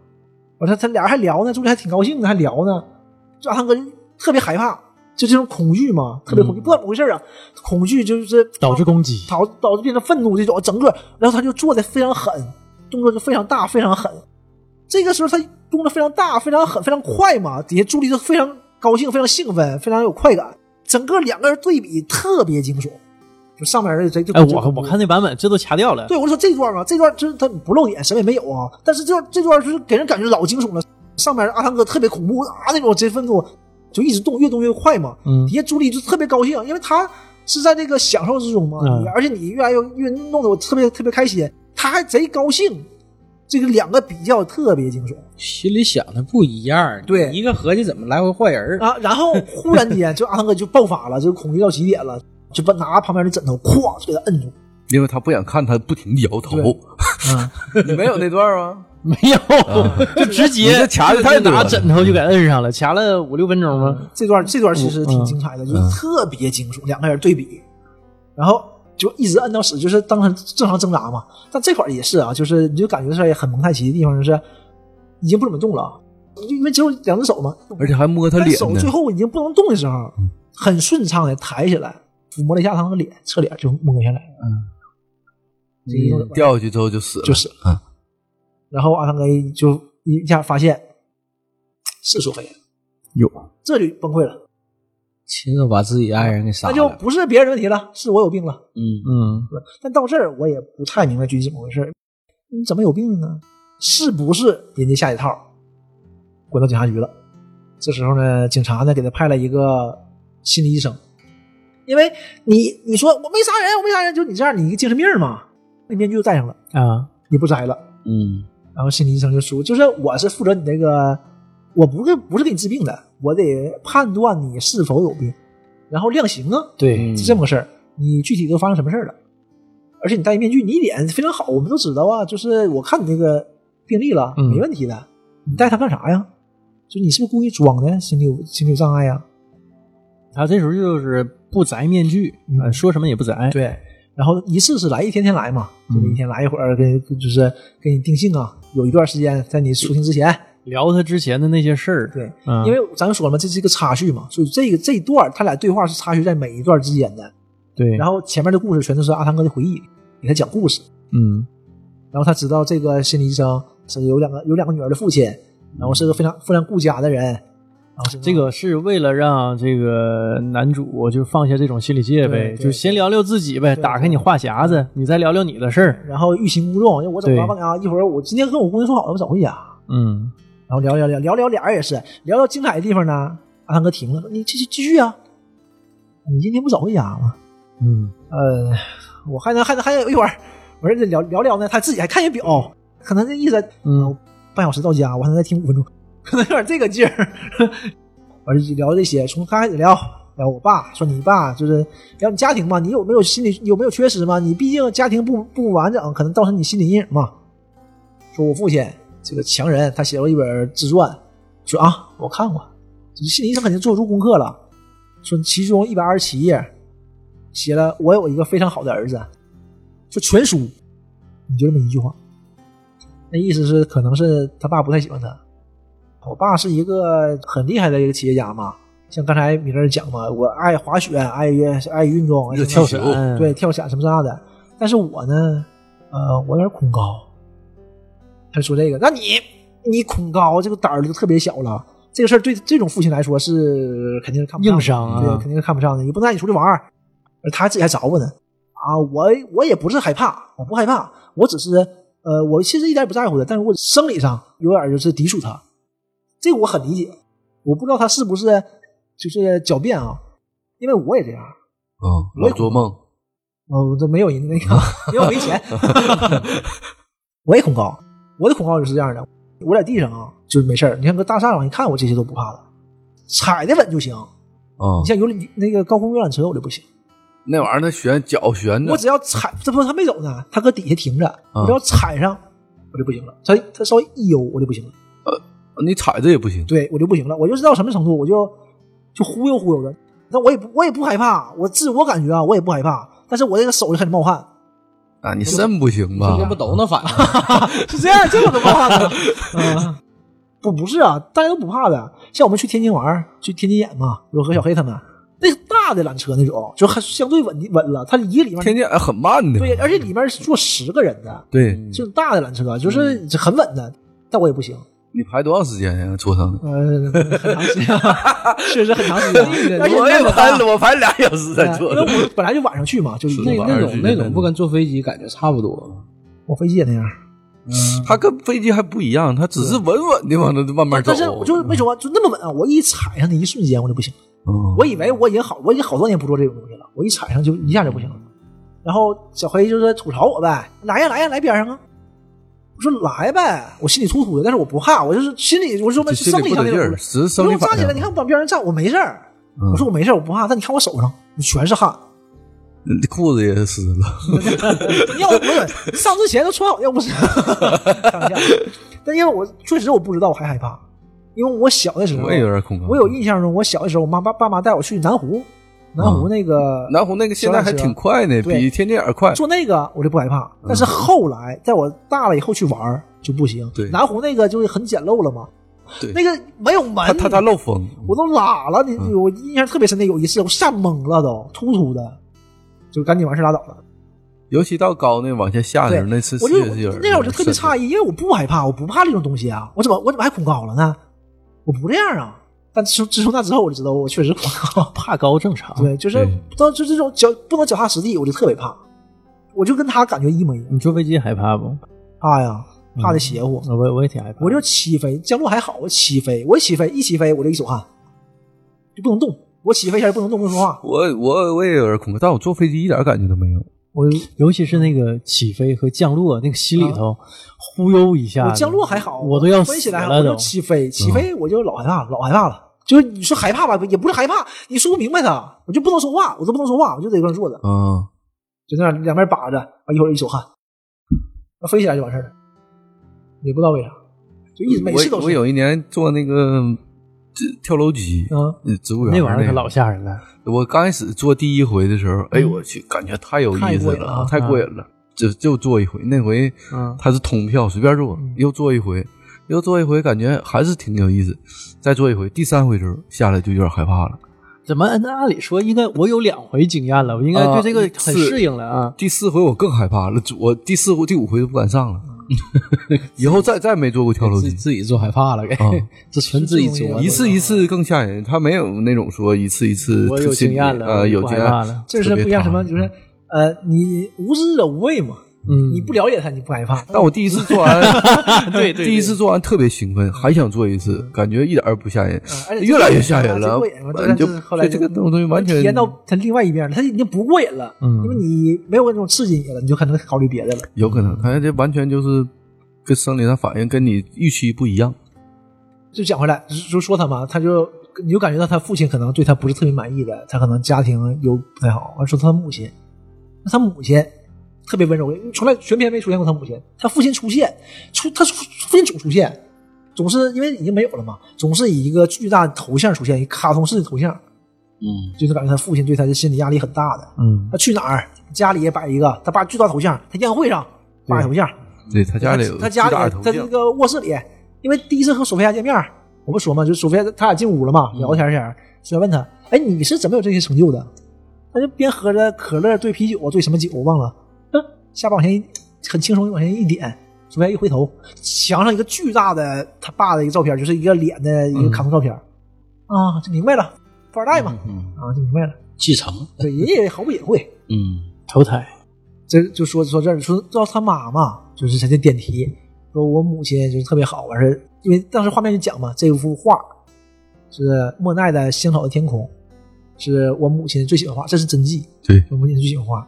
[SPEAKER 1] 我说他俩人还聊呢，朱莉还挺高兴的，还聊呢，这阿汤哥就特别害怕，就这种恐惧嘛，特别恐惧，不知道怎么回事啊，恐惧就是
[SPEAKER 2] 嗯导致攻击，
[SPEAKER 1] 导导致变成愤怒这种，整个，然后他就做的非常狠，动作就非常大，非常狠。这个时候他动作非常大，非常狠，非常快嘛，底下朱莉就非常高兴，非常兴奋，非常有快感，整个两个人对比特别惊悚，就上面人这就
[SPEAKER 2] 哎，我我看那版本这都掐掉了。
[SPEAKER 1] 对，我就说这段啊嘛，这段真他不露脸，什么也没有啊。但是这段这段就是给人感觉老惊悚了。上面阿汤哥特别恐怖啊，那种这愤怒就一直动，越动越快嘛。
[SPEAKER 2] 嗯
[SPEAKER 1] 底下朱莉就特别高兴，因为她是在这个享受之中嘛，
[SPEAKER 2] 嗯
[SPEAKER 1] 而且你越来越越弄得我特别特别开心，她还贼高兴。这个两个比较特别惊悚
[SPEAKER 3] 心里想的不一样，
[SPEAKER 1] 对
[SPEAKER 3] 一个合计怎么来回换人儿，
[SPEAKER 1] 啊，然后忽然间就阿汤哥就爆发了，就恐惧到极点了，就把拿旁边的枕头咵就给他摁住。
[SPEAKER 4] 因为他不想看，他不停地摇 [LAUGHS] 头。
[SPEAKER 1] 嗯
[SPEAKER 4] 你没有那段吗？
[SPEAKER 2] 没 [LAUGHS] 有，就直
[SPEAKER 4] 你
[SPEAKER 2] 接
[SPEAKER 4] 这卡的太
[SPEAKER 2] 就
[SPEAKER 4] 多了
[SPEAKER 2] 拿枕头就给摁上了，掐了五六分钟吧。
[SPEAKER 1] 这段这段其实
[SPEAKER 4] 嗯
[SPEAKER 1] 挺精彩的，就是特别惊悚，两个人对比，然后就一直摁到死，就是当时正常挣扎嘛。但这块儿也是啊，就是你就感觉这很蒙太奇的地方，就是已经不怎么动了，因为只有两只手嘛，
[SPEAKER 4] 而且还摸他
[SPEAKER 1] 但
[SPEAKER 4] 脸
[SPEAKER 1] 手
[SPEAKER 4] 呢嗯
[SPEAKER 1] 最。后已经不能动的时候，很顺畅的抬起来，抚摸了一下他的脸，侧脸就蒙下来，嗯，这一弄
[SPEAKER 4] 掉下去之后就死了，
[SPEAKER 1] 就是，
[SPEAKER 4] 嗯
[SPEAKER 1] 然后阿汤哥就一下发现是索菲亚，
[SPEAKER 2] 有，
[SPEAKER 4] 啊
[SPEAKER 1] 这就崩溃了。
[SPEAKER 3] 亲手把自己爱人给杀
[SPEAKER 1] 那就
[SPEAKER 3] 了，
[SPEAKER 1] 不是别人的问题了，是我有病了。
[SPEAKER 3] 嗯，
[SPEAKER 2] 嗯，
[SPEAKER 1] 但到这儿我也不太明白具体怎么回事儿，你怎么有病呢？是不是人家下一套？滚到警察局了。这时候呢，警察呢给他派了一个心理医生，因为你你说我没杀人，我没杀人，就你这样，你精神病嘛，那面具就戴上了，
[SPEAKER 2] 啊，
[SPEAKER 1] 你不摘了。
[SPEAKER 3] 嗯，
[SPEAKER 1] 然后心理医生就说，就是我是负责你这个，我不是不是给你治病的，我得判断你是否有病，然后量刑啊，
[SPEAKER 2] 对，
[SPEAKER 1] 是这么个事儿。你具体都发生什么事儿了？而且你戴面具，你脸非常好，我们都知道啊。就是我看你这个病历了，
[SPEAKER 2] 嗯
[SPEAKER 1] 没问题的。你戴它干啥呀？就你是不是故意装的？心理有心理有障碍呀？
[SPEAKER 2] 他这时候就是不摘面具，
[SPEAKER 1] 嗯
[SPEAKER 2] 呃说什么也不摘。
[SPEAKER 1] 对。然后一次次来，一天天来嘛，就是一天来一会儿，跟就是给你定性啊。有一段时间在你出庭之前，
[SPEAKER 2] 聊他之前的那些事儿，
[SPEAKER 1] 对，
[SPEAKER 2] 嗯
[SPEAKER 1] 因为咱们说了嘛，这是一个插叙嘛，所以这个这一段他俩对话是插叙在每一段之间的。
[SPEAKER 2] 对，
[SPEAKER 1] 然
[SPEAKER 2] 后
[SPEAKER 1] 后前面的故事全都是阿汤哥的回忆，给他讲故事。
[SPEAKER 2] 嗯，
[SPEAKER 1] 然后他知道这个心理医生是有两个有两个女儿的父亲，然后是个非常非常顾家的人，然后是
[SPEAKER 2] 这个是为了让这个男主就放下这种心理戒备，
[SPEAKER 1] 对对
[SPEAKER 2] 就先聊聊自己呗，
[SPEAKER 1] 对
[SPEAKER 2] 打开你话匣子，你再聊聊你的事儿。
[SPEAKER 1] 然后欲擒故纵，因为我怎么麻烦你啊？一会儿我今天跟我姑娘说好了，我早回家。
[SPEAKER 2] 嗯，
[SPEAKER 1] 然后聊聊聊聊聊俩人也是聊聊精彩的地方呢。阿汤哥停了，说你继续继续啊，你今天不早回家啊吗？
[SPEAKER 2] 嗯，
[SPEAKER 1] 呃，我还能还能还有一会儿，我说这聊聊聊呢，他自己还看一眼表，可能这意思，
[SPEAKER 2] 嗯，
[SPEAKER 1] 半小时到家，我还能再听五分钟，可能有点这个劲儿。 [LAUGHS] 完就聊这些，从刚开始聊聊我爸，说你爸就是聊你家庭嘛，你有没有心理有没有缺失嘛？你毕竟家庭不不完整，可能造成你心理阴影嘛。说我父亲这个强人，他写过一本自传，说啊，我看过，心理医生肯定做足功课了，说其中一百二十七页写了我有一个非常好的儿子，就全书，你就这么一句话。那意思是可能是他爸不太喜欢他。我爸是一个很厉害的一个企业家嘛，像刚才米勒讲嘛，我爱滑雪，爱爱运动，
[SPEAKER 4] 热
[SPEAKER 1] 什
[SPEAKER 4] 气
[SPEAKER 1] 么哎
[SPEAKER 4] 球，
[SPEAKER 2] 嗯
[SPEAKER 1] 对，跳伞什么啥的。但是我呢，呃，我有点恐高。他说这个，那你你恐高，这个胆儿就特别小了。这个事儿对这种父亲来说是肯定是看不上的
[SPEAKER 2] 硬伤啊。
[SPEAKER 1] 对，肯定是看不上的。你不能让你出去玩儿，而他自己还找我呢，啊，我我也不是害怕，我不害怕，我只是呃，我其实一点也不在乎的，但是我生理上有点就是抵触他，这个我很理解，我不知道他是不是就是狡辩啊，因为我也这样，
[SPEAKER 4] 嗯，老做梦，
[SPEAKER 1] 我哦这没有人那个，因为我没钱， [LAUGHS] 我也恐高，我的恐高就是这样的，我在地上啊就是没事儿，你看搁大厦上，你看我这些都不怕的，踩得稳就行，
[SPEAKER 4] 嗯
[SPEAKER 1] 你，像游览那个高空游览车我就不行。
[SPEAKER 4] 那玩意儿它悬脚悬
[SPEAKER 1] 我
[SPEAKER 4] 的，
[SPEAKER 1] 只要踩，这不他没走呢，他搁底下停着，我只要踩上，我就不行了。他他稍微一悠，我就不行了，
[SPEAKER 4] 你踩着也不行。
[SPEAKER 1] 对我就不行了。我就知道什么程度，我就就忽悠忽悠的。那我也不我也不害怕，我自我感觉啊，我也不害怕，但是我这个手就开始冒汗，
[SPEAKER 4] 啊，你肾不行吧
[SPEAKER 3] 这？不都那反应？
[SPEAKER 1] 是这样，这么个冒汗呢？ [LAUGHS] 嗯，不不是啊，大家都不怕的。像我们去天津玩儿，去天津眼嘛，我和小黑他们那大的缆车那种，就还相对稳稳了，它一个里面
[SPEAKER 4] 天津哎很慢的，
[SPEAKER 1] 对，而且里面是坐十个人的。
[SPEAKER 4] 对
[SPEAKER 1] 这种大的缆车，就是很稳的，但我也不行，
[SPEAKER 4] 你排多长时间呀？坐上？
[SPEAKER 1] 呃，很长时间， [LAUGHS] 确实很长时间，而且
[SPEAKER 4] 我也
[SPEAKER 1] 那哎
[SPEAKER 4] 排了，我排俩小时才坐
[SPEAKER 1] 因为
[SPEAKER 4] 上。
[SPEAKER 1] 我本来就晚上去嘛，就已
[SPEAKER 3] 那
[SPEAKER 1] 经
[SPEAKER 3] [LAUGHS] 那种那种不跟坐飞机感觉差不多。
[SPEAKER 1] 我飞机也那样，
[SPEAKER 4] 它跟飞机还不一样，它只是稳稳的往那慢慢走。
[SPEAKER 1] 但是我就是为什么就那么稳啊？我一踩上的一瞬间我就不行，
[SPEAKER 4] 嗯
[SPEAKER 1] 我以为我已经好，我已经好多年不做这种东西了，我一踩上就一下就不行了。然后小黑就是吐槽我呗，来呀来呀来边上啊！我说来呗，我心里突突的，但是我不怕，我就是心里我说
[SPEAKER 4] 这心
[SPEAKER 1] 生
[SPEAKER 4] 里
[SPEAKER 1] 理
[SPEAKER 4] 不
[SPEAKER 1] 上
[SPEAKER 4] 得
[SPEAKER 1] 那
[SPEAKER 4] 劲
[SPEAKER 1] 种
[SPEAKER 4] 儿，，只是
[SPEAKER 1] 不
[SPEAKER 4] 生理
[SPEAKER 1] 用
[SPEAKER 4] 反
[SPEAKER 1] 站起来，你
[SPEAKER 4] 应。
[SPEAKER 1] 看我往边上站，我没事儿。
[SPEAKER 4] 嗯
[SPEAKER 1] 我说我没事，我不怕。但你看我手上，全是汗。
[SPEAKER 4] 你裤子也湿了，
[SPEAKER 1] 要不
[SPEAKER 4] [LAUGHS]
[SPEAKER 1] 是上之前都穿好，要不是，开玩笑。但因为我确实我不知道，我还害怕，因为我小的时候，
[SPEAKER 4] 我也有点恐高。
[SPEAKER 1] 我有印象中，我小的时候，我妈爸爸妈带我去南湖，南湖那个、
[SPEAKER 4] 嗯南湖那个现在还挺快呢，
[SPEAKER 1] 对
[SPEAKER 4] 比天津眼快。
[SPEAKER 1] 坐那个我就不害怕。
[SPEAKER 4] 嗯
[SPEAKER 1] 但是后来在我大了以后去玩儿就不行。
[SPEAKER 4] 对
[SPEAKER 1] 南湖那个就是很简陋了嘛，
[SPEAKER 4] 对
[SPEAKER 1] 那个没有门，
[SPEAKER 4] 它它它漏风，
[SPEAKER 1] 我都拉了，你你
[SPEAKER 4] 嗯
[SPEAKER 1] 我印象特别深的有一次，我吓懵了都，突突的，就赶紧完事儿拉倒了。
[SPEAKER 4] 尤其到高那往下下的时候，
[SPEAKER 1] 对
[SPEAKER 4] 那次
[SPEAKER 1] 我就
[SPEAKER 4] 确实是有人
[SPEAKER 1] 那让我就特别诧
[SPEAKER 4] 异。
[SPEAKER 1] 异，因为我不害怕，我不怕这种东西啊，我怎么我怎么还恐高了呢？我不这样啊。但自从自从那之后，我就知道我确实恐高
[SPEAKER 2] 怕高正常。
[SPEAKER 1] 对，就是
[SPEAKER 4] 嗯对
[SPEAKER 1] 当就这种脚不能脚踏实地，我就特别怕，我就跟他感觉一模一样，
[SPEAKER 2] 你坐飞机害怕不？
[SPEAKER 1] 怕呀，怕的邪乎。
[SPEAKER 2] 我我也挺害怕。
[SPEAKER 1] 我就起飞，降落还好，我起飞，我一起飞一起飞我就一手汗，就不能动，我起飞一下就不能动，不能说话，
[SPEAKER 4] 我我我也有点恐高，但我坐飞机一点感觉都没有。
[SPEAKER 1] 我
[SPEAKER 2] 尤其是那个起飞和降落，那个心里头忽悠一下子，
[SPEAKER 1] 啊我降落还好，
[SPEAKER 2] 我都要
[SPEAKER 1] 飞起
[SPEAKER 2] 死
[SPEAKER 1] 来还好，我
[SPEAKER 2] 了
[SPEAKER 1] 就
[SPEAKER 2] 都。嗯
[SPEAKER 1] 起飞，起飞我就老害怕，老害怕了。就是你说害怕吧，也不是害怕，你说不明白它，我就不能说话，我都不能说话，我就在一块儿坐着，
[SPEAKER 4] 嗯，
[SPEAKER 1] 就那样两边把着，啊，一会儿一手汗，那飞起来就完事儿了，也不知道为啥，就一直每次都
[SPEAKER 4] 我
[SPEAKER 1] 是
[SPEAKER 4] 我有一年坐那个这跳楼机，
[SPEAKER 1] 嗯，
[SPEAKER 4] 呃植物园
[SPEAKER 2] 那玩意儿可
[SPEAKER 4] 个
[SPEAKER 2] 老吓人了，
[SPEAKER 4] 我刚开始坐第一回的时候，哎呦我去，感觉太有意思了，太
[SPEAKER 2] 嗯太
[SPEAKER 4] 过
[SPEAKER 2] 过
[SPEAKER 4] 瘾
[SPEAKER 2] 瘾啊
[SPEAKER 4] 了。就就坐一回，那回
[SPEAKER 2] 嗯
[SPEAKER 4] 他是通票，随便坐，又坐一回，又坐一回，感觉还是挺有意思。再坐一回，第三回时候下来就有点害怕了。
[SPEAKER 2] 怎么？那按理说应该我有两回经验了，
[SPEAKER 1] 啊
[SPEAKER 2] 我应该对这个很适应了啊。
[SPEAKER 4] 第四回我更害怕了，我第四回、第五回都不敢上
[SPEAKER 2] [LAUGHS]
[SPEAKER 4] 了。以后再再没坐过跳楼
[SPEAKER 3] 自
[SPEAKER 4] 机
[SPEAKER 3] 己，自己坐害怕了，给
[SPEAKER 4] 啊
[SPEAKER 3] 这纯自己
[SPEAKER 1] 是这
[SPEAKER 3] 作
[SPEAKER 2] 啊
[SPEAKER 1] 种
[SPEAKER 3] 的。
[SPEAKER 4] 一次一次更吓人。他没有那种说一次一次，
[SPEAKER 2] 我有经验了
[SPEAKER 4] 呃，有
[SPEAKER 2] 我
[SPEAKER 4] 经
[SPEAKER 2] 害
[SPEAKER 4] 验
[SPEAKER 2] 怕了
[SPEAKER 1] 就是不像什么，就是呃，你无知者无畏嘛，
[SPEAKER 2] 嗯，
[SPEAKER 1] 你不了解它，你不害怕，
[SPEAKER 4] [LAUGHS] 但我第一次做完，
[SPEAKER 1] [LAUGHS]
[SPEAKER 2] 对对对
[SPEAKER 4] 第一次做完特别兴奋，还想做一次，感觉一点儿不吓人
[SPEAKER 1] 嗯而，且
[SPEAKER 4] 越来越吓人了
[SPEAKER 1] 这过瘾嘛。这
[SPEAKER 4] 你就
[SPEAKER 1] 这后来
[SPEAKER 4] 对这个东西完全
[SPEAKER 1] 体验到它另外一面了，它已经不过瘾了，
[SPEAKER 2] 嗯
[SPEAKER 1] 因为你没有那种刺激你了，你就可能考虑别的了。
[SPEAKER 4] 有可能，他这完全就是跟生理上反应跟你预期不一样。
[SPEAKER 1] 就讲回来，就就说他嘛，他就你就感觉到他父亲可能对他不是特别满意的，他可能家庭有不太好。完说他母亲，那他母亲特别温柔，从来全篇没出现过他母亲。他父亲出现，出他出父亲总出现，总是因为已经没有了嘛，总是以一个巨大的头像出现，一卡通式的头像，
[SPEAKER 3] 嗯，
[SPEAKER 1] 就是感觉他父亲对他的心理压力很大的。
[SPEAKER 2] 嗯，
[SPEAKER 1] 他去哪儿，家里也摆一个，他爸巨大头像，他宴会上摆头像，
[SPEAKER 4] 对他家里有
[SPEAKER 1] 他家
[SPEAKER 4] 巨大的
[SPEAKER 1] 里
[SPEAKER 4] 头
[SPEAKER 1] 在这
[SPEAKER 4] 像，
[SPEAKER 1] 个卧室里，因为第一次和索菲亚见面，我不说嘛，就索菲亚他俩进屋了嘛，聊天天，索菲亚问他，哎，你是怎么有这些成就的？他就边喝着可乐兑啤酒，兑什么酒我忘了，嗯，下巴往前一很轻松往前一点，索菲亚一回头，墙上一个巨大的他爸的一个照片，
[SPEAKER 4] 嗯嗯
[SPEAKER 1] 就是一个脸的一个卡通照片，啊，就明白了，富二代嘛，啊，就明白了。
[SPEAKER 3] 继承，
[SPEAKER 1] 对，爷爷毫不隐晦。
[SPEAKER 3] 嗯，
[SPEAKER 2] 投胎，
[SPEAKER 1] 这就说说这儿，说到他妈妈，就是他这点题，说我母亲就是特别好，完事儿因为当时画面就讲嘛，这幅画是莫奈的《香草的天空》，是我母亲最喜欢画，这是真迹，
[SPEAKER 4] 对，
[SPEAKER 1] 我母亲最喜欢画。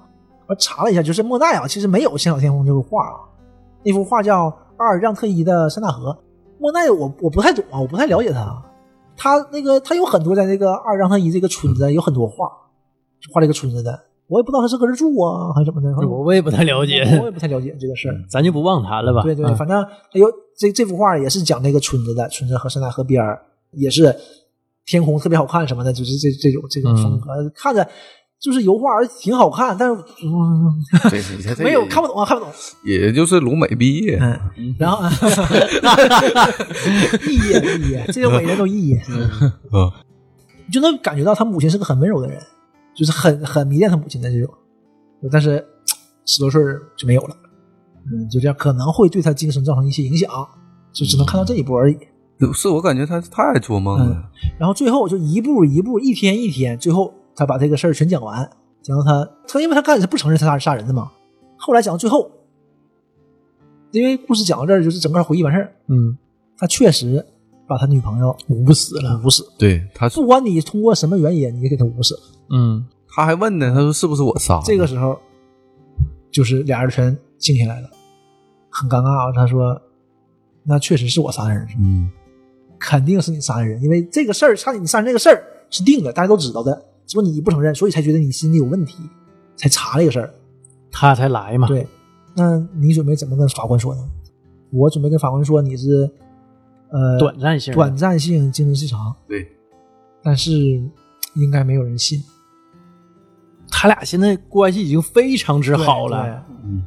[SPEAKER 1] 我查了一下，就是莫奈啊，其实没有《香草天空》这幅画啊，那幅画叫阿尔让特伊的《塞纳河》。莫奈我我不太懂啊，我不太了解他，他那个他有很多在那个阿尔让特伊这个村子有很多画，就画这个村子的，我也不知道他是搁这住啊还是怎么的，反正
[SPEAKER 2] 我我也不太了解，
[SPEAKER 1] 我也不太了解这个事儿。
[SPEAKER 2] 咱就不忘他了吧。
[SPEAKER 1] 嗯对对，
[SPEAKER 2] 啊
[SPEAKER 1] 反正还有这这幅画也是讲那个村子的，村子和塞纳河边儿也是天空特别好看什么的，就是这这种这种风格，看着就是油画挺好看，但是、嗯、
[SPEAKER 4] 对你这这
[SPEAKER 1] 没有看不懂啊，看不懂。
[SPEAKER 4] 也就是鲁美毕业，
[SPEAKER 1] 嗯，然后 [LAUGHS] 意义意义，这些伟人都意义，
[SPEAKER 4] 嗯，
[SPEAKER 1] 你就能感觉到他母亲是个很温柔的人，就是很很迷恋他母亲的这种，但是十多岁儿就没有了，嗯，就这样可能会对他精神造成一些影响，就只能看到这一步而已。
[SPEAKER 4] 是我感觉他太爱做梦了，
[SPEAKER 1] 然后最后就一步一步，一天一天，最后他把这个事儿全讲完，讲到他他因为他开始不承认他杀杀人的嘛，后来讲到最后，因为故事讲到这儿就是整个回忆完事儿，
[SPEAKER 2] 嗯，
[SPEAKER 1] 他确实把他女朋友捂死了，捂死。
[SPEAKER 4] 对，他
[SPEAKER 1] 不管你通过什么原因，你也给他捂死了。
[SPEAKER 2] 嗯，
[SPEAKER 4] 他还问呢，他说是不是我杀的？
[SPEAKER 1] 这个时候，就是俩人全静下来了，很尴尬啊。他说：“那确实是我杀的人，
[SPEAKER 4] 嗯，
[SPEAKER 1] 肯定是你杀的人，因为这个事儿，杀你杀人这个事儿是定的，大家都知道的，只不过你不承认，所以才觉得你心里有问题，才查这个事儿。
[SPEAKER 2] 他才来嘛。，
[SPEAKER 1] 对，那你准备怎么跟法官说呢？我准备跟法官说你是，呃，
[SPEAKER 2] 短暂性的，
[SPEAKER 1] 短暂性精神失常，
[SPEAKER 4] 对，
[SPEAKER 1] 但是应该没有人信。
[SPEAKER 2] 他俩现在关系已经非常之好
[SPEAKER 1] 对
[SPEAKER 2] 了。
[SPEAKER 4] 嗯，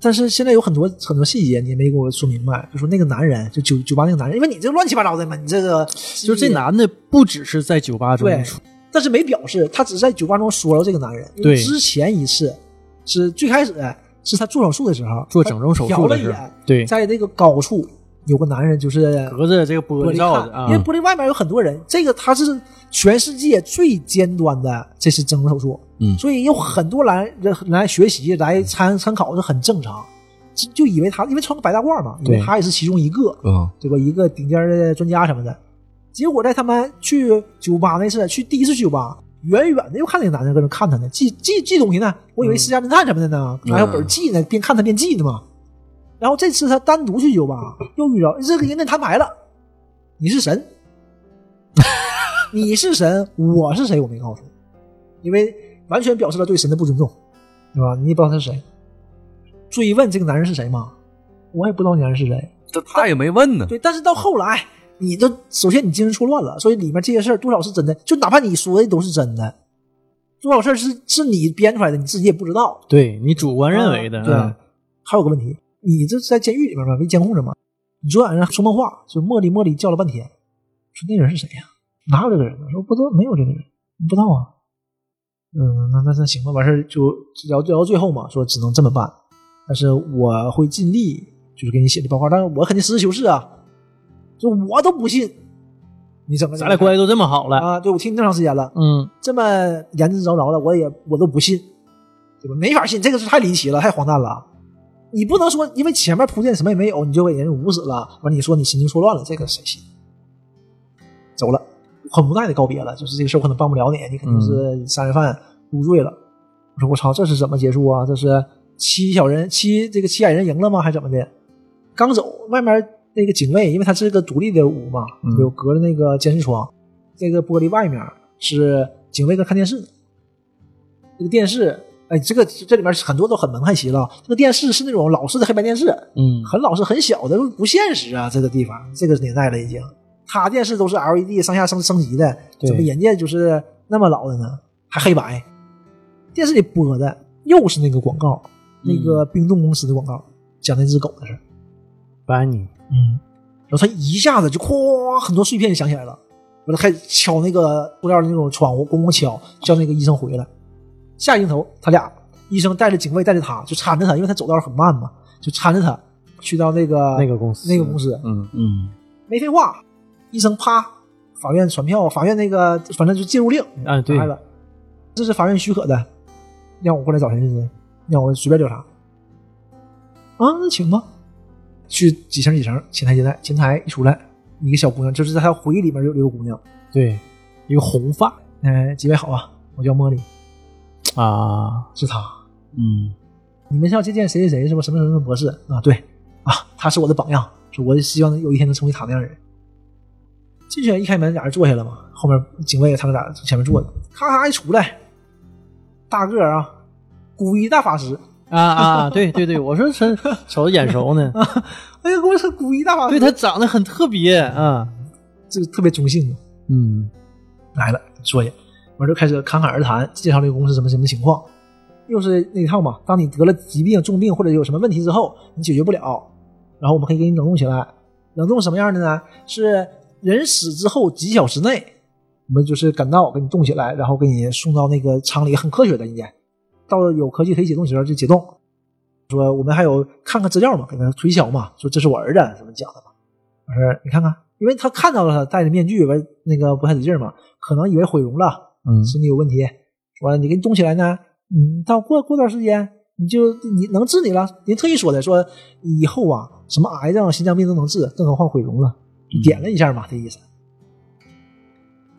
[SPEAKER 1] 但是现在有很多很多细节你也没给我说明白，就说那个男人，就酒酒吧那个男人，因为你这乱七八糟的嘛，你这个
[SPEAKER 2] 就
[SPEAKER 1] 就是
[SPEAKER 2] 这，男的不只是在酒吧中
[SPEAKER 1] 对
[SPEAKER 2] 出，
[SPEAKER 1] 但是没表示，他只是在酒吧中说了这个男人。因为
[SPEAKER 2] 对
[SPEAKER 1] 之前一次是最开始是他做手术的时候，
[SPEAKER 2] 做整容手
[SPEAKER 1] 他瞟
[SPEAKER 2] 术
[SPEAKER 1] 了
[SPEAKER 2] 的
[SPEAKER 1] 一
[SPEAKER 2] 时
[SPEAKER 1] 眼
[SPEAKER 2] 候，，对，
[SPEAKER 1] 在那个高处有个男人，就是
[SPEAKER 2] 隔着这个玻
[SPEAKER 1] 玻璃
[SPEAKER 2] 璃罩子啊
[SPEAKER 1] 看，因为，玻璃外面有很多人，这个他是全世界最尖端的，这是整容手术，
[SPEAKER 4] 嗯
[SPEAKER 1] 所以有很多来人来学习来参参考是很正常，就就以为他因为穿个白大褂嘛，以为
[SPEAKER 2] 对
[SPEAKER 1] 他也是其中一个，
[SPEAKER 4] 嗯，
[SPEAKER 1] 对吧？一个顶尖的专家什么的，结果在他们去酒吧那次，去第一次酒吧。远远的又看那个男的搁那看他呢，记记记东西呢，我以为私家侦探什么的呢，拿小本记呢，边看他边记呢嘛。然后这次他单独去酒吧，又遇着这个人跟摊牌了，你是神，你是神，我是谁我没告诉你，因为完全表示了对神的不尊重，对吧？你也不知道他是谁，追问这个男人是谁吗？我也不知道那男人是谁。
[SPEAKER 4] 他他也没问呢，
[SPEAKER 1] 对，但是到后来，你都首先你精神错乱了，所以里面这些事儿多少是真的，就哪怕你说的都是真的，多少事儿是是你编出来的，你自己也不知道。
[SPEAKER 2] 对你主观认为的，
[SPEAKER 1] 啊对
[SPEAKER 2] 嗯，
[SPEAKER 1] 还有个问题，你这是在监狱里面嘛，被监控着嘛？你昨晚上说梦话，说茉莉茉莉叫了半天，说那人是谁呀、哪有这个人呢？说不知道，没有这个人，不知道啊。嗯，那那那行吧，完事儿就聊聊到最后嘛，说只能这么办，但是我会尽力，就是给你写的报告，但是我肯定实事求是啊，就我都不信，你怎么
[SPEAKER 2] 咱俩关系都这么好了，
[SPEAKER 1] 啊？对，我听你这么长时间了，
[SPEAKER 2] 嗯，
[SPEAKER 1] 这么言之凿凿的，我也我都不信，对吧？没法信，这个是太离奇了，太荒诞了。你不能说因为前面铺垫什么也没有，你就给人捂死了，完你说你神经错乱了，这个谁信？走了，很无奈的告别了，就是这个事儿我可能帮不了你，你肯定是杀人犯入罪了。我说我操，这是怎么结束啊？这是七小人七这个七矮人赢了吗？还怎么的？刚走，外面那个警卫，因为他是个独立的屋嘛，
[SPEAKER 2] 嗯
[SPEAKER 1] 有隔着那个监视窗，这个玻璃外面是警卫跟看电视呢。这个电视，哎，这个这里面很多都很门派齐了。这个电视是那种老式的黑白电视，
[SPEAKER 2] 嗯，
[SPEAKER 1] 很老式、很小的，不现实啊！这个地方，这个年代了已经。他电视都是 LED 上下升升级的，
[SPEAKER 2] 对
[SPEAKER 1] 怎么人家就是那么老的呢？还黑白，电视里播的又是那个广告，
[SPEAKER 2] 嗯
[SPEAKER 1] 那个冰冻公司的广告，讲那只狗的事儿。
[SPEAKER 2] 班尼，
[SPEAKER 1] 嗯，然后他一下子就哐，很多碎片就响起来了，完了开始敲那个塑料的那种窗户，咣咣敲，叫那个医生回来。下一镜头，他俩医生带着警卫带着他，就搀着他，因为他走道很慢嘛，就搀着他去到那个
[SPEAKER 2] 那个公司，
[SPEAKER 1] 那个公司，
[SPEAKER 2] 嗯，
[SPEAKER 3] 嗯，
[SPEAKER 1] 没废话，医生啪，法院传票，法院那个反正就介入令
[SPEAKER 2] 啊，对
[SPEAKER 1] 拿，来了。这是法院许可的，让我过来找陈世杰，让我随便调查。啊，那请吧。去几层几层前台接待，前台一出来，一个小姑娘，就是在他回忆里面有有个姑娘，
[SPEAKER 2] 对
[SPEAKER 1] 一个红发，嗯、几位好啊，我叫茉莉，
[SPEAKER 2] 啊，
[SPEAKER 1] 是她。
[SPEAKER 2] 嗯，
[SPEAKER 1] 你们是要接见谁谁谁是吧？什么什么博士啊？对啊，他是我的榜样，说我希望有一天能成为他那样的人。进去一开门，俩人坐下了嘛，后面警卫他们俩前面坐着，咔咔一出来，大个儿啊，古一大法师，
[SPEAKER 2] 啊啊， [LAUGHS] 对对对，我说瞅瞅着眼
[SPEAKER 1] [LAUGHS]
[SPEAKER 2] 熟呢，
[SPEAKER 1] 哎呀，我是古一大法师，
[SPEAKER 2] 对他长得很特别啊，
[SPEAKER 1] 这个特别中性嘛，
[SPEAKER 2] 嗯
[SPEAKER 1] 来了坐下，完就开始侃侃而谈，介绍这个公司什么什么情况，又是那一套嘛。当你得了疾病、重病或者有什么问题之后，你解决不了，然后我们可以给你冷冻起来。冷冻什么样的呢？是人死之后几小时内，我们就是赶到给你冻起来，然后给你送到那个舱里，很科学的一点。到有科技可以解冻的时候就解冻。说我们还有看看资料嘛，给他推销嘛，说这是我儿子啊怎么讲的嘛。我说你看看，因为他看到了他戴着面具，完那个不太得劲儿嘛，可能以为毁容了，
[SPEAKER 2] 嗯
[SPEAKER 1] 身体有问题。完了，你给你冻起来呢，你到过过段时间，你就你能治你了。人特意说的，说以后啊，什么癌症、心脏病都能治，更何况毁容了。就点了一下嘛，这意思。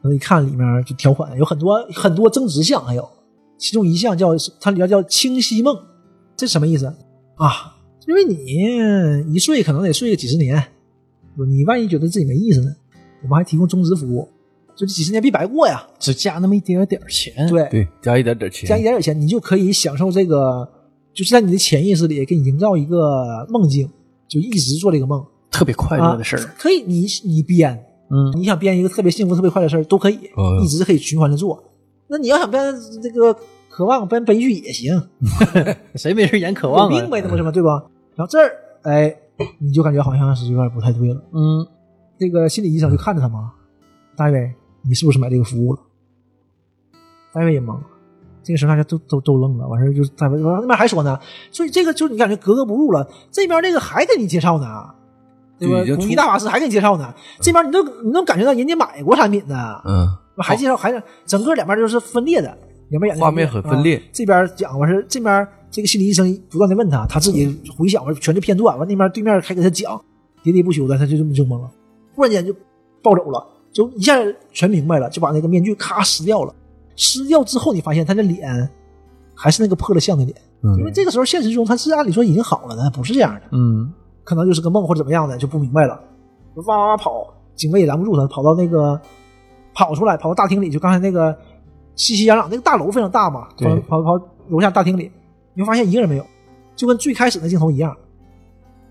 [SPEAKER 1] 然后一看里面就条款有很多很多增值项，还有其中一项叫它里边叫清晰梦，这什么意思啊？因为你一睡可能得睡个几十年，你万一觉得自己没意思呢，我们还提供中值服务，就这几十年别白过呀。
[SPEAKER 2] 只加那么一点点钱，
[SPEAKER 1] 对，
[SPEAKER 4] 对，加一点点钱，
[SPEAKER 1] 加一点点钱，你就可以享受这个，就是在你的潜意识里给你营造一个梦境，就一直做这个梦，
[SPEAKER 2] 特别快乐的事
[SPEAKER 1] 啊
[SPEAKER 2] 儿，
[SPEAKER 1] 可以你你编，
[SPEAKER 2] 嗯
[SPEAKER 1] 你想编一个特别幸福、特别快乐的事儿都可以，
[SPEAKER 4] 嗯
[SPEAKER 1] 一直可以循环着做。那你要想编这个渴望编悲剧也行，
[SPEAKER 2] 谁没事演渴
[SPEAKER 1] 有
[SPEAKER 2] 望
[SPEAKER 1] 病
[SPEAKER 2] 啊？
[SPEAKER 4] 嗯
[SPEAKER 1] 呗，那不是吗？对吧？然后这儿，哎，你就感觉好像是有点不太对了。
[SPEAKER 2] 嗯，
[SPEAKER 1] 这个心理医生就看着他嘛，大卫，你是不是买这个服务了？大卫也懵了，这个时候大家都都都愣了。完事儿就是大卫那边还说呢，所以这个就是你感觉格格不入了。这边那个还给你介绍呢，对
[SPEAKER 4] 就已
[SPEAKER 1] 吧？
[SPEAKER 4] 经
[SPEAKER 1] 古
[SPEAKER 4] 出
[SPEAKER 1] 一大法师还给你介绍呢，这边你都你能感觉到人家买过产品呢，
[SPEAKER 4] 嗯，
[SPEAKER 1] 还介绍还是整个两边就是分裂的，两边演的
[SPEAKER 4] 画面很分裂
[SPEAKER 1] 啊这边讲完事儿，这边这个心理医生不断的问他，他自己回想完全是片段，完那边对面还给他讲，喋喋不休的，他就这么就懵了，忽然间就暴走了，就一下全明白了，就把那个面具咔撕掉了。撕掉之后，你发现他的脸还是那个破了相的脸，
[SPEAKER 4] 嗯
[SPEAKER 1] 因为这个时候现实中他是按理说已经好了的，不是这样的。
[SPEAKER 2] 嗯，
[SPEAKER 1] 可能就是个梦或者怎么样的，就不明白了，就哇哇哇跑，警卫也拦不住他，跑到那个跑出来，跑到大厅里，就刚才那个熙熙攘攘那个大楼非常大嘛，跑
[SPEAKER 2] 对
[SPEAKER 1] 跑跑楼下大厅里，你会发现一个人没有，就跟最开始那镜头一样，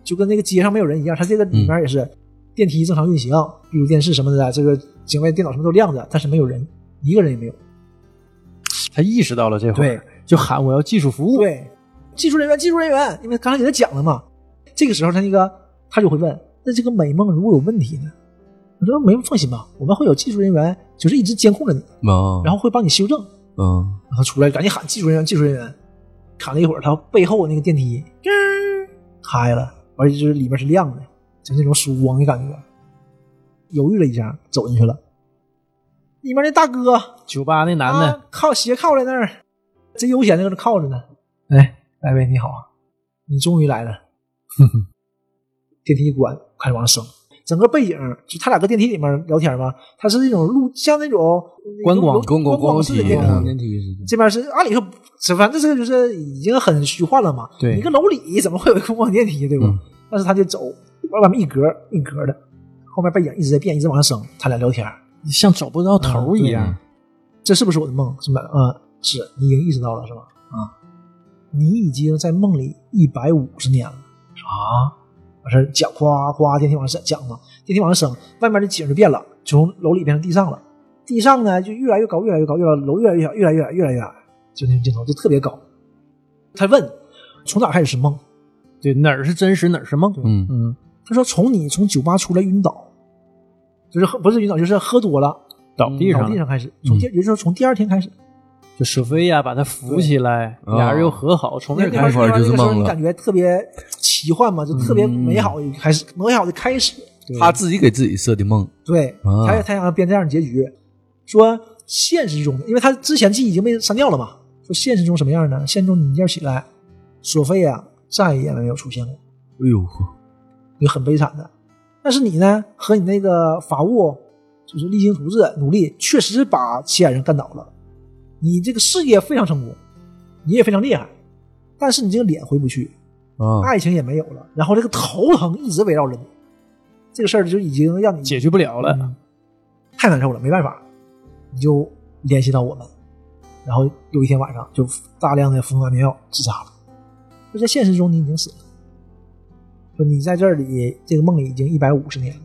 [SPEAKER 1] 就跟那个街上没有人一样，他这个里
[SPEAKER 2] 嗯
[SPEAKER 1] 面也是电梯正常运行，比如电视什么的，这个警卫电脑什么都亮着，但是没有人，一个人也没有。
[SPEAKER 2] 他意识到了这会
[SPEAKER 1] 对
[SPEAKER 2] 儿，就喊我要技术服务，
[SPEAKER 1] 对，技术人员，技术人员，因为刚才给他讲了嘛。这个时候，他那个他就会问：那这个美梦如果有问题呢？我说没放心吧，我们会有技术人员，就是一直监控着你，
[SPEAKER 4] 嗯，
[SPEAKER 1] 然后会帮你修正。
[SPEAKER 4] 嗯，
[SPEAKER 1] 然后出来赶紧喊技术人员，技术人员。喊了一会儿，他背后那个电梯吱儿开了，而且就是里面是亮的，就那种曙光的感觉。犹豫了一下，走进去了。里面那大哥
[SPEAKER 2] 酒吧那男的
[SPEAKER 1] 啊、靠斜靠在那儿，真悠闲的搁那靠着呢。哎，大卫你好啊，你终于来了。电梯一关，开始往上升。整个背景就他俩搁电梯里面聊天嘛，他是那种路像那种
[SPEAKER 2] 观光
[SPEAKER 1] 有
[SPEAKER 4] 公共
[SPEAKER 1] 观光
[SPEAKER 4] 光
[SPEAKER 1] 式的
[SPEAKER 4] 体
[SPEAKER 1] 电梯，
[SPEAKER 4] 嗯
[SPEAKER 3] 电梯似的，
[SPEAKER 1] 这边是按理说，这反正这个就是已经很虚幻了嘛。
[SPEAKER 2] 对
[SPEAKER 1] 一个楼里怎么会有一个公共电梯，对吧？
[SPEAKER 4] 嗯
[SPEAKER 1] 但是他就走，往外面一格一格的，后面背影一直在变，一直往上升。他俩聊天，
[SPEAKER 2] 像找不到头儿一样，
[SPEAKER 1] 这是不是我的梦？是吧？啊、是你已经意识到了是吧？啊，你已经在梦里一百五十年了啊！完事儿讲，夸夸电梯往上讲嘛，电梯往上升，外面的景就变了，从楼里变成地上了，地上呢就越来越高，越来越高，越来越高楼越来越小，越来越矮，越来越矮，就那种镜头就特别高。他问从哪儿开始是梦？
[SPEAKER 2] 对，哪儿是真实，哪儿是梦，
[SPEAKER 4] 嗯
[SPEAKER 2] 嗯
[SPEAKER 1] 他说从你从酒吧出来晕倒，就是喝不是晕倒，就是喝多了
[SPEAKER 2] 倒地
[SPEAKER 1] 倒
[SPEAKER 2] 上
[SPEAKER 1] 地
[SPEAKER 2] 了，
[SPEAKER 1] 上开始，从第也就是说从第二天开始。
[SPEAKER 2] 就索菲亚把他扶起来，
[SPEAKER 4] 对
[SPEAKER 2] 俩人又和好，从那
[SPEAKER 1] 那
[SPEAKER 2] 儿
[SPEAKER 1] 那
[SPEAKER 2] 开
[SPEAKER 1] 会
[SPEAKER 2] 始，
[SPEAKER 1] 儿
[SPEAKER 4] 那会儿就
[SPEAKER 1] 那
[SPEAKER 4] 是
[SPEAKER 1] 个时候
[SPEAKER 4] 梦
[SPEAKER 1] 你
[SPEAKER 4] 了
[SPEAKER 1] 感觉特别奇幻嘛，就特别美好，的开始美好的开始。
[SPEAKER 4] 他自己给自己设的梦，
[SPEAKER 1] 对，
[SPEAKER 4] 啊
[SPEAKER 1] 他他想编这样的结局，说现实中的，因为他之前记忆已经被删掉了嘛。说现实中什么样呢？现实中你一觉起来，索菲亚再也没有出现过，
[SPEAKER 4] 哎呦，
[SPEAKER 1] 就很悲惨的。但是你呢，和你那个法务就是励精图治，努力，确实把七矮人干倒了。你这个事业非常成功，你也非常厉害，但是你这个脸回不去，
[SPEAKER 2] 嗯
[SPEAKER 4] 啊，
[SPEAKER 1] 爱情也没有了，然后这个头疼一直围绕着你，这个事儿就已经让你
[SPEAKER 2] 解决不了了。
[SPEAKER 1] 嗯太难受了，没办法，你就联系到我们，然后有一天晚上就大量的服用安眠药自杀了。就在现实中你已经死了，说你在这里这个梦里已经一百五十年了。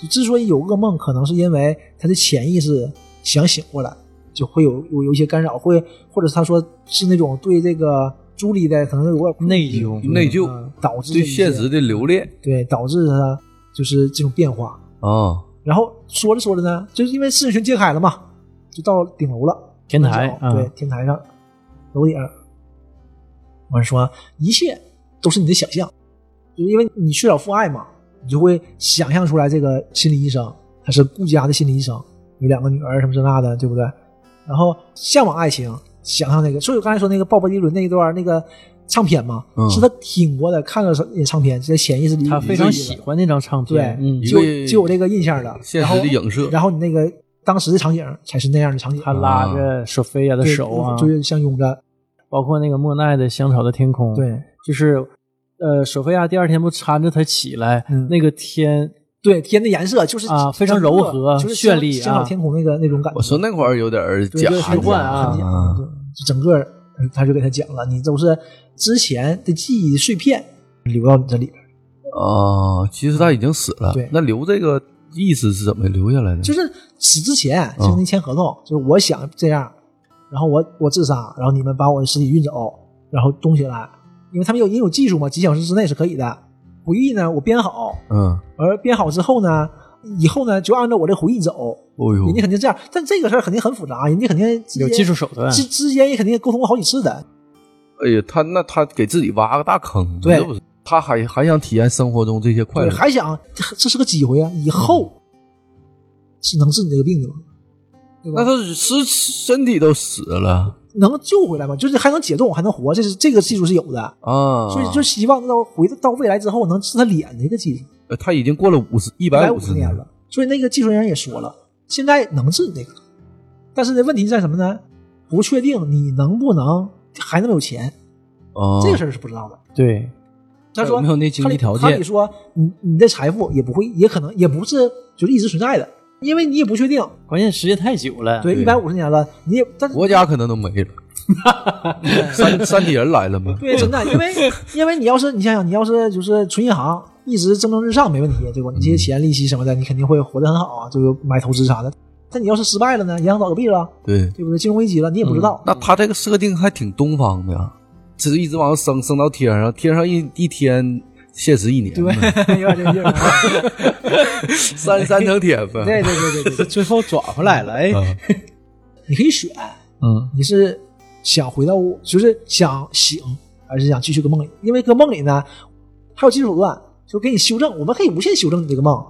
[SPEAKER 1] 就之所以有噩梦，可能是因为他的潜意识想醒过来，就会有有有一些干扰，会或者是他说是那种对这个朱莉的可能有点
[SPEAKER 2] 内疚
[SPEAKER 4] 内疚
[SPEAKER 1] 嗯导致这
[SPEAKER 4] 对
[SPEAKER 1] 一切
[SPEAKER 4] 现实的留恋
[SPEAKER 1] 对导致他就是这种变化。
[SPEAKER 4] 啊，
[SPEAKER 1] 然后说着说着呢，就是因为视讯群揭开了嘛，就到顶楼了，
[SPEAKER 2] 天台
[SPEAKER 1] 那时候对
[SPEAKER 2] 嗯，
[SPEAKER 1] 天台上，楼顶上，完说一切都是你的想象，就是因为你缺少父爱嘛，你就会想象出来这个心理医生，他是顾家的心理医生，有两个女儿什么这那的，对不对？然后向往爱情，想象那个，所以我刚才说那个鲍勃迪伦那一段那个唱片嘛，
[SPEAKER 4] 嗯
[SPEAKER 1] 是他挺过的，看了唱片，在潜意识里
[SPEAKER 2] 嗯他非常喜欢那张唱
[SPEAKER 1] 对
[SPEAKER 2] 片，，嗯，
[SPEAKER 4] 一
[SPEAKER 1] 就
[SPEAKER 4] 个
[SPEAKER 1] 就有这个印象了。
[SPEAKER 4] 现实的影射
[SPEAKER 1] 然后你那个当时的场景才是那样的场景，
[SPEAKER 2] 他拉着索菲亚的
[SPEAKER 1] 对
[SPEAKER 2] 手啊，
[SPEAKER 1] 就是像拥着，
[SPEAKER 2] 包括那个莫奈的《香草的天空》，，
[SPEAKER 1] 对
[SPEAKER 2] 就是呃，索菲亚第二天不搀着他起来，
[SPEAKER 1] 嗯
[SPEAKER 2] 那个天
[SPEAKER 1] 对，天的颜色就是
[SPEAKER 2] 啊非常柔和
[SPEAKER 1] 就是像
[SPEAKER 2] 绚丽啊
[SPEAKER 1] 像到天空那个那种感觉。
[SPEAKER 4] 我说那块儿有点儿
[SPEAKER 1] 对
[SPEAKER 4] 假
[SPEAKER 1] 对很
[SPEAKER 2] 虚幻啊
[SPEAKER 1] 很假对就整个嗯他就给他讲了，你都是之前的记忆碎片留到你这里边，
[SPEAKER 4] 啊，其实他已经死了
[SPEAKER 1] 对，
[SPEAKER 4] 那留这个意思是怎么留下来的？
[SPEAKER 1] 就是死之前
[SPEAKER 4] 嗯
[SPEAKER 1] 就跟你签合同，就是我想这样，然后我我自杀，然后你们把我的尸体运走，然后冻起来，因为他们有也有技术嘛，几小时之内是可以的。回忆呢，我编好，
[SPEAKER 4] 嗯，
[SPEAKER 1] 而编好之后呢，以后呢就按照我这回忆走，
[SPEAKER 4] 哦呦
[SPEAKER 1] 人家，肯定这样。但这个事儿肯定很复杂，啊人家肯定之间
[SPEAKER 2] 有技术手段，
[SPEAKER 1] 之之间也肯定沟通过好几次的。
[SPEAKER 4] 哎呀，他那他给自己挖个大坑，
[SPEAKER 1] 对
[SPEAKER 4] 这不是他还还想体验生活中这些快
[SPEAKER 1] 对，
[SPEAKER 4] 乐，
[SPEAKER 1] 还想这是个机会啊，以
[SPEAKER 2] 嗯
[SPEAKER 1] 后是能治你这个病的吗？对吧
[SPEAKER 4] 那他是身体都死了
[SPEAKER 1] 能救回来吗？就是还能解冻，还能活，这是这个技术是有的。
[SPEAKER 4] 啊，
[SPEAKER 1] 所以就希望到回到未来之后能治他脸的一个技术，
[SPEAKER 4] 呃他已经过了五十一
[SPEAKER 1] 一
[SPEAKER 4] 百
[SPEAKER 1] 五
[SPEAKER 4] 十
[SPEAKER 1] 年了。所以那个技术人员也说了，现在能治那个，但是呢，问题在什么呢？不确定你能不能还能有钱，
[SPEAKER 4] 啊，
[SPEAKER 1] 这个事儿是不知道的。
[SPEAKER 2] 对，
[SPEAKER 1] 他说
[SPEAKER 3] 有呃没有那经济条
[SPEAKER 1] 他得
[SPEAKER 3] 件？
[SPEAKER 1] 说你你的财富也不会，也可能也不是就是一直存在的，因为你也不确
[SPEAKER 3] 啊
[SPEAKER 1] 定。
[SPEAKER 2] 关键时间太久了，
[SPEAKER 1] 对，一百五十年了，你也但是
[SPEAKER 4] 国家可能都没
[SPEAKER 1] [LAUGHS]
[SPEAKER 4] 了，三三体人来了吗？
[SPEAKER 1] 对，真的，因
[SPEAKER 3] [LAUGHS]
[SPEAKER 1] 为因为你要是你想想，你要是就是存银行，一直蒸蒸日上没问题，对吧？你这些
[SPEAKER 3] 嗯
[SPEAKER 1] 钱利息什么的，你肯定会活得很好啊，就是买投资啥的。但你要是失败了呢，银行倒闭了，
[SPEAKER 4] 对，
[SPEAKER 1] 对不对？金融危机了，你也不
[SPEAKER 3] 嗯
[SPEAKER 1] 知道。
[SPEAKER 4] 那他这个设定还挺东方的啊，这一直往上升升到天上，天上一一天。现实一年呢，
[SPEAKER 3] [LAUGHS]
[SPEAKER 1] 对， [LAUGHS] 有点这个劲儿啊。 [LAUGHS]
[SPEAKER 4] 三三层天呗。
[SPEAKER 1] 对对对对对，
[SPEAKER 2] 最后转回来了，哎，
[SPEAKER 4] 啊
[SPEAKER 1] 你可以选，
[SPEAKER 2] 嗯，
[SPEAKER 1] 你是想回到，就是想醒，还是想继续搁梦里？因为搁梦里呢，还有技术手段，就给你修正，我们可以无限修正你这个梦。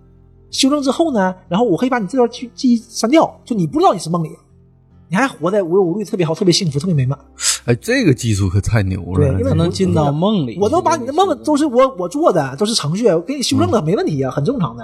[SPEAKER 1] 修正之后呢，然后我可以把你这段记记忆删掉，就你不知道你是梦里，你还活得无忧无虑，特别好，特别幸福，特别美满。
[SPEAKER 4] 哎，这个技术可太牛了，
[SPEAKER 1] 对因为
[SPEAKER 2] 他能进到梦里，
[SPEAKER 1] 我都把你的梦都是我我做的，都是程序，我给你修正了，没问题啊，很正常的，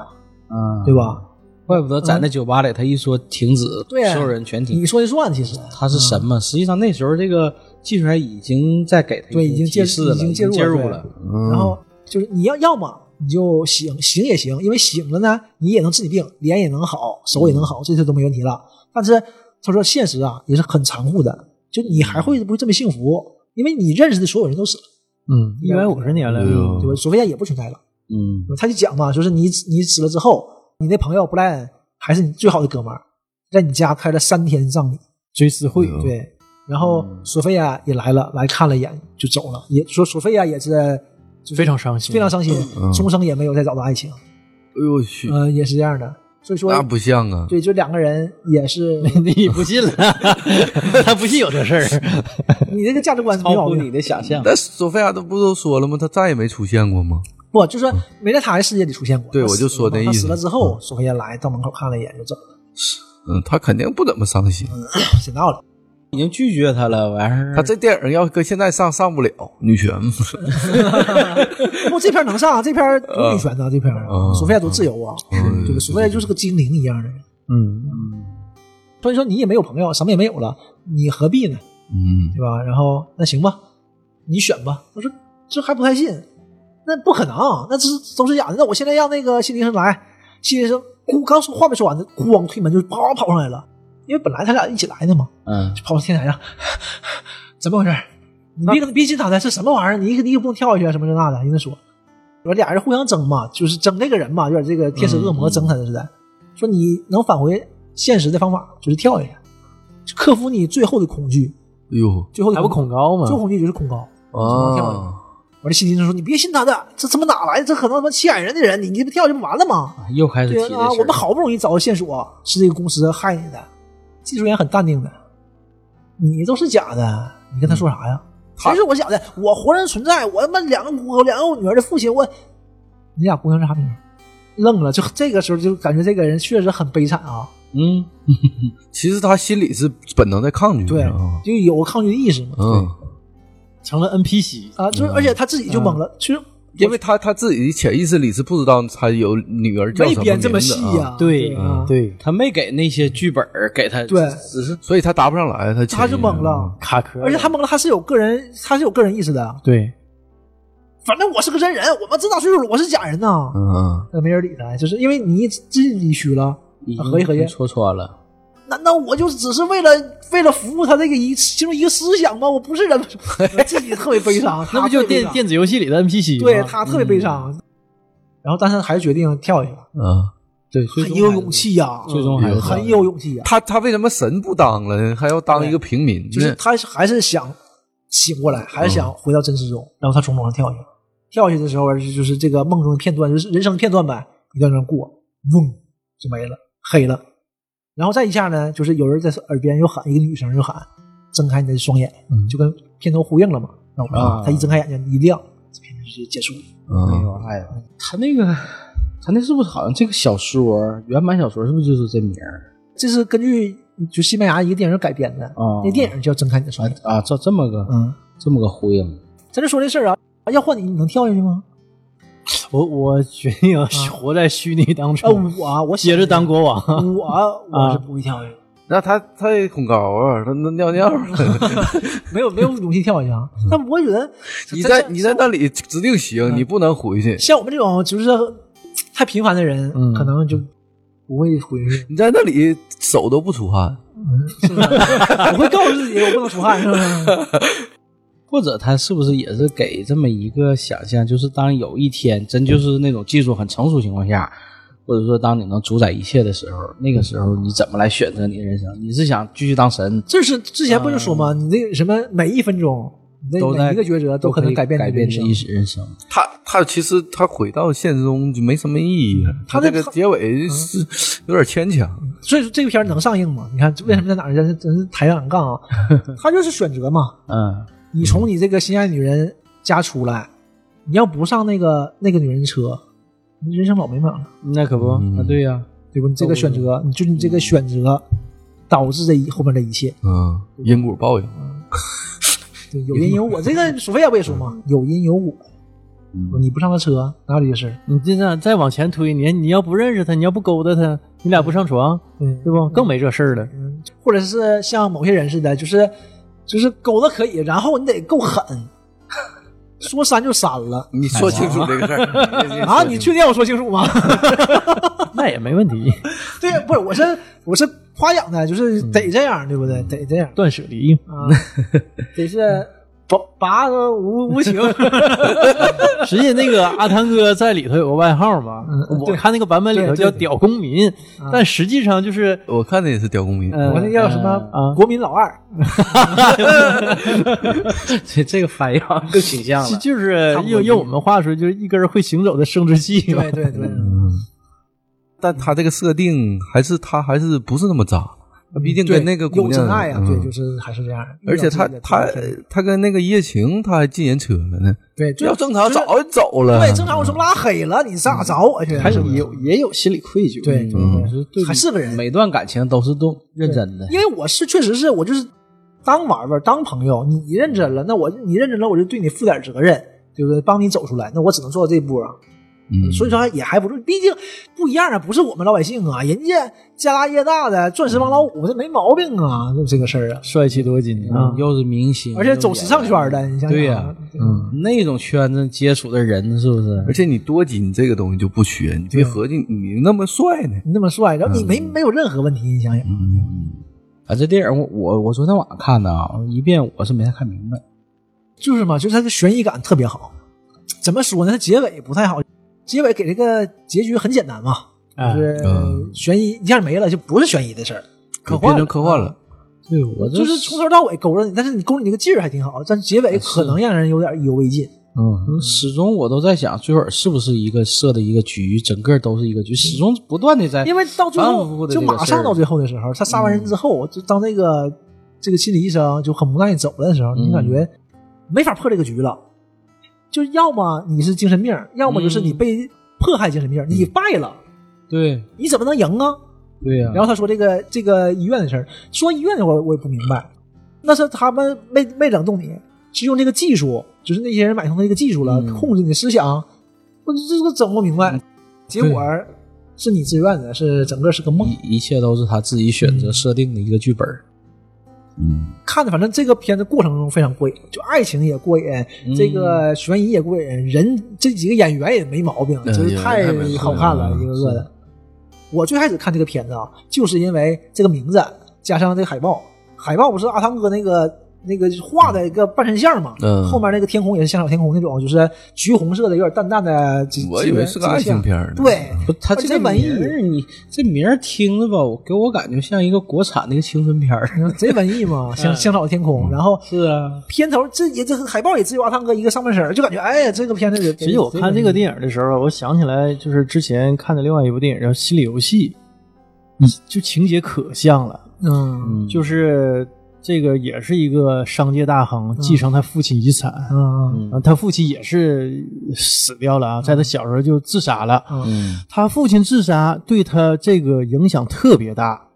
[SPEAKER 2] 嗯，
[SPEAKER 1] 对吧？
[SPEAKER 3] 怪不得咱在酒吧里，他一说停止，
[SPEAKER 1] 对啊
[SPEAKER 3] 所有人全
[SPEAKER 2] 嗯
[SPEAKER 3] 停
[SPEAKER 1] 你。说了算，其实
[SPEAKER 3] 他是神
[SPEAKER 1] 嗯
[SPEAKER 3] 嘛？实际上那时候这个技术员已经在给他
[SPEAKER 1] 对
[SPEAKER 3] 一些
[SPEAKER 1] 已经介
[SPEAKER 3] 提示了，
[SPEAKER 1] 已经介
[SPEAKER 3] 介
[SPEAKER 1] 入了
[SPEAKER 3] 入
[SPEAKER 1] 对
[SPEAKER 3] 了。
[SPEAKER 4] 嗯
[SPEAKER 1] 然后就是你要要么你就醒醒也行，因为醒了呢，你也能治你病，脸也能好，手
[SPEAKER 2] 嗯
[SPEAKER 1] 也能好，这些都没问题了。但是他说现实啊也是很残酷的，就你还会不会这么幸福？因为你认识的所有人都死了，
[SPEAKER 2] 嗯，一百五十年了，
[SPEAKER 4] 哎呦
[SPEAKER 1] 对吧？索菲亚也不存在了。
[SPEAKER 3] 嗯，
[SPEAKER 1] 他就讲嘛，就是你你死了之后，你那朋友布莱恩还是你最好的哥们儿，在你家开了三天葬礼，
[SPEAKER 2] 追思会，啊嗯
[SPEAKER 4] 嗯
[SPEAKER 1] 对。然后索菲亚也来了，来看了一眼就走了，也说索菲亚也是就是
[SPEAKER 2] 非常伤心，
[SPEAKER 1] 非常伤心，
[SPEAKER 4] 嗯
[SPEAKER 1] 终生也没有再找到爱情。
[SPEAKER 4] 哎呦我去，
[SPEAKER 1] 嗯，也是这样的。所以说，
[SPEAKER 4] 那不像啊！
[SPEAKER 1] 对，就两个人也
[SPEAKER 4] [LAUGHS]
[SPEAKER 1] 是，
[SPEAKER 2] 你不信了， [LAUGHS] 他不信有这事儿，
[SPEAKER 1] 你这个价值观是没
[SPEAKER 2] 超
[SPEAKER 1] 毛
[SPEAKER 2] 乎你
[SPEAKER 1] 病。
[SPEAKER 2] 的想象。
[SPEAKER 4] 那索菲亚都不都说了吗？她再也没出现过吗？
[SPEAKER 1] 不，就是没在他的世界里出现过。
[SPEAKER 4] 对
[SPEAKER 1] 他
[SPEAKER 4] 我就
[SPEAKER 1] 死了
[SPEAKER 4] 说
[SPEAKER 1] 嘛
[SPEAKER 4] 那
[SPEAKER 1] 他
[SPEAKER 4] 意
[SPEAKER 1] 死
[SPEAKER 4] 思
[SPEAKER 1] 了之后，索菲亚来到门口看了一眼就走了。
[SPEAKER 4] 嗯，他肯定不怎么伤心。
[SPEAKER 1] 写道理。
[SPEAKER 3] 已经拒绝他了，完事
[SPEAKER 1] 嗯
[SPEAKER 3] 儿
[SPEAKER 4] 他这电影要搁现在上上不了
[SPEAKER 1] [LAUGHS]
[SPEAKER 4] 女权，
[SPEAKER 1] 不，这片儿能上，啊这片儿有女权呐，这片儿
[SPEAKER 4] 嗯
[SPEAKER 1] 索菲亚多自由啊，
[SPEAKER 4] 嗯
[SPEAKER 1] 这个索菲亚就是个精灵一样的人。
[SPEAKER 2] 嗯，
[SPEAKER 1] 所以说你也没有朋友，什么也没有了，你何必呢？
[SPEAKER 4] 嗯
[SPEAKER 1] 对吧？然后那行吧，你选吧。我说这还不开心，那不可能，那这是都是假的。那我现在让那个心理医生来，心理医生咕刚说话没说完呢，咣推门就跑跑上来了，因为本来他俩一起来的嘛，
[SPEAKER 3] 嗯，
[SPEAKER 1] 就跑到天台上， [LAUGHS] 怎么回事？你别跟别进他的，这什么玩意儿？你一个你一个不能跳下去啊，什么这那的，人家说，说俩人互相争嘛，就是争那个人嘛，有点这个天使恶
[SPEAKER 2] 嗯
[SPEAKER 1] 魔争他的似的。说你能返回现实的方法就是跳下去，克服你最后的恐惧，
[SPEAKER 4] 哟
[SPEAKER 1] 最后的
[SPEAKER 2] 还不恐高吗
[SPEAKER 1] 最？后恐惧就是恐高。
[SPEAKER 4] 哎啊，
[SPEAKER 1] 完了，心理医生说：“你别信他的，这他妈哪来的？这可能他妈欺软人的人，你你不跳就完了吗？
[SPEAKER 3] 又开始提
[SPEAKER 1] 对
[SPEAKER 3] 这事
[SPEAKER 1] 啊，
[SPEAKER 3] 儿
[SPEAKER 1] 我们好不容易找到线索，是这个公司害你的。技术员很淡定的，你都是假的，你跟他说啥呀？
[SPEAKER 4] 嗯
[SPEAKER 1] 谁是我假的？我活人存在，我他妈两个我两个女儿的父亲，我你俩姑娘啥名？愣了，就这个时候就感觉这个人确实很悲惨啊。
[SPEAKER 3] 嗯，
[SPEAKER 4] 其实他心里是本能在抗拒的，
[SPEAKER 1] 对，
[SPEAKER 4] 啊
[SPEAKER 1] 就有抗拒的意识嘛。
[SPEAKER 4] 嗯，
[SPEAKER 2] 成了 NPC，
[SPEAKER 1] 啊，就是而且他自己就懵了，
[SPEAKER 4] 嗯
[SPEAKER 1] 其实
[SPEAKER 4] 因为他他自己潜意识里是不知道他有女儿叫
[SPEAKER 1] 没
[SPEAKER 4] 什么
[SPEAKER 1] 编这么
[SPEAKER 4] 名字
[SPEAKER 1] 细
[SPEAKER 4] 啊，
[SPEAKER 1] 呀。
[SPEAKER 2] 对
[SPEAKER 1] 啊
[SPEAKER 2] 对，
[SPEAKER 3] 他没给那些剧本儿给他，
[SPEAKER 1] 对
[SPEAKER 3] 只是
[SPEAKER 4] 所以他答不上来，他
[SPEAKER 1] 他
[SPEAKER 4] 他
[SPEAKER 1] 就懵了。
[SPEAKER 2] 卡壳，
[SPEAKER 1] 而且他懵了，他是有个人，他是有个人意识的。
[SPEAKER 2] 对，
[SPEAKER 1] 反正我是个真人，我们这大岁数了，我是假人呐。
[SPEAKER 4] 嗯，
[SPEAKER 1] 那没人理他，就是因为你自己理虚了。
[SPEAKER 2] 嗯
[SPEAKER 3] 已
[SPEAKER 1] 合计合计
[SPEAKER 3] 经戳穿了。
[SPEAKER 1] 难道我就只是为了为了服务他这个一其中一个思想吗？我不是人，
[SPEAKER 2] [LAUGHS]
[SPEAKER 1] 自己特别悲伤。
[SPEAKER 2] 那不就
[SPEAKER 1] 啊他特别悲
[SPEAKER 2] 电嗯
[SPEAKER 1] 伤
[SPEAKER 2] 电子游戏里的 NPC 吗？
[SPEAKER 1] 对他特别悲伤，然后但是还是决定跳下去了，
[SPEAKER 4] 嗯，
[SPEAKER 2] 对，最终
[SPEAKER 1] 很有
[SPEAKER 2] 还是
[SPEAKER 1] 勇，气呀、
[SPEAKER 2] 最终还是
[SPEAKER 1] 嗯很有勇气呀、
[SPEAKER 4] 他他为什么神不当了呢？还要当一个平民
[SPEAKER 1] 嗯就是
[SPEAKER 3] 嗯
[SPEAKER 4] 呢？
[SPEAKER 1] 他还是想醒过来，还是想回到真实中，然后他从楼上跳下去，跳下去的时候就是这个梦中的片段，就是人生的片段呗，一段段过，嗡就没了，黑了，然后再一下呢，就是有人在耳边又喊，一个女生就喊：“睁开你的双眼。”就跟片头呼应了嘛。然后
[SPEAKER 3] 嗯啊
[SPEAKER 1] 他一睁开眼睛一亮，这片就是结束了。
[SPEAKER 4] 嗯，
[SPEAKER 3] 哎呀，他那个，他那是不是好像这个小说原版小说是不是就是这名儿
[SPEAKER 1] 这是根据就西班牙一个电影改编的，
[SPEAKER 3] 啊
[SPEAKER 1] 那电影叫《睁开你的双眼》。
[SPEAKER 3] 啊？这这么个
[SPEAKER 1] 嗯，
[SPEAKER 3] 这么个呼应，
[SPEAKER 1] 咱就说这事儿啊，要换你，你能跳下去吗？
[SPEAKER 3] 嗯
[SPEAKER 2] 我我决定要活在虚拟当
[SPEAKER 1] 啊，
[SPEAKER 2] 中，
[SPEAKER 1] 我啊我
[SPEAKER 2] 接着当
[SPEAKER 1] 当。
[SPEAKER 2] 国王。
[SPEAKER 1] [LAUGHS] 我我是不会跳下去，
[SPEAKER 4] 那他他恐高啊，他那尿尿了。
[SPEAKER 1] [LAUGHS] 没有没有勇气跳下去啊。 [LAUGHS] 但我觉得
[SPEAKER 4] 你在
[SPEAKER 1] 像
[SPEAKER 4] 你在那里指定
[SPEAKER 1] 嗯
[SPEAKER 4] 行，你不能回去。
[SPEAKER 1] [LAUGHS] 像我们这种就是太频繁的人，可能就不会回去，
[SPEAKER 4] 你在那里手都不出汗，
[SPEAKER 1] 是 [LAUGHS] 不是我会告诉自己我不能出汗，是不是？
[SPEAKER 3] 或者他是不是也是给这么一个想象，就是当有一天真就是那种技术很成熟情况下，或者说当你能主宰一切的时候，那个时候你怎么来选择你的人生？你是想继续当
[SPEAKER 1] [LAUGHS]
[SPEAKER 3] 神，
[SPEAKER 1] 这是之前不就说嘛，你那个什么每一分钟，你
[SPEAKER 3] 都
[SPEAKER 1] 那
[SPEAKER 3] 在
[SPEAKER 1] 每一个抉择都可能
[SPEAKER 3] 改
[SPEAKER 1] 变你
[SPEAKER 3] 改
[SPEAKER 1] 的
[SPEAKER 3] 变
[SPEAKER 1] 人
[SPEAKER 3] 你
[SPEAKER 1] 生
[SPEAKER 3] 一。人生？
[SPEAKER 4] 他他其实他回到现实中就没什么意义了。
[SPEAKER 1] 他嗯
[SPEAKER 4] 他
[SPEAKER 1] 在
[SPEAKER 4] 这个结尾是有点牵强，
[SPEAKER 1] 所以说这个片儿能上映吗？你看为什么在哪儿咱咱台上杠啊？他就是选择
[SPEAKER 3] [LAUGHS]
[SPEAKER 1] 嘛，
[SPEAKER 3] 嗯，
[SPEAKER 1] 你从你这个心爱女人家出来，你要不上那个那个女人车，你人生老美满了，
[SPEAKER 2] 那可不，
[SPEAKER 4] 嗯
[SPEAKER 2] 啊，对呀、
[SPEAKER 1] 对吧？你这个选择，你就你这个选择导致这一后面这一切，
[SPEAKER 4] 嗯，因果报应。
[SPEAKER 1] 对，有因有我。嗯这 [LAUGHS] 个索菲亚不也说嘛，有因有我。你不上他车，哪有这些事儿？
[SPEAKER 2] 你这样再往前推，你你要不认识他，你要不勾搭他，你俩不上床，
[SPEAKER 1] 对
[SPEAKER 2] 对不？更没这事儿了。
[SPEAKER 1] 嗯，或者是像某些人似的，就是就是勾搭可以，然后你得够狠， [LAUGHS] 说删就删了
[SPEAKER 4] 你说清楚这个事
[SPEAKER 1] [LAUGHS]
[SPEAKER 4] 儿
[SPEAKER 1] 啊！你确定要我说清楚吗？ [LAUGHS]
[SPEAKER 2] 那也没问题， [LAUGHS]
[SPEAKER 1] 对，不是，我是我是夸奖他，就是得这样，对不嗯对？嗯得这样
[SPEAKER 2] 断舍离。
[SPEAKER 1] [LAUGHS]
[SPEAKER 2] [LAUGHS]
[SPEAKER 1] 啊，得是拔拔的无无情，
[SPEAKER 2] 实际那个阿汤哥在里头有个外号嘛，我看那个版本里头
[SPEAKER 1] 嗯对对
[SPEAKER 2] 叫
[SPEAKER 1] 对啊
[SPEAKER 2] “屌公民”，但实际上就是
[SPEAKER 4] 我看的也是刁公民，
[SPEAKER 2] 嗯
[SPEAKER 1] 我那叫什
[SPEAKER 2] 嗯
[SPEAKER 1] 么
[SPEAKER 2] 啊
[SPEAKER 1] 国民老二，
[SPEAKER 3] 这这个翻译好像更形象
[SPEAKER 2] 就
[SPEAKER 3] 了。
[SPEAKER 2] 就是
[SPEAKER 1] 差不多
[SPEAKER 2] 用用我们话说，就是一根会行走的生殖器嘛。
[SPEAKER 1] 对
[SPEAKER 4] 嗯
[SPEAKER 1] 对对，
[SPEAKER 4] 但他这个设定还是他还是不是那么渣，毕竟跟那个
[SPEAKER 1] 呃对
[SPEAKER 4] 姑
[SPEAKER 1] 有真
[SPEAKER 4] 娘，
[SPEAKER 1] 爱啊，
[SPEAKER 4] 嗯
[SPEAKER 1] 对，就是还是这样。
[SPEAKER 4] 而且他
[SPEAKER 1] 遇到自己的
[SPEAKER 4] 他
[SPEAKER 1] 对对
[SPEAKER 4] 他跟那个叶晴，他还进人车了呢。
[SPEAKER 1] 对，就
[SPEAKER 4] 要正嗯常
[SPEAKER 1] 就是
[SPEAKER 4] 早就走了。
[SPEAKER 1] 对正常，我说拉黑了，你咋着？啊而且
[SPEAKER 2] 还是有也有心理愧疚，
[SPEAKER 1] 对对
[SPEAKER 4] 嗯
[SPEAKER 1] 对
[SPEAKER 3] 就是对
[SPEAKER 1] 还是个人
[SPEAKER 3] 每段感情都是都认真的，
[SPEAKER 1] 因为我是确实是我就是当玩玩当朋友，你你认真了，那我你认真了，我就对你负点责任，对不对？帮你走出来，那我只能做到这一步啊。
[SPEAKER 4] 嗯，
[SPEAKER 1] 所以说也还不错，毕竟不一样啊，不是我们老百姓啊，人家家大业大的钻石王老五，这没毛病啊，那这个事儿啊。
[SPEAKER 2] 帅气多金啊！
[SPEAKER 1] 啊
[SPEAKER 3] 又是明星，
[SPEAKER 1] 而且走时尚圈的，你想想啊，
[SPEAKER 3] 对呀
[SPEAKER 4] 嗯
[SPEAKER 3] 那种圈子接触的人是不
[SPEAKER 4] 而
[SPEAKER 1] 嗯
[SPEAKER 3] 是？
[SPEAKER 4] 且你多金这个东西就不缺，你别合计你那么帅呢。
[SPEAKER 1] 你那么帅，然后你没没有任何问题，你想想，
[SPEAKER 4] 嗯，
[SPEAKER 3] 啊，这电影我我我昨天晚上看的啊，一遍我是没太看明白。
[SPEAKER 1] 就是嘛，就是它的悬疑感特别好。怎么说呢？它结尾不太好，结尾给这个结局很简单嘛，
[SPEAKER 3] 哎
[SPEAKER 2] 哎
[SPEAKER 1] 就是
[SPEAKER 4] 嗯
[SPEAKER 1] 悬疑一下没了，就不是悬疑的事儿，科
[SPEAKER 4] 变
[SPEAKER 1] 幻
[SPEAKER 4] 成
[SPEAKER 1] 了
[SPEAKER 4] 科幻了。
[SPEAKER 3] 对，我这
[SPEAKER 1] 就是从头到尾勾着你，但是你勾你那个劲儿还挺好，但是结
[SPEAKER 3] 哎
[SPEAKER 1] 尾可能让人有点意犹未尽。
[SPEAKER 3] 嗯，始终我都在想，最后是不是一个设的一个局，整个都是一个局，始终不断的在，
[SPEAKER 1] 因为到最
[SPEAKER 3] 哎反反复
[SPEAKER 1] 后
[SPEAKER 3] 复地
[SPEAKER 1] 就
[SPEAKER 3] 这个
[SPEAKER 1] 马
[SPEAKER 3] 事儿嗯
[SPEAKER 1] 上到最后的时候，他杀完人之后，就当那个这个心理医生就很无奈走了的时候，
[SPEAKER 3] 嗯
[SPEAKER 1] 你感觉没法破这个局了，就要么你是精神病，要么就是你
[SPEAKER 3] 嗯
[SPEAKER 1] 被迫害精神病，你败了，
[SPEAKER 3] 对
[SPEAKER 1] 你怎么能赢啊？
[SPEAKER 3] 对呀、
[SPEAKER 1] 然后他说这个这个医院的事儿，说医院的我我也不明白，那是他们没没冷冻你，是用这个技术，就是那些人买通那个技术了，
[SPEAKER 3] 嗯
[SPEAKER 1] 控制你的思想，我这个整不明白，结果是你自愿的，是整个是个梦。
[SPEAKER 3] 一一切都是他自己选
[SPEAKER 1] 嗯
[SPEAKER 3] 择设定的一个剧本。
[SPEAKER 4] 嗯，
[SPEAKER 1] 看的，反正这个片子过程中非常过瘾，就爱情也过瘾，
[SPEAKER 3] 嗯
[SPEAKER 1] 这个悬疑也过瘾，人这几个演员也没毛病，
[SPEAKER 4] 嗯
[SPEAKER 1] 就是
[SPEAKER 4] 演员
[SPEAKER 1] 太
[SPEAKER 4] 太没毛嗯病
[SPEAKER 1] 好看了，
[SPEAKER 4] 了
[SPEAKER 1] 一个个的。我最开始看这个片子啊，就是因为这个名字加上这个海报，海报不是阿汤哥那个那个画的一个半身像嘛，
[SPEAKER 4] 嗯
[SPEAKER 1] 后面那个天空也是香草天空那种，就是橘红色的，有点淡淡的几。
[SPEAKER 4] 我以为是个爱情
[SPEAKER 1] 几
[SPEAKER 4] 片呢。
[SPEAKER 1] 几个像，
[SPEAKER 4] [LAUGHS]
[SPEAKER 1] 对，
[SPEAKER 3] 不，他这
[SPEAKER 1] 而且
[SPEAKER 3] 个
[SPEAKER 1] 文艺
[SPEAKER 3] 名儿，你这名儿听着吧，我给我感觉像一个国产的一个青春片儿。 [LAUGHS]
[SPEAKER 1] 贼文艺嘛，
[SPEAKER 4] 嗯
[SPEAKER 1] 香香草天空，然后
[SPEAKER 3] 是啊，
[SPEAKER 1] 片头这也这海报也只有阿汤哥一个上半身儿，就感觉哎呀，这个片子也
[SPEAKER 2] 其实我看这个电影的时候，我想起来就是之前看的另外一部电影叫《心理游戏》，就情节可像了，
[SPEAKER 1] 嗯
[SPEAKER 2] 就是这个也是一个商界大亨继承他父亲遗产，
[SPEAKER 1] 嗯
[SPEAKER 2] 啊，他父亲也是死掉了啊，在他小时候就自杀了。
[SPEAKER 3] 嗯
[SPEAKER 2] 他父亲自杀对他这个影响特别大。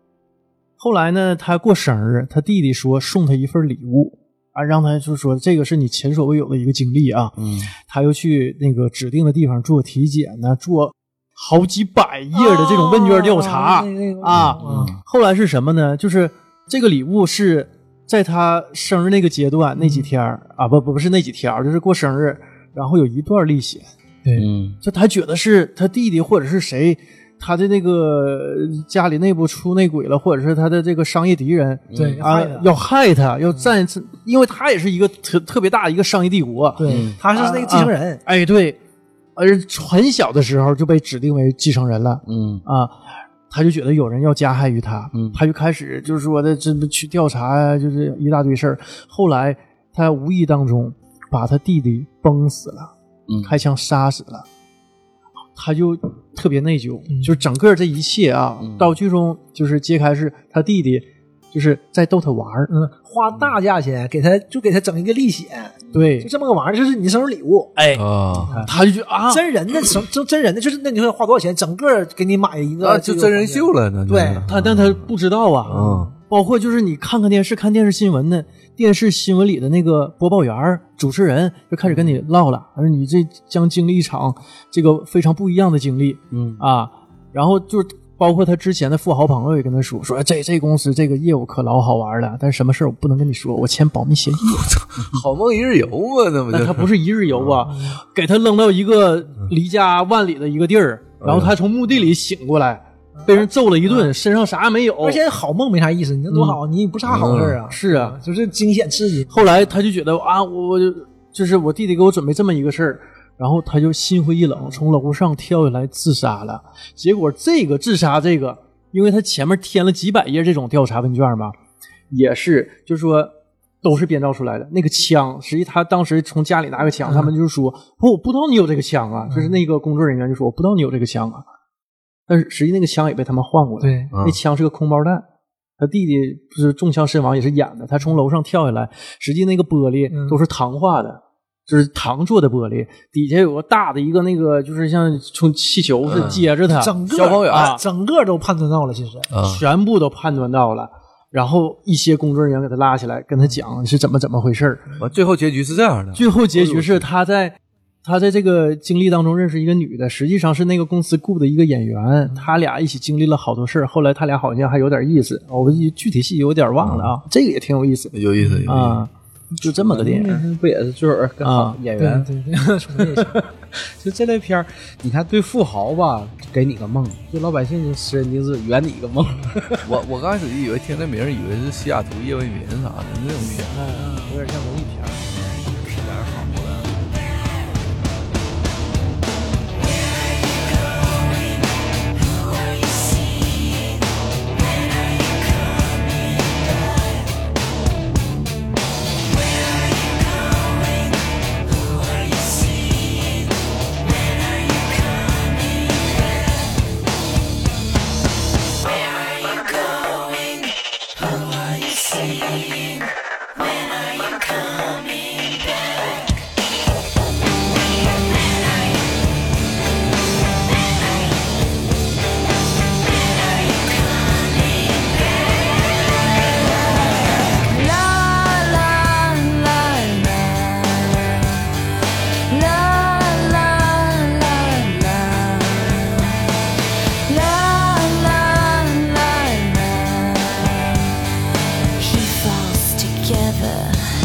[SPEAKER 2] 后来呢，他过生日，他弟弟说送他一份礼物啊，让他就说这个是你前所未有的一个经历啊。
[SPEAKER 3] 嗯，
[SPEAKER 2] 他又去那个指定的地方做体检呢，做好几百页的这种问卷调查。
[SPEAKER 1] 哦
[SPEAKER 2] 啊后来是什么呢？就是这个礼物是在他生日那个阶段
[SPEAKER 1] 嗯
[SPEAKER 2] 那几天儿啊，不不不是那几天儿，就是过生日，然后有一段历险，
[SPEAKER 3] 嗯
[SPEAKER 2] 就他觉得是他弟弟或者是谁，他的那个呃家里内部出内鬼了，或者是他的这个商业敌人，
[SPEAKER 1] 对
[SPEAKER 2] 啊
[SPEAKER 1] 害他，嗯
[SPEAKER 2] 要害他，要占，因为他也是一个特特别大的一个商业帝国，
[SPEAKER 1] 对，他是那个继承人，
[SPEAKER 2] 哎，对，而很小的时候就被指定为继承人了
[SPEAKER 3] 嗯
[SPEAKER 2] 啊。他就觉得有人要加害于他，
[SPEAKER 3] 嗯
[SPEAKER 2] 他就开始就是说的这去调查呀、就是一大堆事儿。后来他无意当中把他弟弟崩死了，
[SPEAKER 3] 嗯，
[SPEAKER 2] 开枪杀死了，他就特别内疚，
[SPEAKER 1] 嗯
[SPEAKER 2] 就是整个这一切啊，
[SPEAKER 3] 嗯
[SPEAKER 2] 到剧中就是揭开是他弟弟就是在逗他玩儿，
[SPEAKER 1] 嗯，花大价钱给他就给他整一个历险，
[SPEAKER 3] 嗯
[SPEAKER 2] 对
[SPEAKER 1] 就，这么个玩意儿，就是你的生日礼物。
[SPEAKER 2] 哎，
[SPEAKER 4] 啊，
[SPEAKER 2] 他就觉得啊，
[SPEAKER 1] 真人的什真真人的，就是那你说花多少钱，整个给你买一个
[SPEAKER 4] 那啊就真人秀，了，那就是啊
[SPEAKER 1] 对
[SPEAKER 2] 他但他不知道啊，
[SPEAKER 4] 嗯
[SPEAKER 2] 包括就是你看看电视、看电视新闻呢，电视新闻里的那个播报员儿、主持人就开始跟
[SPEAKER 1] 嗯
[SPEAKER 2] 你唠了，而你这将经历一场这个非常不一样的经历，
[SPEAKER 3] 嗯
[SPEAKER 2] 啊，然后就是包括他之前的富豪朋友也跟他说，说这这公司这个业务可老好玩了，但是什么事儿我不能跟你说，我签保密协议。
[SPEAKER 4] 好梦一日游嘛，那不就
[SPEAKER 2] [LAUGHS] 那他不是一日游啊，
[SPEAKER 1] 嗯
[SPEAKER 2] [LAUGHS] 给他扔到一个离家万里的一个地儿，然
[SPEAKER 1] 哎
[SPEAKER 2] 后他从墓地里醒过来，被人揍了一顿，身上啥也没有，
[SPEAKER 1] 嗯而且好梦没啥意思，你能多好，你不是啥好事儿啊，
[SPEAKER 2] 是啊，
[SPEAKER 1] 就是惊险刺激，
[SPEAKER 2] 后来他就觉得啊，我我就就是我弟弟给我准备这么一个事儿，然后他就心灰意冷，从楼上跳下来自杀了。结果这个自杀这个，因为他前面填了几百页这种调查问卷嘛，也是就是说。都是编造出来的。那个枪，实际他当时从家里拿个枪，他们就是说：“不，我不知道你有这个枪啊。”就是那个工作人员就说：“我不知道你有这个枪啊。”但是实际那个枪也被他们换过来，
[SPEAKER 1] 对
[SPEAKER 2] 那枪是个空包弹，他弟弟不是中枪身亡，也是演的。他从楼上跳下来，实际那个玻
[SPEAKER 1] 嗯
[SPEAKER 2] 璃都是糖化的，就是糖做的玻璃，底下有个大的一个那个，就是像从气球似的
[SPEAKER 4] 嗯
[SPEAKER 2] 接着他，
[SPEAKER 1] 整个
[SPEAKER 4] 消防员
[SPEAKER 1] 啊嗯整个都判断到了，其实
[SPEAKER 4] 啊，
[SPEAKER 2] 全部都判断到了。然后一些工作人员给他拉起来，跟他讲是怎么怎么回事儿。
[SPEAKER 4] 完最后结局是这样的，
[SPEAKER 2] 最后结局是他在他在这个经历当中认识一个女的，实际上是那个公司雇的一个演员，他俩一起经历了好多事儿。后来他俩好像还有点意思，我具体细节有点忘了啊，这个也挺有意思
[SPEAKER 4] 有意思，有意思。
[SPEAKER 2] 啊，就这么个电影。
[SPEAKER 3] 嗯不也是最后跟好
[SPEAKER 2] 啊
[SPEAKER 3] 演
[SPEAKER 1] 对
[SPEAKER 3] 员
[SPEAKER 1] 对
[SPEAKER 3] [LAUGHS]
[SPEAKER 1] 对，重叠一下。
[SPEAKER 3] 就这类片儿，你看对富豪吧，给你个梦；对老百姓私人定制，圆你一个梦。
[SPEAKER 4] 我我刚开始以为听这名儿，以为是西雅图夜未眠啥的那种片。
[SPEAKER 2] 有点像文艺片。
[SPEAKER 5] He falls together.